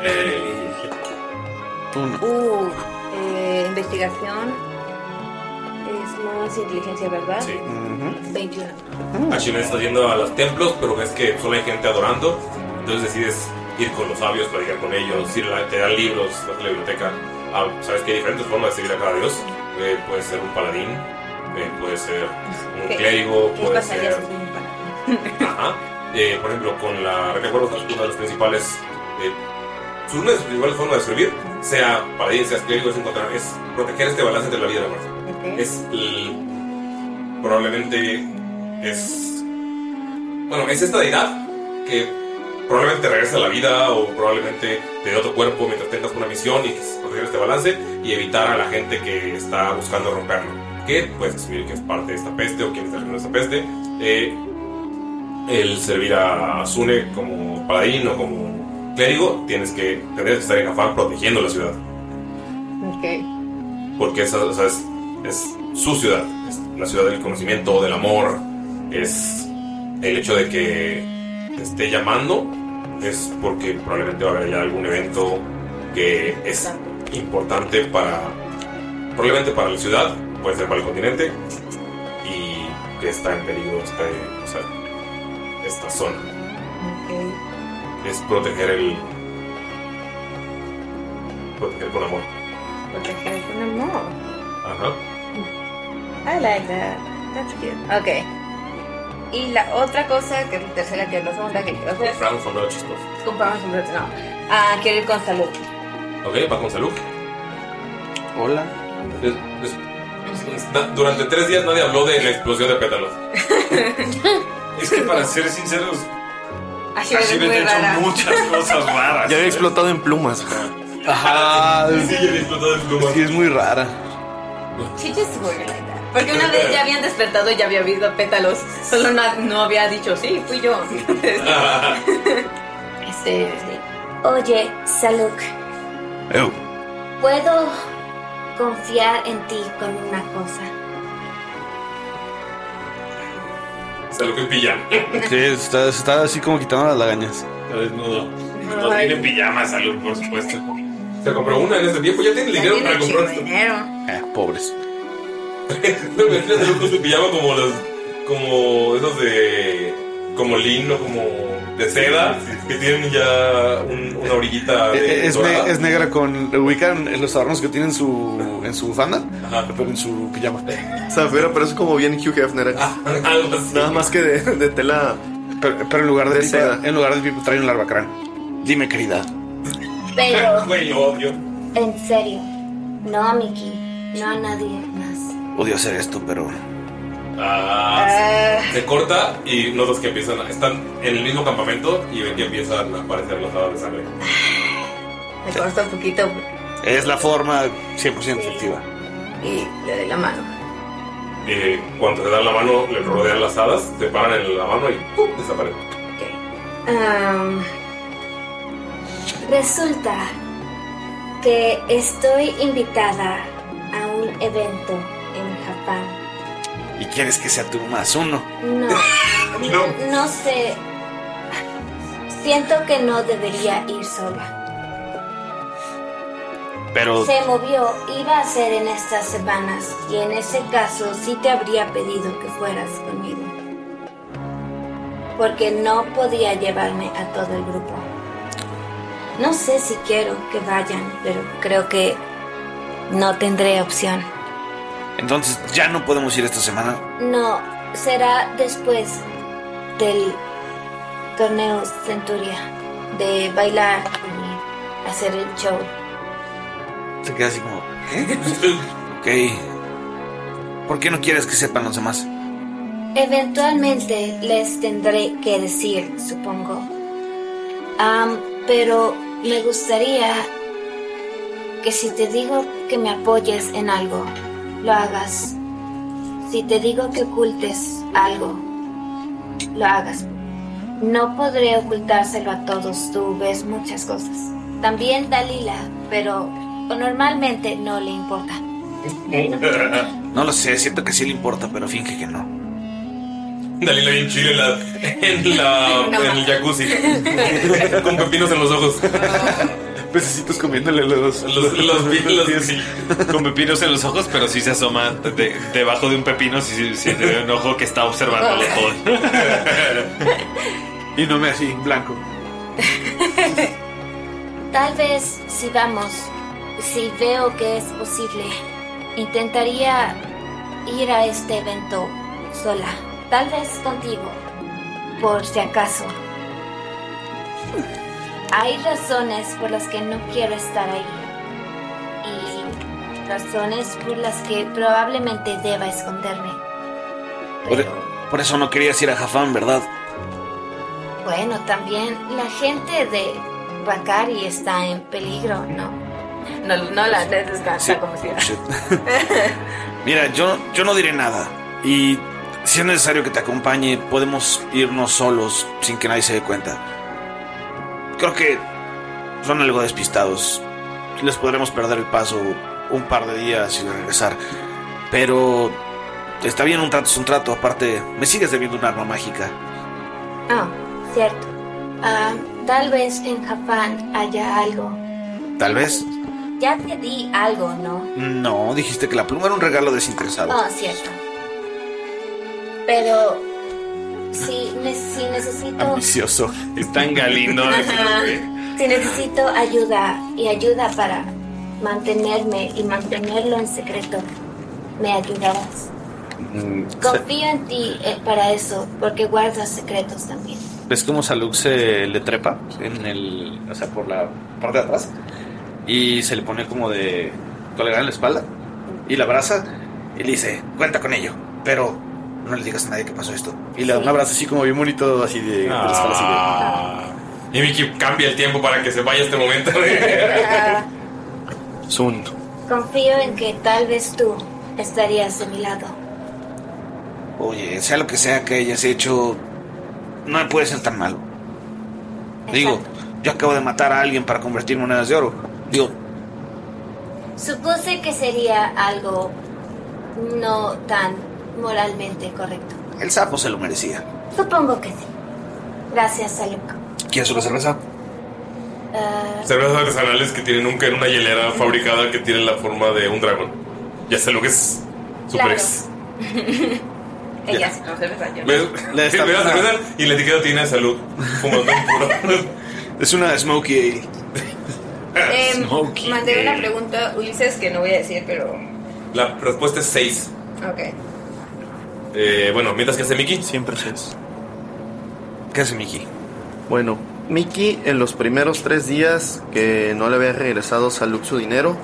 Eh,
Uno.
Uh, eh, investigación. Es más inteligencia, ¿verdad?
Sí.
21.
Ashina está yendo a los templos, pero ves que solo hay gente adorando. Entonces decides ir con los sabios, platicar con ellos, ir a la- te dan libros, vas a la biblioteca. Ah, Sabes que hay diferentes formas de seguir a cada dios. Eh, puede ser un paladín, eh, puede ser un
¿Qué-
clérigo,
¿Qué
puede
pasaría
ser.
si soy un paladín?
Ajá. Eh, por ejemplo, con la red de cuervos, una de las principales. eh, su- una de sus principales formas de servir, sea paladín, sea clérigo, es encontrar, es proteger este balance entre la vida y la muerte. Es l- probablemente es bueno es esta deidad que probablemente te regrese a la vida o probablemente te dé otro cuerpo mientras tengas una misión y es proteger este balance y evitar a la gente que está buscando romperlo que puedes asumir que es parte de esta peste o quien está haciendo esta peste Eh, el servir a Sune como paladín o como clérigo tienes que tendrías que estar en afán protegiendo la ciudad
Ok.
porque esa, o sea, es, es su ciudad, es la ciudad del conocimiento, del amor, es el hecho de que te esté llamando, es porque probablemente va a haber ya algún evento que es importante para, probablemente para la ciudad, puede ser para el continente, y que está en peligro esta, o sea, esta zona. Es proteger el... Proteger con amor.
Proteger con amor.
Ajá.
I like that. That's cute. Ok. Y la otra cosa, que es la tercera que es la segunda que quiero hacer,
Frank sonó chistoso.
compramos un brote, no. Ah, quiero ir con salud.
Ok, va con salud.
Hola.
durante tres días nadie habló de la explosión de pétalos.
Es que para ser sinceros,
Así
Así
es
me
muy
he
rara.
hecho muchas cosas raras.
Ya había explotado en plumas. Ajá.
Sí, ya había explotado en plumas.
Sí, es muy rara.
She just work like that. Porque una vez ya habían despertado y ya había visto pétalos. Solo no, no había dicho, sí, fui yo. Entonces, este,
Oye, Saluk, puedo confiar en ti con una cosa.
Se lo que es pijama.
Sí, está, está así como quitando las lagañas.
Está desnudo.
No tiene pijama, salud, por supuesto.
Se compró una en este tiempo, ya tiene dinero para comprar.
dinero.
Eh, pobres.
No me imaginas Salud con su pijama como los. como esos de. como lino, como. de seda, que tienen ya un- una orillita
Eh,
de.
Eh, Es, ne-
dorada.
es negra con. Ubican los adornos que tiene en su, en su bufanda, pero en su pijama.
Zafira, pero es como bien Hugh Hefner. ¿eh? Nada más que de, de tela.
Pero, pero en lugar de,
De
pipa-
seda.
en lugar de pipa trae un larvacrán. Dime, querida.
Pero,
Güey, lo odio.
en serio, no a Miki, no a nadie más.
Odio hacer esto, pero.
Ah, se corta y notas que empiezan. a- están en el mismo campamento y ven que empiezan a aparecer los dados de sangre.
me cortó un poquito
Es la forma 100% efectiva.
y le doy la mano.
Eh, cuando te dan la mano, le rodean las hadas, te paran en la mano y ¡pum! desaparecen.
Am, resulta que estoy invitada a un evento en Japón.
¿Y quieres que sea tu más uno?
No, no, sé. Siento que no debería ir sola.
Pero.
Se movió, iba a ser en estas semanas y en ese caso sí te habría pedido que fueras conmigo. Porque no podía llevarme a todo el grupo. No sé si quiero que vayan, pero creo que no tendré opción.
Entonces ya no podemos ir esta semana.
No, será después del torneo Centuria, de bailar y hacer el show.
Se queda así como. ¿eh? ok. ¿Por qué no quieres que sepan los demás?
Eventualmente les tendré que decir, supongo. Am, pero me gustaría que si te digo que me apoyes en algo, lo hagas. Si te digo que ocultes algo, lo hagas. No podré ocultárselo a todos, tú ves muchas cosas. También Dalila, pero normalmente no le importa.
No lo sé, siento que sí le importa, pero finge que no.
Dalila bien chido en, la, en, la- en el jacuzzi. Con pepinos en los ojos.
Pececitos comiéndole los,
los, Con pepinos en los ojos, pero sí se asoma de- debajo de un pepino si se si, ve un ojo que está observándolo todo.
y no me así, blanco.
Tal vez si vamos, si veo que es posible, intentaría ir a este evento sola. Tal vez contigo, por si acaso. Hay razones por las que no quiero estar ahí. Y razones por las que probablemente deba esconderme.
Por, e-, por eso no querías ir a Jafán, ¿verdad?
Bueno, también la gente de Bakari está en peligro, ¿no?
No, no la descansa como si
Mira, yo, yo no diré nada. Y si es necesario que te acompañe, podemos irnos solos sin que nadie se dé cuenta. Creo que son algo despistados. Les podremos perder el paso un par de días y regresar. Pero está bien, un trato es un trato. Aparte, me sigues debiendo un arma mágica.
Ah, cierto. Ah, tal vez en Japón haya algo.
Tal vez.
Ya te di algo, ¿no?
No, dijiste que la pluma era un regalo desinteresado.
Ah, cierto. Pero si, ne- si necesito
Ambicioso.
Es tan galindo.
Ajá. si necesito ayuda y ayuda para mantenerme y mantenerlo en secreto, me ayudarás.
Mm,
Confío en ti eh, para eso, porque guardas secretos también.
¿Ves cómo Saluk se le trepa en el, o sea, por la parte de atrás? Y se le pone como de colgar en la espalda y la abraza y le dice, cuenta con ello, pero no le digas a nadie que pasó esto. Ah. Y le da un abrazo así como bien bonito, así de... entre la espalda, así de-
Y Vicky cambia el tiempo para que se vaya este momento.
Sun.
Confío en que tal vez tú estarías de mi lado.
Oye, sea lo que sea que hayas hecho, no me puede ser tan malo. Digo, yo acabo de matar a alguien para convertir monedas de oro. Digo,
Supuse que sería algo no tan moralmente correcto.
el sapo se lo merecía.
Supongo que sí. Gracias, Alec.
¿Quieres una cerveza?
Ah,
Cervezas artesanales que tienen nunca en una hielera fabricada que tiene la forma de un dragón. Ya sé lo que es. Super
Claro.
ex.
Ella se conoce ¿verdad? Yo no.
¿Ves? Ves la cerveza y la etiqueta tiene salud. Fumando un puro.
Es una Smokey
Eh,
Smokey.
mandé una pregunta a Ulises que no voy a decir, pero.
La respuesta es 6.
Ok.
bueno, mientras que hace Mickey.
Siempre 6.
¿Qué hace Mickey?
Bueno, Mickey en los primeros tres días que no le había regresado Saluk su dinero,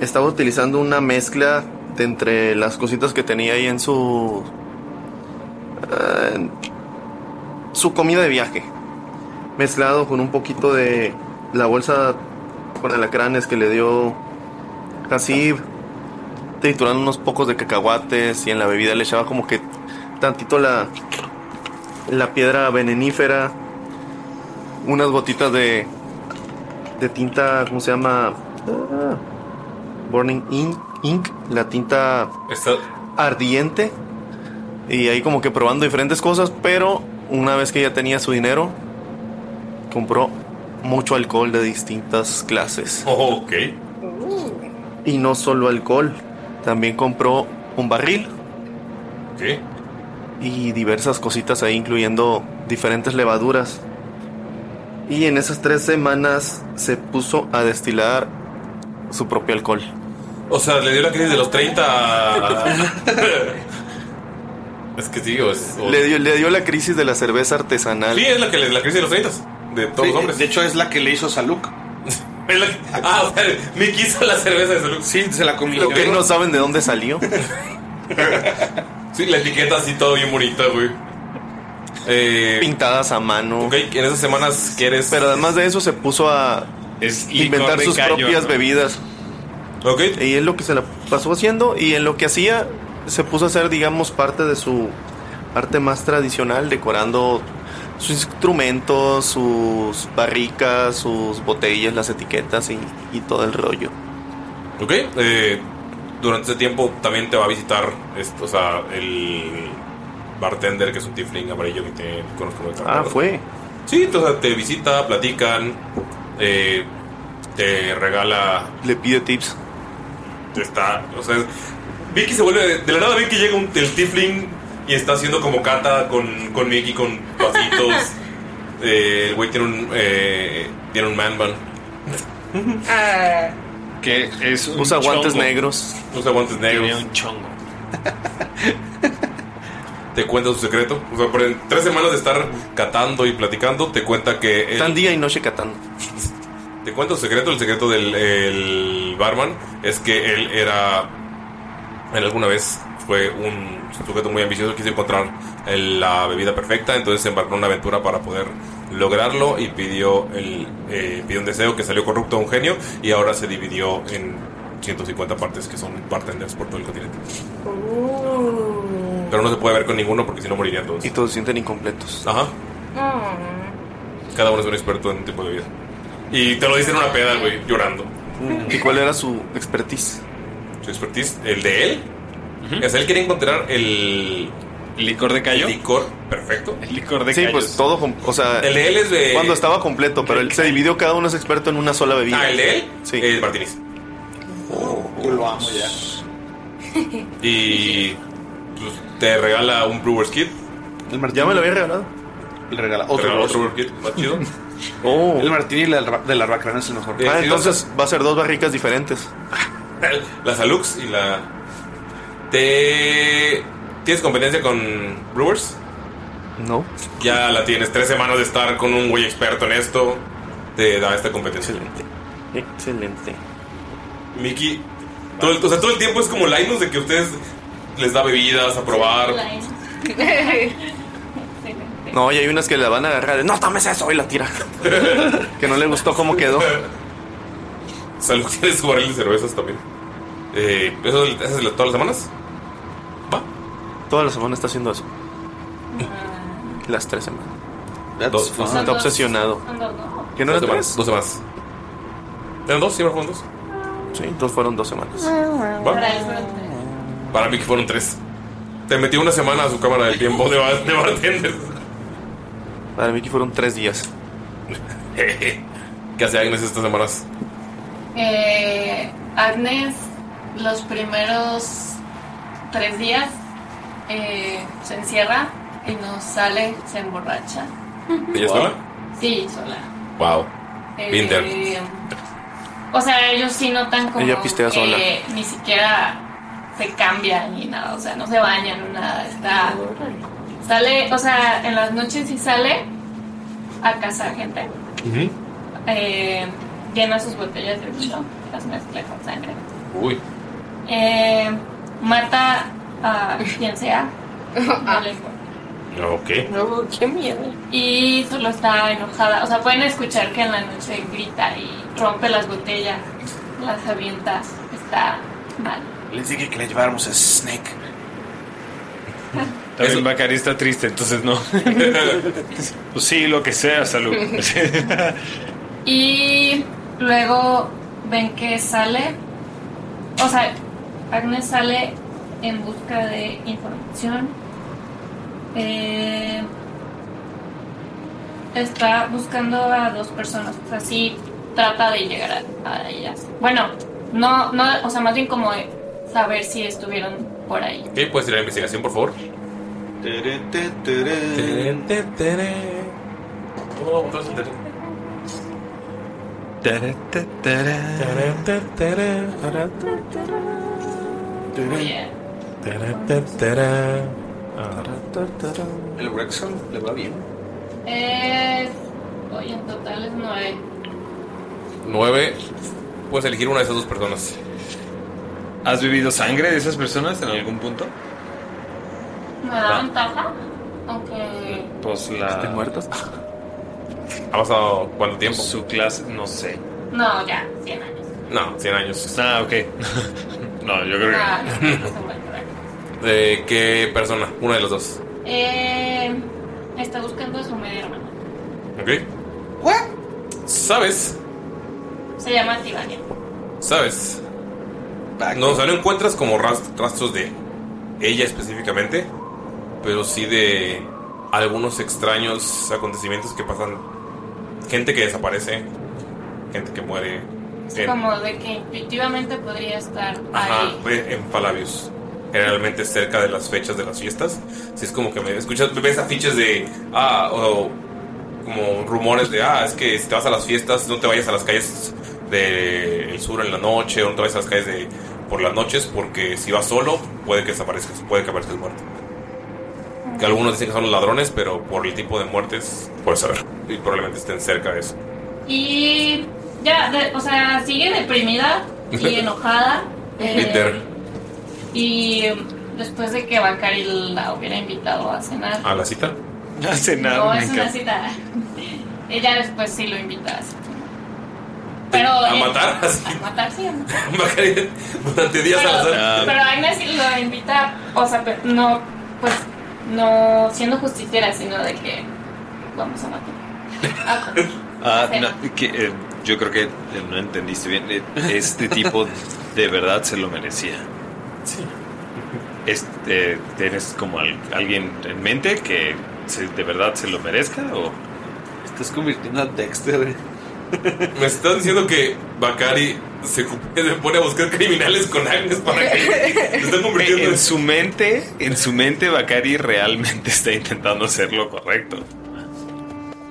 estaba utilizando una mezcla de entre las cositas que tenía ahí en su... ah, en su comida de viaje. Mezclado con un poquito de la bolsa con alacranes que le dio Hasib. Triturando unos pocos de cacahuates y en la bebida le echaba como que tantito la la piedra venenífera, unas gotitas de de tinta, ¿cómo se llama? Ah, Burning Ink, Ink, la tinta ardiente y ahí como que probando diferentes cosas, pero una vez que ya tenía su dinero, compró mucho alcohol de distintas clases.
ok.
Y no solo alcohol, también compró un barril
¿Qué?
y diversas cositas ahí, incluyendo diferentes levaduras. Y en esas tres semanas se puso a destilar su propio alcohol.
O sea, le dio la crisis de los 30. a- es que digo, es. o-
Le dio, le dio la crisis de la cerveza artesanal.
Sí, es la, que le- la crisis de los 30. De todos
Sí,
los hombres.
De hecho, es la que le hizo Saluk.
ah, o sea, Mickey hizo la cerveza de Saluk.
Sí, se la comió.
Lo que no saben de dónde salió.
Sí, la etiqueta así todo bien bonita, güey. Eh,
Pintadas a mano.
Ok, en esas semanas quieres.
Pero además de eso se puso a
licor
inventar
de
sus
callo,
propias
¿no?
bebidas. Y es lo que se la pasó haciendo y en lo que hacía se puso a hacer, digamos, parte de su arte más tradicional, decorando sus instrumentos, sus barricas, sus botellas, las etiquetas y, y todo el rollo.
Ok, eh, Durante ese tiempo también te va a visitar este, o sea, el bartender que es un tiefling amarillo que te conozco. de
Ah,
Tarragona.
fue.
Sí, o sea, te visita, platican, eh, te regala.
Le pide tips.
Está, o sea, Vicky se vuelve. De la nada ven que llega un, el Tifling y está haciendo como cata con, con Vicky, con pasitos. Eh, el güey tiene un. eh, tiene un man bun.
Ah,
Que es
un Usa guantes chongo. negros.
Usa guantes negros. un
chongo.
te cuenta su secreto. O sea, por en tres semanas de estar catando y platicando, te cuenta que. Están
día y noche catando.
Te cuenta su secreto. El secreto del el barman es que él era. Él alguna vez fue un sujeto muy ambicioso, quiso encontrar el- la bebida perfecta, entonces se embarcó en una aventura para poder lograrlo y pidió, el, eh, pidió un deseo que salió corrupto a un genio y ahora se dividió en 150 partes que son bartenders por todo el continente.
Uh.
Pero no se puede ver con ninguno porque si no morirían todos. Y
todos se sienten incompletos.
Ajá. Cada uno es un experto en un tipo de vida. Y te lo dicen en una peda, güey, llorando. Mm.
¿Y cuál era su expertise?
Su expertise, el de él. O sea, él quería encontrar el.
licor de callo.
El licor perfecto. El
licor
sí, pues todo, com- o sea,
El de él es de-
cuando estaba completo, pero él se dividió cada uno es experto en una sola bebida.
Ah, el de él. Sí. El Martínez.
Lo amo ya.
Y pues, te regala un Brewer's Kit.
Ya me lo había regalado.
Le regala
Te
otro,
regala
otro.
otro Brewer's Kit, más chido. Eh,
El martini de la, de la Arracrán es el mejor.
Oh. Ah, entonces va a ser dos barricas diferentes.
La Salux y la. Te. ¿Tienes competencia con Brewers?
No.
Ya la tienes. Tres semanas de estar con un güey experto en esto. Te da esta competencia. Excelente.
Excelente.
Mickey. Todo el, o sea, todo el tiempo es como Linus de que ustedes les da bebidas a probar.
No, y hay unas que la van a agarrar. de, No tomes eso y la tira. que no le gustó cómo quedó.
Salud tiene su barril de cervezas también. Eh, ¿Eso es eso es todas las semanas?
Toda la semana está haciendo eso. Las tres semanas.
Ah. Dos.
fun. Está obsesionado. ¿Que no
Dos
eran
semanas,
tres?
Dos semanas. ¿Eran dos? ¿Siempre fueron dos?
Sí, dos fueron dos semanas.
Ah,
¿Va? Para mí que fueron tres. Te metió una semana a su cámara del tiempo de, bar- de bartender.
Para mí que fueron tres días.
¿Qué hace Agnes estas semanas?
Eh, Agnes, los primeros tres días eh, se encierra y no sale, se emborracha.
¿Ella sola?
Sí, sola.
Wow.
Eh,
Binder.
o sea, ellos sí notan como
Ella pistea
que
sola.
ni siquiera se cambia ni nada, o sea, no se bañan ni nada, está... Sale, o sea, en las noches sí sale a cazar gente, eh, llena sus botellas de vino, las mezcla con sangre,
Uy.
eh, mata a quien sea, no le importa.
Ok.
No, qué miedo. Y solo está enojada. O sea, pueden escuchar que en la noche grita y rompe las botellas, las avientas. Está mal.
Les dije que le lleváramos a Snake.
También Bacari está triste, entonces no. pues sí, lo que sea, salud.
Y luego ven que sale. O sea, Agnes sale en busca de información. Eh, está buscando a dos personas. O sea, sí trata de llegar a, a ellas. Bueno, no, no, o sea, más bien como saber si estuvieron por ahí.
¿Qué? ¿Puedes tirar investigación, por favor? Oh, otra vez el tere.
El Rexon le va bien.
Es. Oye, en total es nueve.
Nueve. Puedes elegir una de esas dos personas.
¿Has bebido sangre de esas personas en algún punto?
¿Me da ventaja? Aunque.
Pues la. ¿Están
muertas?
¿Ha pasado cuánto tiempo?
Su clase, no sé.
No, ya, 100 años.
No, 100 años.
Ah, ok. no, yo creo
Ah,
que ¿De qué persona? Una de las dos.
eh, está buscando a su media hermana.
¿Ok? ¿Sabes?
Se llama Tibania.
¿Sabes? No, o sea, no encuentras como ras- rastros de ella específicamente, pero sí de algunos extraños acontecimientos que pasan. Gente que desaparece, gente que muere.
Sí,
En,
como de que intuitivamente podría estar
ajá,
ahí.
pues, en Palabios. Generalmente cerca de las fechas de las fiestas. Si es como que me escuchas, ves afiches de. Ah, o como rumores de. Ah, es que si te vas a las fiestas, no te vayas a las calles del sur en la noche, o no te vayas a las calles de, por las noches, porque si vas solo, puede que desaparezcas, puede que aparezcas muerto. Que algunos dicen que son los ladrones, pero por el tipo de muertes, puedes saber. Y probablemente estén cerca de eso.
Y ya, de- o sea, sigue deprimida y enojada. eh,
Bitter.
y eh, después de que Bakari la hubiera invitado a cenar.
¿A la cita?
A cenar.
no, es una cita. Ella después sí lo invita a cenar. Pero,
¿A
eh,
matar?
A matar, sí, a matar.
Bacari- Durante días al azar.
Pero Agnes lo invita, o sea, pe- no, pues, no siendo justiciera, sino de que vamos a matar. A comer.
Ah, no, que, eh, yo creo que eh, no entendiste bien. Eh, Este tipo de verdad se lo merecía.
Sí.
Este, ¿Tienes como al- alguien en mente que se- de verdad se lo merezca? o Estás convirtiendo a Dexter.
Me estás diciendo que Bakari se, se pone a buscar criminales con Agnes para que se están convirtiendo
En su mente, en su mente, Bakari realmente está intentando hacer lo correcto.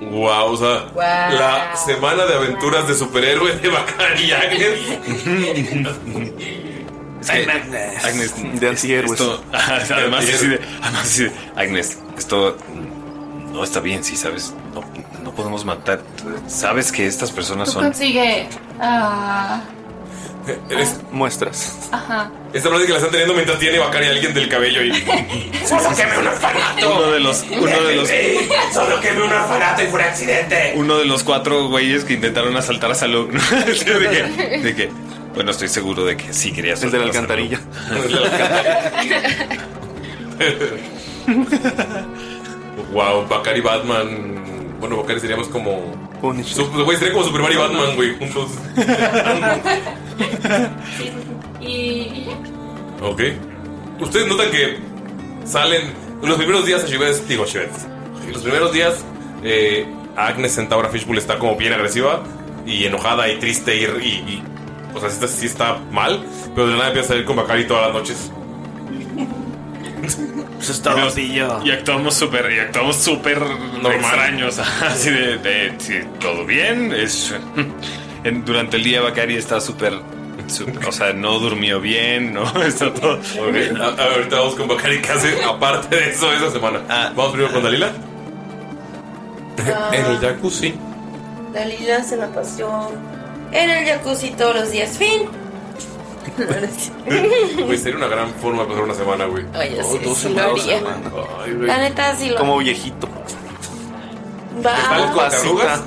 Wow, o sea, la semana de aventuras de superhéroes de Bakari y Agnes.
Agnes. de antihéroes. ah, además, así de, además así de, Agnes, esto no está bien, sí, sabes. No, no podemos matar. Sabes que estas personas
Tú
son.
consigue. ah,
muestras.
ajá.
Esta frase que la están teniendo mientras tiene Bakari a alguien del cabello y.
¡Solo quemé un orfanato! Uno de los. Uno de los
¡Solo quemé un orfanato y fue un accidente!
uno de los cuatro güeyes que intentaron asaltar a Salud. ¿no? de, que, de que, bueno, estoy seguro de que sí quería El de la alcantarilla.
wow, Bakari Batman. Bueno, Bakari seríamos como. Su- güey, sería como Superman y Batman, güey, juntos.
Y, y ya.
Ok. Ustedes notan que salen los primeros días a Shivet, digo Shivet. Los primeros días eh, Agnes Centaura Fishbowl está como bien agresiva y enojada y triste y... y- y- o sea, sí está, sí está mal, pero de la nada empieza a salir con Bacari todas las noches.
Eso Pues es todo, y, actuamos súper, y actuamos súper extraños. Así de, de, sí, todo bien. Es, en- durante el día Bakari está súper, súper- o sea, no durmió bien, no, está todo.
Ok, a- a- ahorita vamos con Bacari casi aparte de eso esa semana.
Ah.
Vamos primero con Dalila. en el jacuzzi.
Uh, Dalila se la pasó en el jacuzzi todos los días. Fin.
Güey, sería una gran forma de pasar una semana, güey.
Oye, sí,
dos
sí lo
semanas,
haría.
semana. Ay, güey.
La neta, sí lo.
viejito. Te sales con
Va.
las arrugas,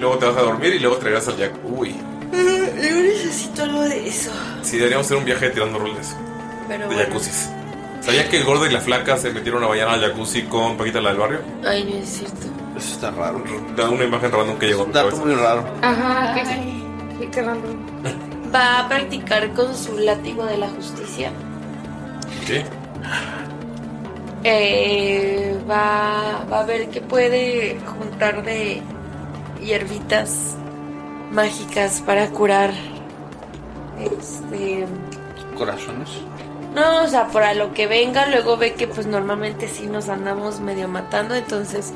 luego te vas a dormir y luego te regresas al jack. Uy,
Eh, Yo necesito algo de eso.
sí, deberíamos hacer un viaje tirando roles
Pero
de
bueno.
jacuzzis. ¿Sabías que el gordo y la flaca se metieron a bañar al jacuzzi con Paquita la del barrio?
Ay, no es cierto.
Eso está raro. Da una imagen random que llegó. a mi cabeza.
Muy raro.
Ajá. Va a practicar con su látigo de la justicia.
¿Qué?
Eh, va, va a ver que puede juntar de hierbitas mágicas para curar. Este.
Corazones.
No, o sea, para lo que venga, luego ve que pues normalmente sí nos andamos medio matando, entonces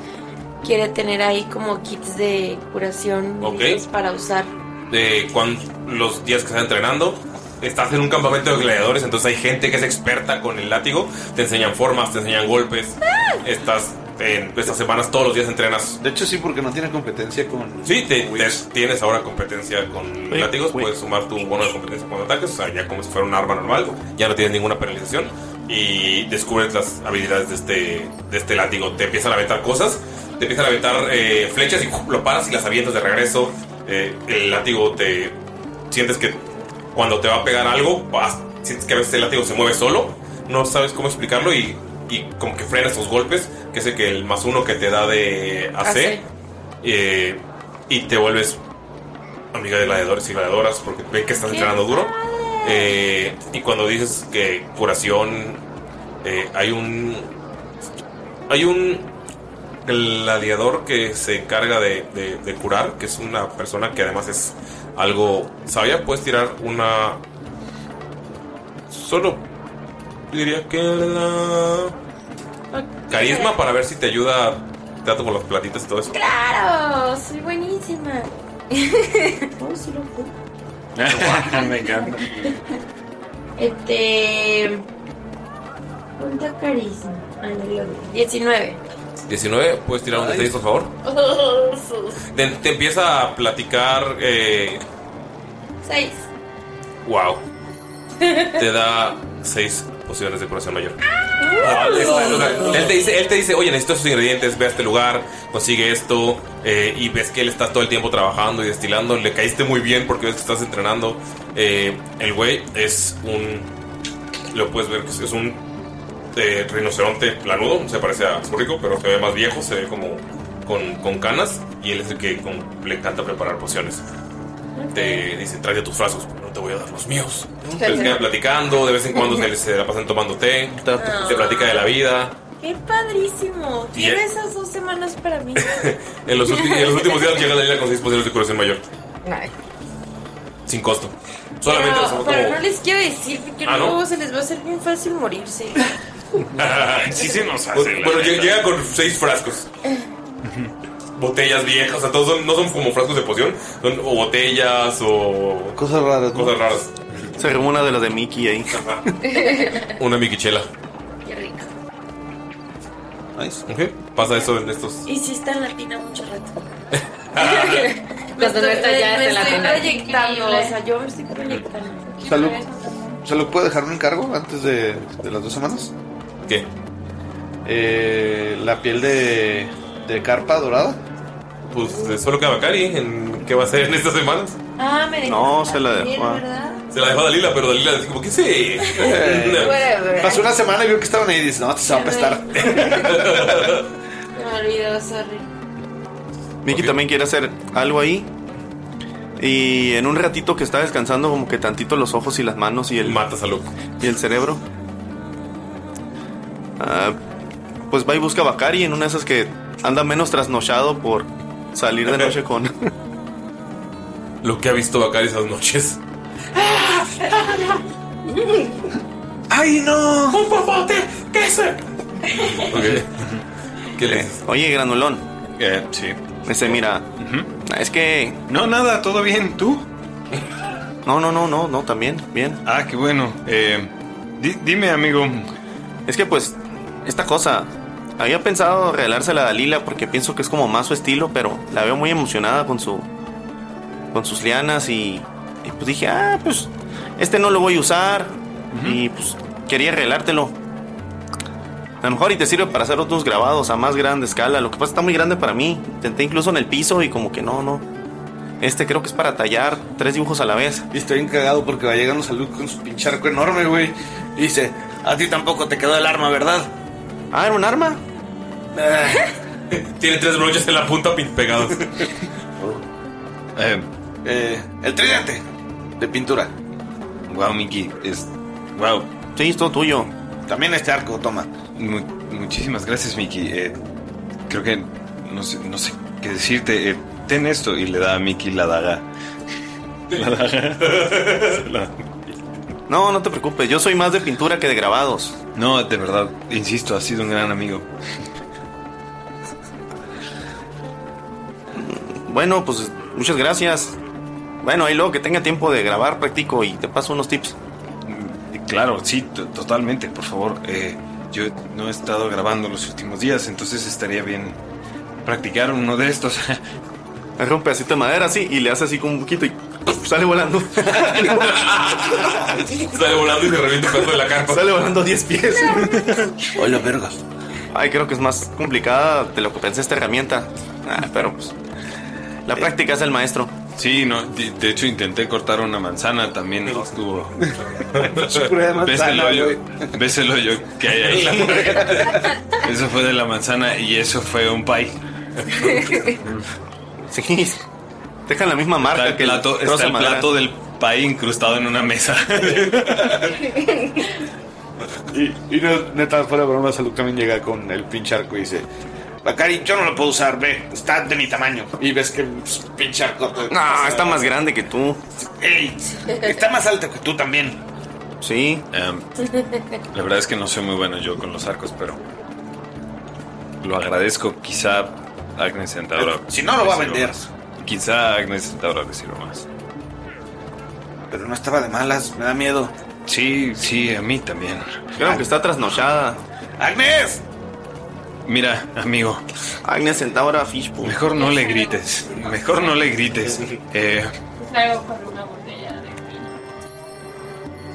quiere tener ahí como kits de curación
Ok.
listos para usar.
de cuando, los días que estás entrenando. Estás en un campamento de gladiadores, entonces hay gente que es experta con el látigo. Te enseñan formas, te enseñan golpes. Estás en estas semanas, todos los días entrenas.
De hecho, sí, porque no tiene competencia con.
Sí, te, te- tienes ahora competencia con látigos. Puedes sumar tu bono de competencia con ataques, o sea, ya como si fuera un arma normal. Ya no tienes ninguna penalización. Y descubres las habilidades de este, de este látigo. Te empiezan a aventar cosas, te empiezan a aventar eh, flechas y ¡ju! lo paras y las avientas de regreso. Eh, el látigo te. Sientes que cuando te va a pegar algo, vas- sientes que a veces el látigo se mueve solo. No sabes cómo explicarlo y, y como que frena esos golpes. Que sé que el más uno que te da de AC.
AC.
eh, y te vuelves amiga de gladiadores y gladiadoras porque ven que estás
¡Qué
entrenando duro. Eh, y cuando dices que curación, eh, hay un. Hay un gladiador que se encarga de, de- de curar, que es una persona que además es algo sabia. Puedes tirar una. Solo diría que la. Carisma para ver si te ayuda trato con los platitas y todo eso.
¡Claro! Soy buenísima. Oh, sí lo fui.
Me encanta.
Este. ¿Cuánto carisma? Ah, no, digo, 19.
19, puedes tirar un D6, por favor. Te, te empieza a platicar. Eh,
6.
wow. Te da 6 pociones de curación mayor. Él te, dice, él te dice, oye, necesito estos ingredientes, ve a este lugar, consigue esto, eh, y ves que él está todo el tiempo trabajando y destilando, le caíste muy bien porque ves que estás entrenando. Eh, el güey es un, lo puedes ver, que es- es un eh, rinoceronte planudo, se parece a Zurrico, pero se ve más viejo, se ve como con, con canas, y él es el que con- le encanta preparar pociones. Te dice, trae tus frascos, pero no te voy a dar los míos. Se les queda platicando, de vez en cuando se, les- se la pasan tomando té,
Ah.
se platica de la vida.
¡Qué padrísimo!
Y
Quiero
el-
esas dos semanas para mí.
En los, ulti- en los últimos días llega Dalila con 6 pociones de curación mayor,
Ay.
sin costo. Solamente las
pero,
tomó
pero
como-
no les quiero decir porque
Ah, ¿no?
luego se les va a hacer bien fácil morirse.
sí se nos hace. Bueno, llega, llega con seis frascos. Botellas viejas, o sea, todos son- no son como frascos de poción, son o botellas o.
Cosas raras. ¿no?
Cosas raras.
Se armó una de las de Mickey ahí.
Una miquichela.
Qué rico.
Nice. Pasa eso en estos.
Y sí está en latina mucho rato.
Cuando no está ya
me
es en la
estoy
tina.
proyectando, o sea, yo me estoy proyectando.
Salud. ¿Salud puede dejar un encargo antes de, de las dos semanas? Eh,
¿Qué?
la piel de, de carpa dorada.
Pues eh, solo queda Bacari. ¿En ¿Qué va a hacer en estas semanas?
Ah, me dejó.
No, se la
Bien,
dejó.
¿verdad?
Se la dejó a Dalila, pero Dalila dice como, ¿qué sé?
Whatever.
Eh, Pasó
eh.
una semana y vio que estaban ahí y dice, no, te se va a apestar.
Me olvidó, sorry.
Miki también quiere hacer algo ahí. Y en un ratito que está descansando, como que tantito los ojos y las manos y el.
Matas al loco.
Y el cerebro. Ah, pues va y busca a Bakari en una de esas que anda menos trasnochado por salir de noche con.
Lo que ha visto Bacari esas noches.
Ah,
¡Ay, no!
¡Un popote! ¿Qué es eso?
¿Qué
Oye, granulón.
sí.
Ese, mira. Es que. No, nada, todo bien. ¿Tú? No, no, no, no, no, también, bien.
Ah, qué bueno. dime, amigo.
Es que pues, esta cosa. Había pensado regalársela a Dalila porque pienso que es como más su estilo, pero la veo muy emocionada con su. con sus lianas y. y pues dije, ah, pues. Este no lo voy a usar. Y pues quería regalártelo. A lo mejor y te sirve para hacer otros grabados a más grande escala. Lo que pasa está muy grande para mí. Intenté incluso en el piso y como que no, no. Este creo que es para tallar tres dibujos a la vez.
Y estoy encagado porque va llegando salud con su pinche arco enorme, güey. Y dice, a ti tampoco te quedó el arma, ¿verdad?
Ah, ¿era un arma?
Tiene tres broches en la punta pin- pegados.
Eh, el tridente de pintura.
Wow, Miki, es. Wow.
Sí, es todo tuyo.
También este arco, toma.
muchísimas gracias, Miki. Eh, creo que no sé, no sé qué decirte. Eh, ten esto y le da a Miki la daga. La daga. Se la-
No, no te preocupes, yo soy más de pintura que de grabados.
No, de verdad, insisto, has sido un gran amigo.
Bueno, pues muchas gracias. Bueno, ahí luego que tenga tiempo de grabar, practico y te paso unos tips.
Claro, sí, to- totalmente, por favor. Eh, yo no he estado grabando los últimos días, entonces estaría bien practicar uno de estos.
Agarra un pedacito de madera así y le hace así con un poquito y sale volando.
Sale volando y se revienta un pedazo de la carpa.
Sale volando 10 pies. Hola, verga. Ay, creo que es más complicada de lo que pensé esta herramienta. Ah, pero pues. La práctica es el maestro.
Sí, no, de, de hecho intenté cortar una manzana también, no estuvo.
Pura manzana,
¿Ves el hoyo?
güey.
¿Ves el hoyo que hay ahí? Eso fue de la manzana y eso fue un pie.
Sí. Dejan la misma marca
Está el
que el
plato,
trozo
está
de
el
madera.
plato del pie incrustado en una mesa.
Y, y no- neta, fuera de broma, Salud también llega con el pinche arco y dice: Bakari, yo no lo puedo usar, ve, está de mi tamaño. Y ves que pues, pinche arco.
No, está más grande que tú.
Ey, está más alto que tú también.
Sí.
Em, La verdad es que no soy muy bueno yo con los arcos, pero lo agradezco. Quizá Agnes Centauro.
Si no, lo va a
le sirva
vender.
más. Quizá Agnes Centauro le sirva más.
Pero no estaba de malas, me da miedo.
Sí, sí, a mí también.
Creo que está trasnochada.
¡Agnes!
Mira, amigo.
Agnes Centaura Fishpool.
Mejor no le grites. Mejor no le grites. Eh,
Traigo pues, con una botella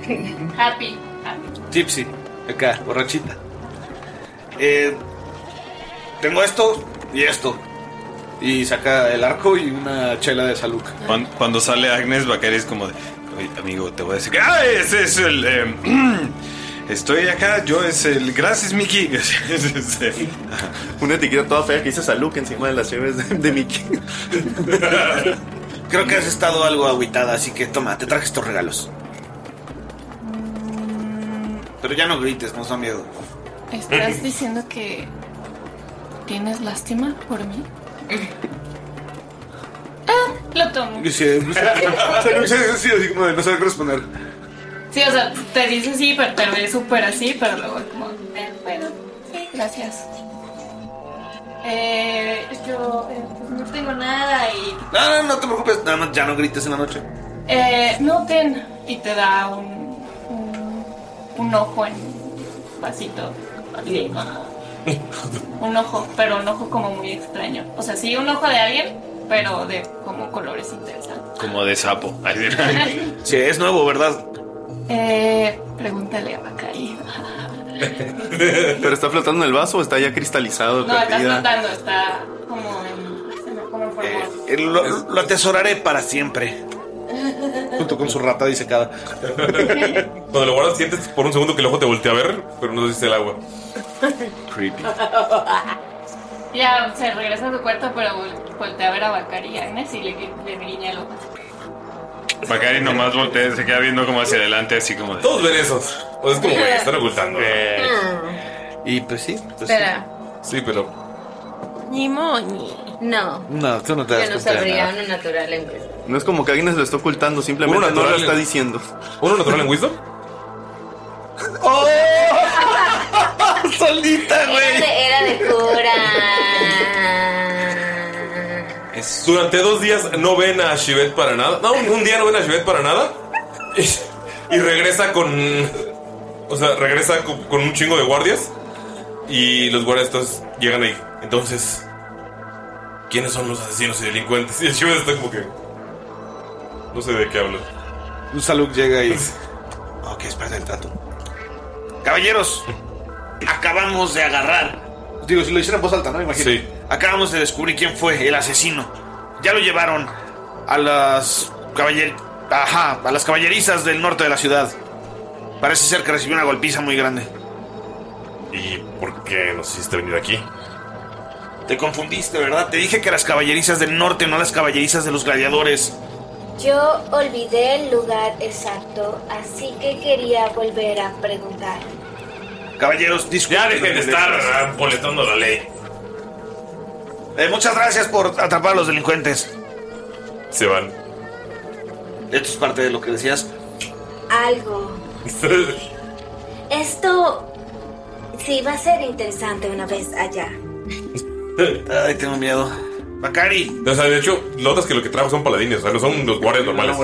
de vino. Happy, happy.
Gypsy, acá, borrachita. Eh, tengo esto y esto. Y saca el arco y una chela de Salud.
cuan- cuando sale Agnes, Bacari es como de. "Oye, amigo, te voy a decir que. ¡Ah! Ese es el. eh, estoy acá, yo es el. Gracias, Mickey.
este.
Una etiqueta toda fea que dice Saluk encima de las cheves de, de Mickey.
Creo que has estado algo agüitada, así que toma, te traje estos regalos. Pero ya no grites, nos da miedo.
¿Estás diciendo que tienes lástima por mí? Ah, lo tomo.
Y se- Saluk se hace así, así como de no saber qué responder.
Sí, o sea, te dice sí, pero te ve súper así, pero luego es como, eh, bueno, sí, gracias. Eh, yo eh, pues no tengo nada y...
No, no, no te preocupes, nada más ya no grites en la noche.
Eh, no, ten. Y te da un, un, un ojo en un vasito. Así, como- un ojo, pero un ojo como muy extraño. O sea, sí, un ojo de alguien, pero de como colores interesantes.
Como de sapo.
Sí, es nuevo, ¿verdad?
Eh, pregúntale a Bacari.
¿Pero está flotando en el vaso o está ya cristalizado?
No, estás
perdida?
notando, está como en. se me- como en forma.
Eh, Lo, lo atesoraré para siempre. Junto con su rata disecada.
Cuando lo guardas, sientes por un segundo que el ojo te voltea a ver, pero no dice el agua.
Creepy.
Ya se regresa a su cuarto, pero vol- voltea a ver a Bacari y a Agnes y le, gui- le guiña el ojo.
Bacari nomás voltea, se queda viendo como hacia adelante, así como de. Todos
ven esos. O es como, güey, están ocultando.
Y pues sí. pues sí.
Espera.
Sí, pero.
Ni moñi.
No,
No, tú no te das
yo no
cuenta de
sabría
nada.
uno natural en Wisdom.
No es como que Agnes lo está ocultando, simplemente no lo
natural en-
está diciendo.
¿Uno natural en Wisdom?
¡Oh! Solita,
Era de, era de cura.
Durante dos días no ven a Shivet para nada. No, un, un día no ven a Shivet para nada. Y, y regresa con. O sea, regresa con, con un chingo de guardias. Y los guardias entonces llegan ahí. Entonces. ¿Quiénes son los asesinos y delincuentes? Y el Shivet está como que. No sé de qué hablan.
Un salud llega y. Ok, espera el trato. Caballeros, acabamos de agarrar. Digo, si lo hicieran en voz alta, ¿no? Imagino.
Sí.
Acabamos de descubrir quién fue el asesino. Ya lo llevaron a las caballer... Ajá, a las caballerizas del norte de la ciudad. Parece ser que recibió una golpiza muy grande.
¿Y por qué nos hiciste venir aquí?
Te confundiste, ¿verdad? Te dije que las caballerizas del norte, no las caballerizas de los gladiadores.
Yo olvidé el lugar exacto, así que quería volver a preguntar.
Caballeros, disculpen. Ya dejen de estar
boletando la ley.
Eh, muchas gracias por atrapar a los delincuentes.
Se van.
Esto es parte de lo que decías.
Algo. Esto sí va a ser interesante una vez allá.
Ay, tengo miedo. Bakari.
O sea, de hecho, lo otro es que lo que trajo son paladines, o sea, no son los guardias normales.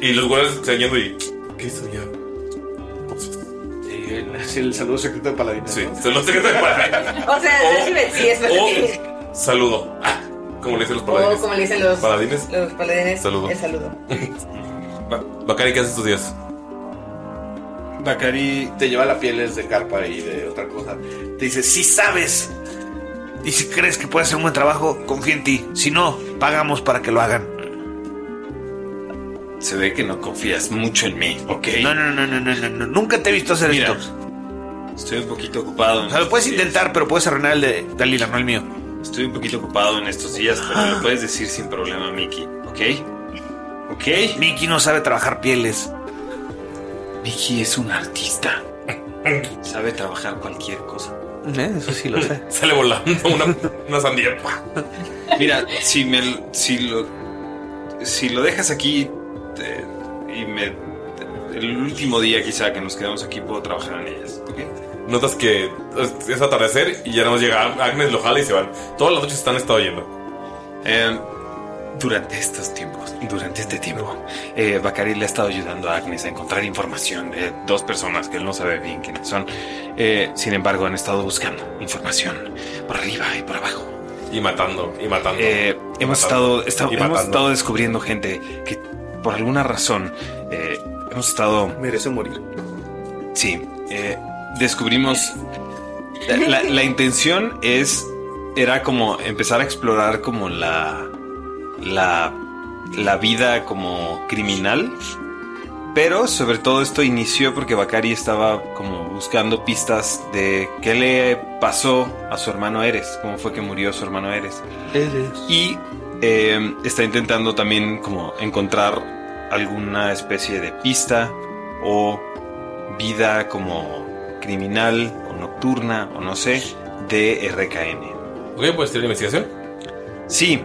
Y los guardias se yendo y. ¿Qué hizo ya?
Es el saludo secreto de paladines.
Sí, saludo secreto de paladines.
O sea,
O-
Shivet sí es
o-
paladines.
Saludo. Ah, como le dicen los
O Oh,
paladines.
como le dicen los
Paladines.
Los paladines.
Saludo.
El saludo.
Ba- Bacari, ¿qué haces estos días?
Bacari te lleva la pieles de carpa y de otra cosa. Te dice, si sabes y si crees que puedes hacer un buen trabajo, confía en ti. Si no, pagamos para que lo hagan.
Se ve que no confías mucho en mí, ¿ok?
No, no, no, no, no, no, no. Nunca te he visto hacer
Mira,
esto.
Estoy un poquito ocupado.
O sea, lo puedes intentar, pero puedes arruinar el de Dalila, no el mío.
Estoy un poquito ocupado en estos días, pero lo puedes decir sin problema, Mickey, ¿ok?
Ok. Mickey no sabe trabajar pieles. Mickey es un artista.
Eh,
Sabe trabajar cualquier cosa.
Eso sí lo sé.
Sale volando una, una sandía.
Mira, si me l- si lo si lo dejas aquí te- y me
Eh,
te- el último día quizá que nos quedamos aquí puedo trabajar en ellas.
Notas que es, es atardecer y ya no llega Agnes, lo jala y se van. Todas las noches están estado yendo.
Em, durante estos tiempos, durante este tiempo, eh, Bacari le ha estado ayudando a Agnes a encontrar información de dos personas que él no sabe bien quiénes son. Eh, sin embargo, han estado buscando información por arriba y por abajo. Eh,
Y matando, y matando. y
hemos
matando,
estado, esta-
y
hemos
matando.
estado descubriendo gente que por alguna razón eh, hemos estado...
Merece morir.
Sí, eh, descubrimos... La, la intención es... Era como empezar a explorar como la... La, la vida como criminal. Pero sobre todo esto inició porque Bakari estaba como buscando pistas de qué le pasó a su hermano Eres, cómo fue que murió su hermano Eres.
eh.
Y eh, está intentando también como encontrar alguna especie de pista o vida como criminal o nocturna o no sé de RKN.
¿Ok? ¿Puedes tirar investigación?
Sí,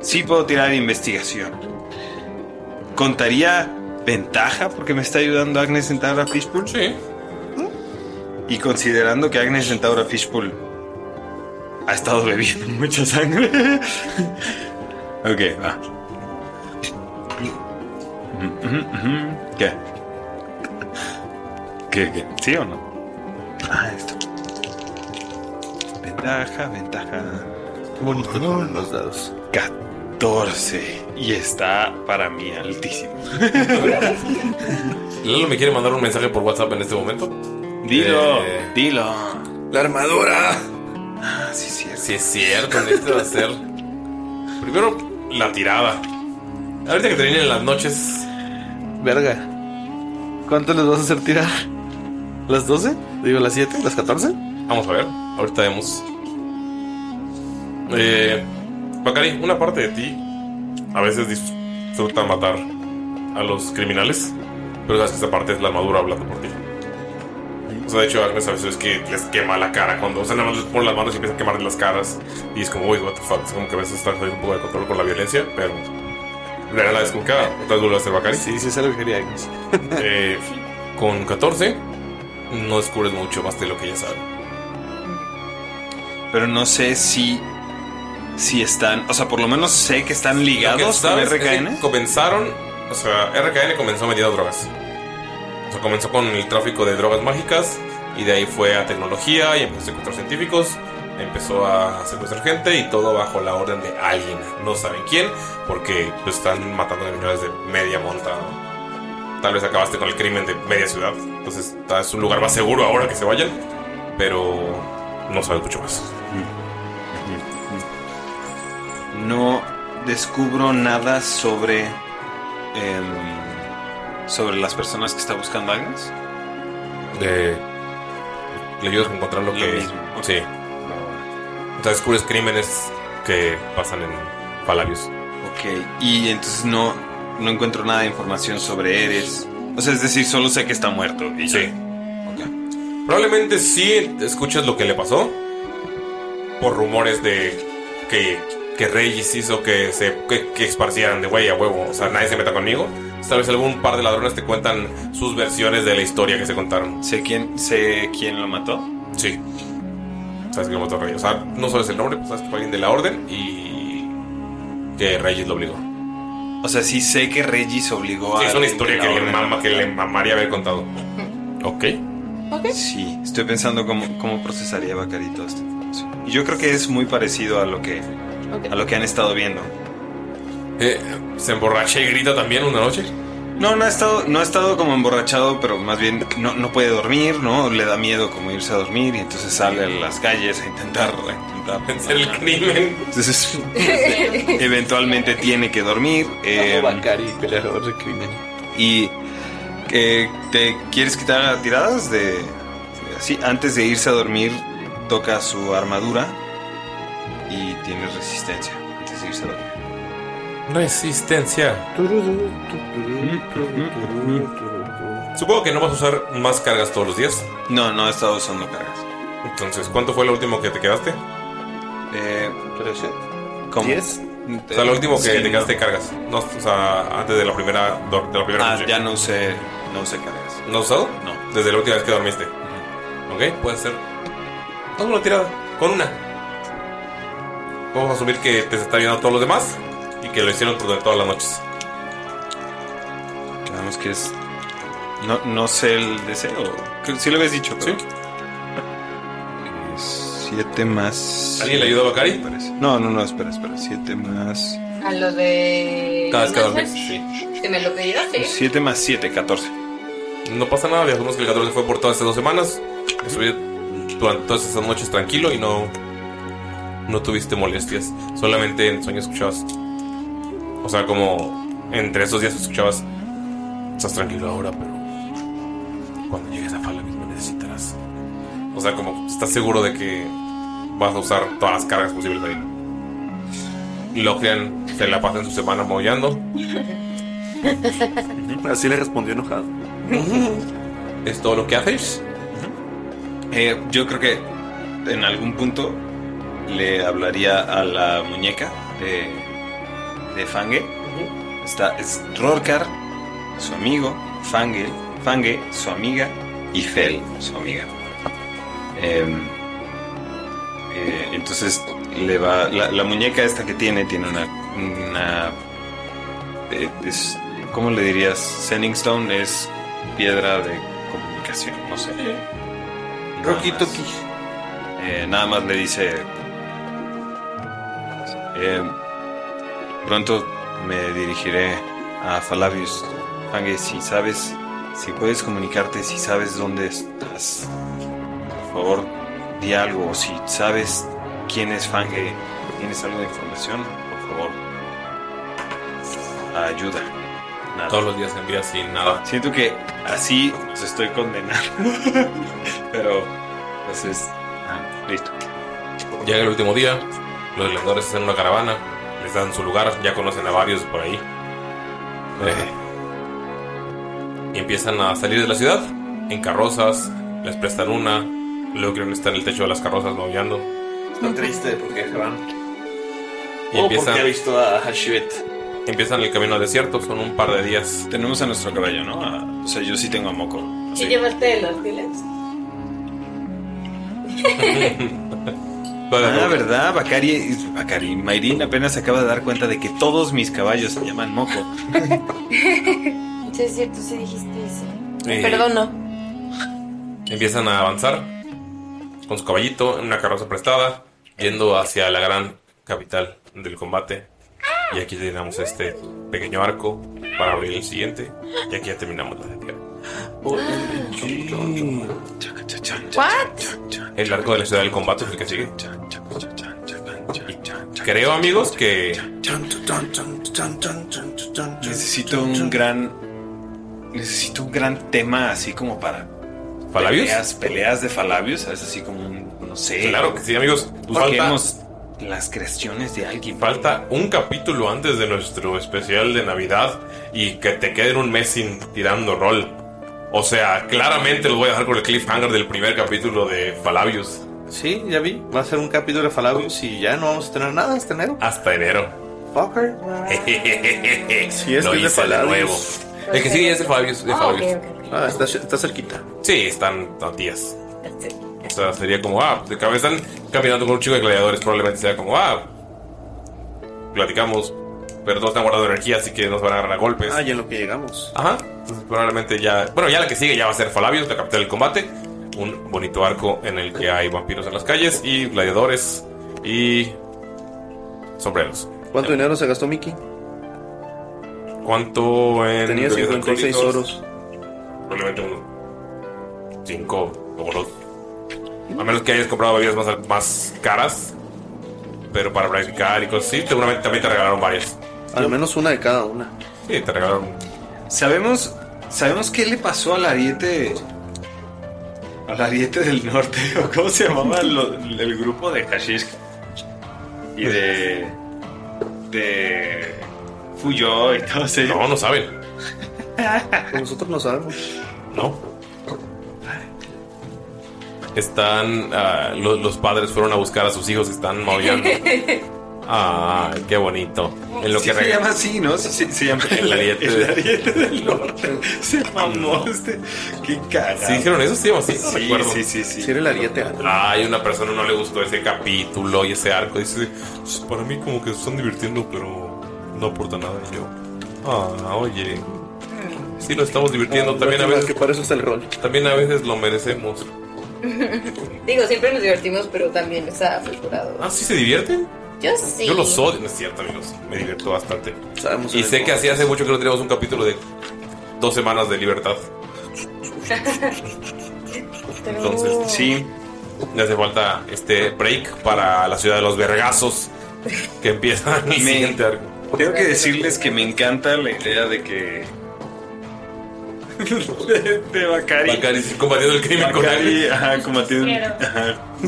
sí puedo tirar investigación. ¿Contaría ventaja porque me está ayudando Agnes Centaura Fishpool? ¿Mm?
Sí.
Y considerando que Agnes Centaura Fishpool ha estado bebiendo mucha sangre. ok, va. Ujú, ujú. ¿Qué? ¿Qué, qué? ¿Sí o no? Ah, esto. Ventaja, ventaja.
los dados.
14. Y está para mí altísimo.
Lalo me quiere mandar un mensaje por WhatsApp en este momento. Eh,
Dilo, dilo.
La armadura. Ah,
sí, cierto.
Sí, es cierto. Necesito hacer. Primero, la tirada. Ahorita que terminen las noches.
Verga. ¿Cuánto les vas a hacer tirar? ¿Las 12? Digo, las 7, las 14.
Vamos a ver. Ahorita vemos. Eh, Bacari, una parte de ti a veces disfruta matar a los criminales, pero sabes que esta parte es la armadura hablando por ti. O sea, de hecho, Agnes a veces es que les quema la cara cuando, o sea, nada más les ponen las manos y empiezan a quemarles las caras. Y es como, uy, what the fuck. Es como que a veces están saliendo un poco de control por la violencia, pero. Le da la desculcada. ah, Entonces vuelve a ser Bacari.
Sí, sí, es algo que quería Agnes.
Eh, con 14, no descubres mucho más de lo que ya sabes.
Pero no sé si. Si están. O sea, por lo menos sé que están
Lo que
ligados con
sabes es que
RKN.
comenzaron, o sea, RKN comenzó vendiendo drogas. O sea, comenzó con el tráfico de drogas mágicas y de ahí fue a tecnología y empezó a encontrar científicos, empezó a secuestrar gente y todo bajo la orden de alguien. No saben quién porque pues, están matando criminales de media monta. ¿no? Tal vez acabaste con el crimen de media ciudad. Entonces está- es un lugar más seguro ahora que se vayan, pero no sabes mucho más.
No descubro nada sobre. em, sobre las personas que está buscando Agnes.
Eh, le ayudas a encontrar lo, que. Sí. O sea, descubres crímenes que pasan en Falabios.
Ok. Y entonces no. No encuentro nada de información sobre Eres. O sea, es decir, solo sé que está muerto. Y sí.
Probablemente sí escuchas lo que le pasó. Por rumores de que, que Reyes hizo que se que, que esparcieran de güey a huevo. O sea, nadie se meta conmigo. Tal vez algún par de ladrones te cuentan sus versiones de la historia que se contaron.
¿Sé quién, sé quién lo mató?
Sí. Sabes que lo mató Reyes. O sea, no sabes el nombre, pues sabes que fue alguien de la orden y que Reyes lo obligó.
O sea, sí sé que Regis obligó
Sí,
a.
es una historia que le, mama, que le mamaría haber contado. Ok.
Sí, estoy pensando cómo, cómo procesaría Bacari toda esta información. Y yo creo que es muy parecido a lo que, a lo que han estado viendo.
Eh, ¿Se emborracha y grita también una noche?
No, no ha estado, no ha estado como emborrachado, pero más bien no, no puede dormir, ¿no? Le da miedo como irse a dormir y entonces sale a las calles a intentar, a intentar
hacer el crimen.
Entonces, eventualmente tiene que dormir. Eh,
peleador de crimen.
Y eh, te quieres quitar las tiradas de así antes de irse a dormir toca su armadura y tiene resistencia antes de irse a dormir.
Resistencia. Supongo que no vas a usar más cargas todos los días.
No, no he estado usando cargas.
Entonces, ¿cuánto fue lo último que te quedaste?
Eh,
¿Cómo?
¿Diez?
O sea, lo último que
Sí,
te quedaste cargas. No, o sea, antes de la primera, dor- de la primera
Ah,
noche.
ya no usé, no usé cargas.
¿No has usado?
No.
Desde la última vez que dormiste. Ok, puede ser. Haz una tirada. Con una. Vamos a asumir que te está viendo a todos los demás y que lo hicieron durante todas las noches.
Quedamos que es. No, no sé el deseo. Creo- Sí lo habías dicho, pero. Es pues, Siete más.
¿Alguien le ayudó a Bacari?
Parece. No, no, no, espera, espera. Siete más.
A lo de.
Cada vez que
Master,
dormís,
Que me lo pedías, sí.
Siete más siete, catorce.
No pasa nada, viajamos que el 14 fue por todas estas dos semanas. Estuve durante todas estas noches tranquilo y no. No tuviste molestias. Solamente en sueños escuchabas. O sea, como entre esos días escuchabas. Estás tranquilo ahora, pues. pero. Cuando llegues a Falabis me necesitarás. O sea, como estás seguro de que vas a usar todas las cargas posibles ahí. Locrian se la pasa en su semana mollando.
Así le respondió enojado.
¿Es todo lo que haces?
Eh, yo creo que en algún punto le hablaría a la muñeca de, de Fange. Está es Rorcar, su amigo, Fange, Fange, su amiga, y Fel, su amiga. Em, eh, entonces le va. La, la muñeca esta que tiene tiene una. una eh, es- ¿Cómo le dirías? Sending Stone es piedra de comunicación, no sé. Rocky Toki. nada más le dice. eh, pronto me dirigiré a Falabius. Fange, si sabes, si puedes comunicarte, si sabes dónde estás, por favor, di algo. O si sabes quién es Fange, tienes algo de información, por favor, ayuda.
Todos los días envías sin nada.
Siento que así os estoy condenando. Pero, entonces, listo.
Llega el último día, los leñadores hacen una caravana, les dan su lugar, ya conocen a varios por ahí. Eh, y empiezan a salir de la ciudad en carrozas, les prestan una, luego que está en el techo de las carrozas maullando.
Está triste porque se van.
Y
O
empiezan,
porque Oh, ha visto a Hashibet.
empiezan el camino al desierto, son un par de días.
Tenemos a nuestro caballo, ¿no? Ah, o sea, yo sí tengo a Moco.
¿Y llevaste los files?
ah, ¿verdad? Bacari, Bacari, Mayrin apenas se acaba de dar cuenta de que todos mis caballos se llaman Moco.
Sí, es cierto, sí dijiste eso.
Eh,
Perdono.
Empiezan a avanzar con su caballito en una carroza prestada, yendo hacia la gran capital del combate. Y aquí terminamos este pequeño arco para abrir el siguiente. Y aquí ya terminamos la de tierra.
¿What?
El arco de la ciudad del combate es el que sigue. Y creo, amigos, que
Necesito un gran. Necesito un gran tema así como para.
¿Falabios?
Peleas, peleas de Falabios, es así como un. No sé.
Claro que sí, amigos.
Busquemos las creaciones de alguien.
Falta un capítulo antes de nuestro especial de Navidad y que te queden un mes sin tirando rol. O sea, claramente los voy a dejar con el cliffhanger del primer capítulo de Falabius.
Sí, ya vi. Va a ser un capítulo de Falabius y ya no vamos a tener nada hasta enero.
Hasta enero.
Fucker.
si
es
Lo
que es
hice
de
de
Falabius.
nuevo. El que sigue ya es de Falabius. de
Ah,
Falabius.
ok, Ah, está, está cerquita.
Sí, están tantías. O sea, sería como, ah, de cabeza están caminando con un chico de gladiadores. Probablemente sea como, ah, platicamos, pero todos están guardando energía, así que nos van a agarrar a golpes.
Ah, ya en lo que llegamos.
Ajá. Entonces, probablemente ya. Bueno, ya la que sigue ya va a ser Falabios, la capital del combate. Un bonito arco en el que hay vampiros en las calles y gladiadores y. sombreros.
¿Cuánto dinero se gastó Mickey?
¿Cuánto en.
Tenía
bebidas
56
alcohólicos?
oros.
Probablemente uno. Cinco oros. A menos que hayas comprado bebidas más, más caras. Pero para practicar y cosas así, seguramente también te regalaron varias.
Al menos una de cada una.
Sí, te regalaron.
Sabemos. ¿Sabemos qué le pasó al ariete? Al ariete del norte, o cómo se llamaba lo- el grupo de Hashish y de. de. fui yo y todo eso. No,
no saben.
Pues
Nosotros no sabemos.
No. Están. ah, lo- los padres fueron a buscar a sus hijos que están maullando. Ah, qué bonito. En lo
Sí
que
se
reg-
llama así, ¿no? Sí, sí, se llama
El ariete.
el ariete del norte. Se mamó este. Qué cagado.
¿Sí dijeron eso? Sí, o sí,
Sí,
recuerdo.
sí, sí, sí.
el ariete.
Ay, una persona no le gustó ese capítulo y ese arco. Dice, "Pues, para mí como que se están divirtiendo, pero no aporta nada. Y yo, ah, oye. Sí, lo estamos divirtiendo. también a veces... Que
para eso el rol.
También a veces lo merecemos.
Digo, siempre nos divertimos, pero también está apresurado.
Ah, ¿sí se divierten?
Yo sí.
Yo los odio. No es cierto, amigos. Me divierto bastante.
Sabemos
y
en
sé
el
que así hace mucho que no teníamos un capítulo de dos semanas de libertad. Entonces,
Oh.
sí, le hace falta este break para la ciudad de los vergazos que empieza el siguiente arco.
Tengo que decirles que me encanta la idea de que. de Bacari.
Bacari combatiendo el crimen
con alguien.
Justiciero.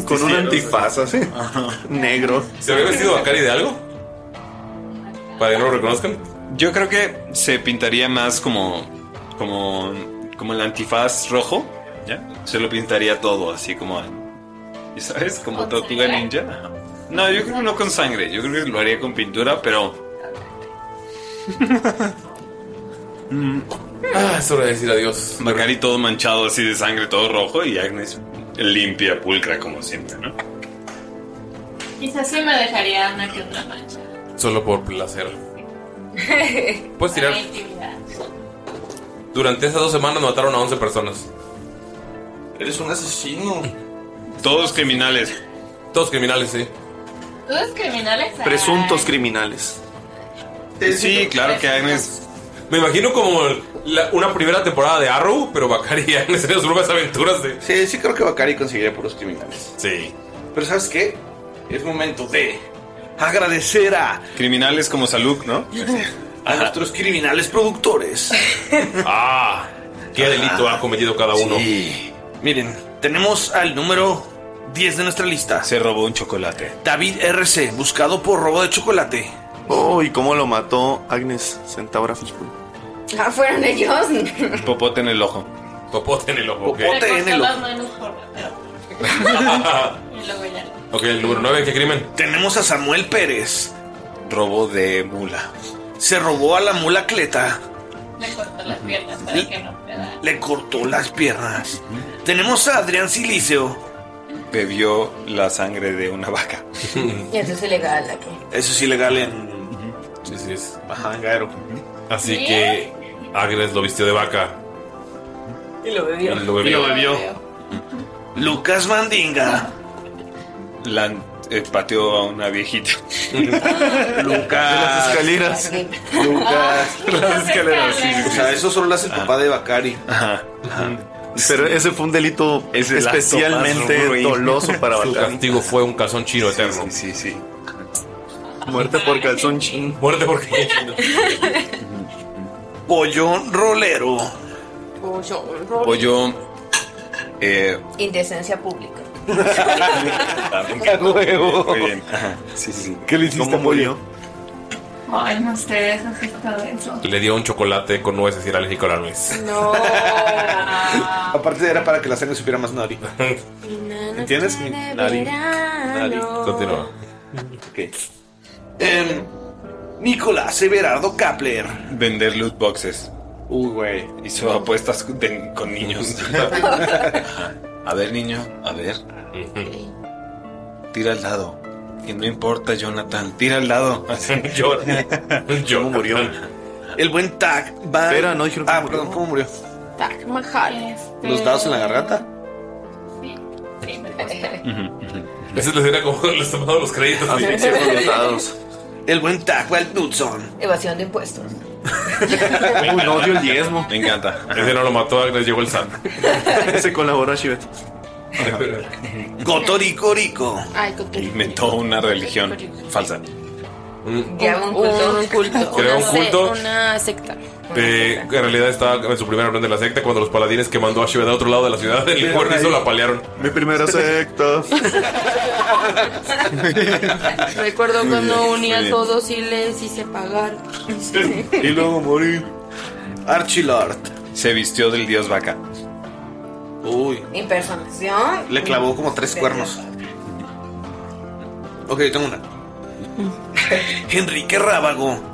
Con un antifaz así. Negro.
¿Se había vestido Bacari de algo? Para que no lo reconozcan.
Yo creo que se pintaría más como. como. como el antifaz rojo. ¿Ya? Se lo pintaría todo, así como. ¿y ¿Sabes? Como tortuga ninja. Ajá. No, yo creo que no con sangre. Yo creo que lo haría con pintura, pero. Mm.
Ah, es hora de decir adiós.
Bacari todo manchado así de sangre, todo rojo y Agnes limpia, pulcra como siempre, ¿no?
Quizás sí me dejaría una que otra mancha.
Solo por placer. Puedes tirar. Durante esas dos semanas mataron a 11 personas.
Eres un asesino.
Todos criminales.
Todos criminales, sí.
¿Todos criminales? Ay.
criminales.
Sí, claro que Agnes.
Me imagino como la- una primera temporada de Arrow, pero Bacari y Agnes en sus propias aventuras de.
Sí, sí creo que Bacari conseguiría puros criminales.
Sí.
Pero ¿sabes qué? Es momento de agradecer a,
Criminales como Saluk, ¿no?
a nuestros criminales productores.
ah, qué delito ha cometido cada uno.
Sí. Miren, tenemos al número 10 de nuestra lista.
Se robó un chocolate.
David RC, buscado por robo de chocolate.
Oh, ¿y cómo lo mató Agnes Centaura Fishpool?
Ah, fueron ellos.
Popote en el ojo.
Popote en el ojo.
Me cortó las manos por la cara. Y luego ya.
ok, el número 9, ¿qué crimen?
Tenemos a Samuel Pérez.
Robo de mula.
Se robó a la mula Cleta.
Me cortó las piernas para que no pueda.
Le cortó las piernas. Tenemos a Adrián Silicio.
Bebió la sangre de una vaca.
Y eso es ilegal aquí.
Eso es ilegal en.
Sí, sí, es.
Ajá, Gaero.
Así que Agnes lo vistió de vaca.
Y lo bebió.
Lo bebió.
Lo bebió. Lucas Mandinga.
La eh, pateó a una viejita.
Lucas.
las
escaleras.
Lucas.
Las escaleras, sí, sí, sí.
O sea, eso solo lo hace el papá de Bacari.
Ajá.
Pero ese fue un delito especialmente doloso para
Su
Bacari.
castigo fue un calzón chino eterno.
Sí, sí.
Muerte por calzón chin.
Muerte por calzón chino.
Pollón Rolero.
Pollo. Eh,
Indecencia pública.
Muy bien. Ajá. Sí, sí, sí.
¿Qué le hiciste, Pollo?
Ay, no sé, eso sí está denso.
Le dio un chocolate con nueces y era alérgico a la nuez.
No.
Aparte era para que la sangre supiera más nari. ¿Entiendes? Nari. Nari.
Continúa.
Em, Nicolás Everardo Kapler.
Vender loot boxes.
Uy, güey.
Hizo apuestas de- con niños. Ajá. a ver, niño, a ver. Tira al lado. Que no importa, Jonathan. Tira al lado.
Yo.
Yo murió.
El buen tag va.
Espera,
no dijeron Ah, perdón, ¿cómo murió?
Taj Mahal.
Este,
¿Los dados en la garganta?
Esa es la escena como le están dando los créditos.
Ah, sí, sí, con los dados. El buen tag va el Knudson.
Evasión de impuestos.
Uy, no odio el diezmo.
Me encanta.
Ese no lo mató, Agnes llegó el SAT.
Ese colaboró a Shivet.
Gotorico Rico.
Ay, con tu-
Inventó una religión falsa.
Ya, un culto.
Creó un
Una se-
culto.
Una secta.
Eh, en realidad estaba en su primera reunión de la secta cuando los paladines que mandó a Shiva de otro lado de la ciudad, el
Mira,
cuernizo
ahí.
la palearon.
Mi primera secta.
Recuerdo
Muy
cuando
bien,
uní
muy
a
bien.
todos y les hice pagar.
Y luego morir. Archilord.
Se vistió del dios vaca.
Uy.
Impersonación.
Le clavó como tres cuernos. Ok, tengo una. Henry, qué rábago.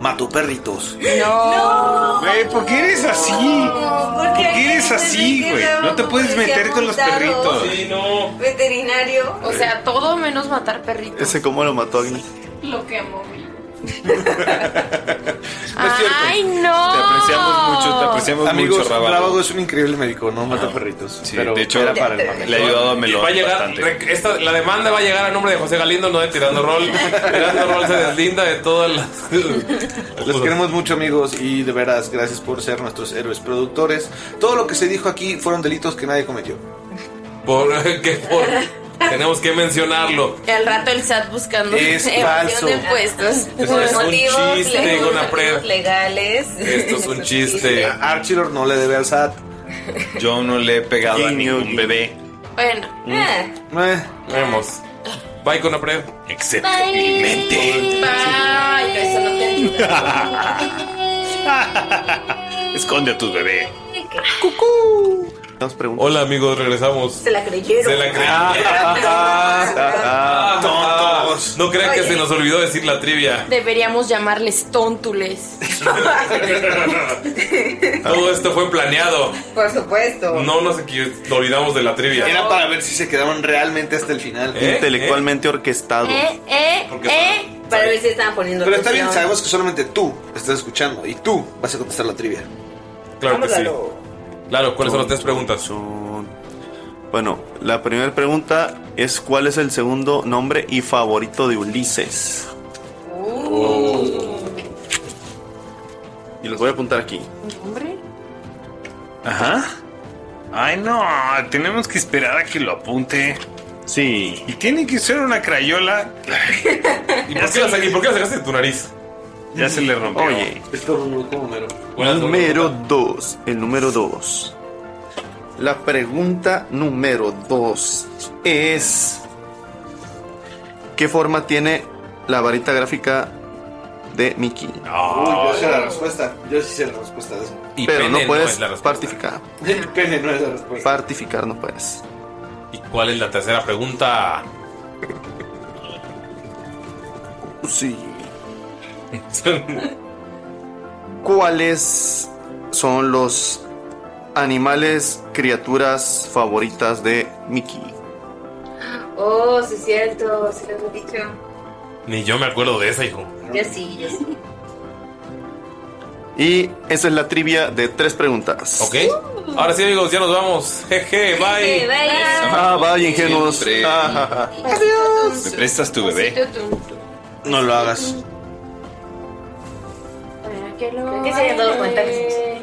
Mato perritos.
No.
Güey, ¿por qué eres así?
¿Por
¿Por qué eres así, güey? No te puedes meter con los perritos.
no. Veterinario.
O sea, todo menos matar perritos.
Ese cómo lo mató Agni.
Lo quemo.
es cierto.
Ay, no.
Oh.
Amigos,
mucho, Rábago.
Rábago es un increíble médico, no mata perritos. pero
de hecho,
era para el
le ha ayudado a Melón
Va a llegar,
bastante.
rec- esta- la demanda va a llegar a nombre de José Galindo, no de Tirando Rol. Tirando Rol se deslinda de todas las.
Los queremos mucho amigos y de veras gracias por ser nuestros héroes productores. Todo lo que se dijo aquí fueron delitos que nadie cometió.
Por, que por, tenemos que mencionarlo.
Y al rato el SAT buscando
Es
evasión
falso.
de impuestos.
Es un
Motivos
chiste,
legales,
Gonapred.
legales.
Esto es un chiste.
Archilor no le debe al SAT.
Yo no le he pegado a ningún bebé.
Bueno.
Mm.
Eh.
Vemos. Bye con Apred.
Excepto
Bye. Ay, no, eso no te ayuda.
Esconde a tu bebé.
Hola amigos, regresamos.
Se la creyeron.
Se la
Ah,
Tontos. No crean que se nos olvidó decir la trivia.
Deberíamos llamarles tóntules.
Todo esto fue planeado.
Por supuesto.
No nos equi- nos olvidamos de la trivia.
Era para ver si se quedaron realmente hasta el final.
¿Eh?
Intelectualmente orquestado.
Eh, eh, eh. Para ver si estaban poniendo
Pero está bien,
atención.
sabemos que solamente tú estás escuchando y tú vas a contestar la trivia.
Claro que sí.
Háblalo.
Claro, ¿cuáles son las tres preguntas?
Bueno, la primera pregunta es ¿cuál es el segundo nombre y favorito de Ulises?
Uh.
Oh.
Y los voy a apuntar aquí.
¿Hombre?
Ajá. Ay, no, tenemos que esperar a que lo apunte. Sí. Y tiene que ser una crayola.
¿Y por, qué la, sa- y por qué la sacaste de tu nariz?
Ya se le rompió.
Oye.
Esto no como mero.
número 2. El número 2. La pregunta número 2 es... ¿Qué forma tiene la varita gráfica de Mickey?
Uy, yo sé la respuesta. Yo sí sé la respuesta de eso.
Pero no puedes partificar.
El pene no es la respuesta.
Partificar no puedes.
¿Y ¿Eh? cuál es la tercera pregunta?
Sí. ¿Cuáles son los animales, criaturas favoritas de Mickey?
Oh, sí, es cierto. Se lo he dicho.
Ni yo me acuerdo de esa, hijo.
Yo sí, yo sí.
Y esa es la trivia de tres preguntas.
Ok. Ahora sí, amigos, ya nos vamos. Jeje,
Bye,
bye.
Ah, vaya ingenuos.
Siempre.
Ah, ja, ja.
¿Me prestas tu bebé?
No lo hagas.
Creo que se hayan dado cuenta que
Eh,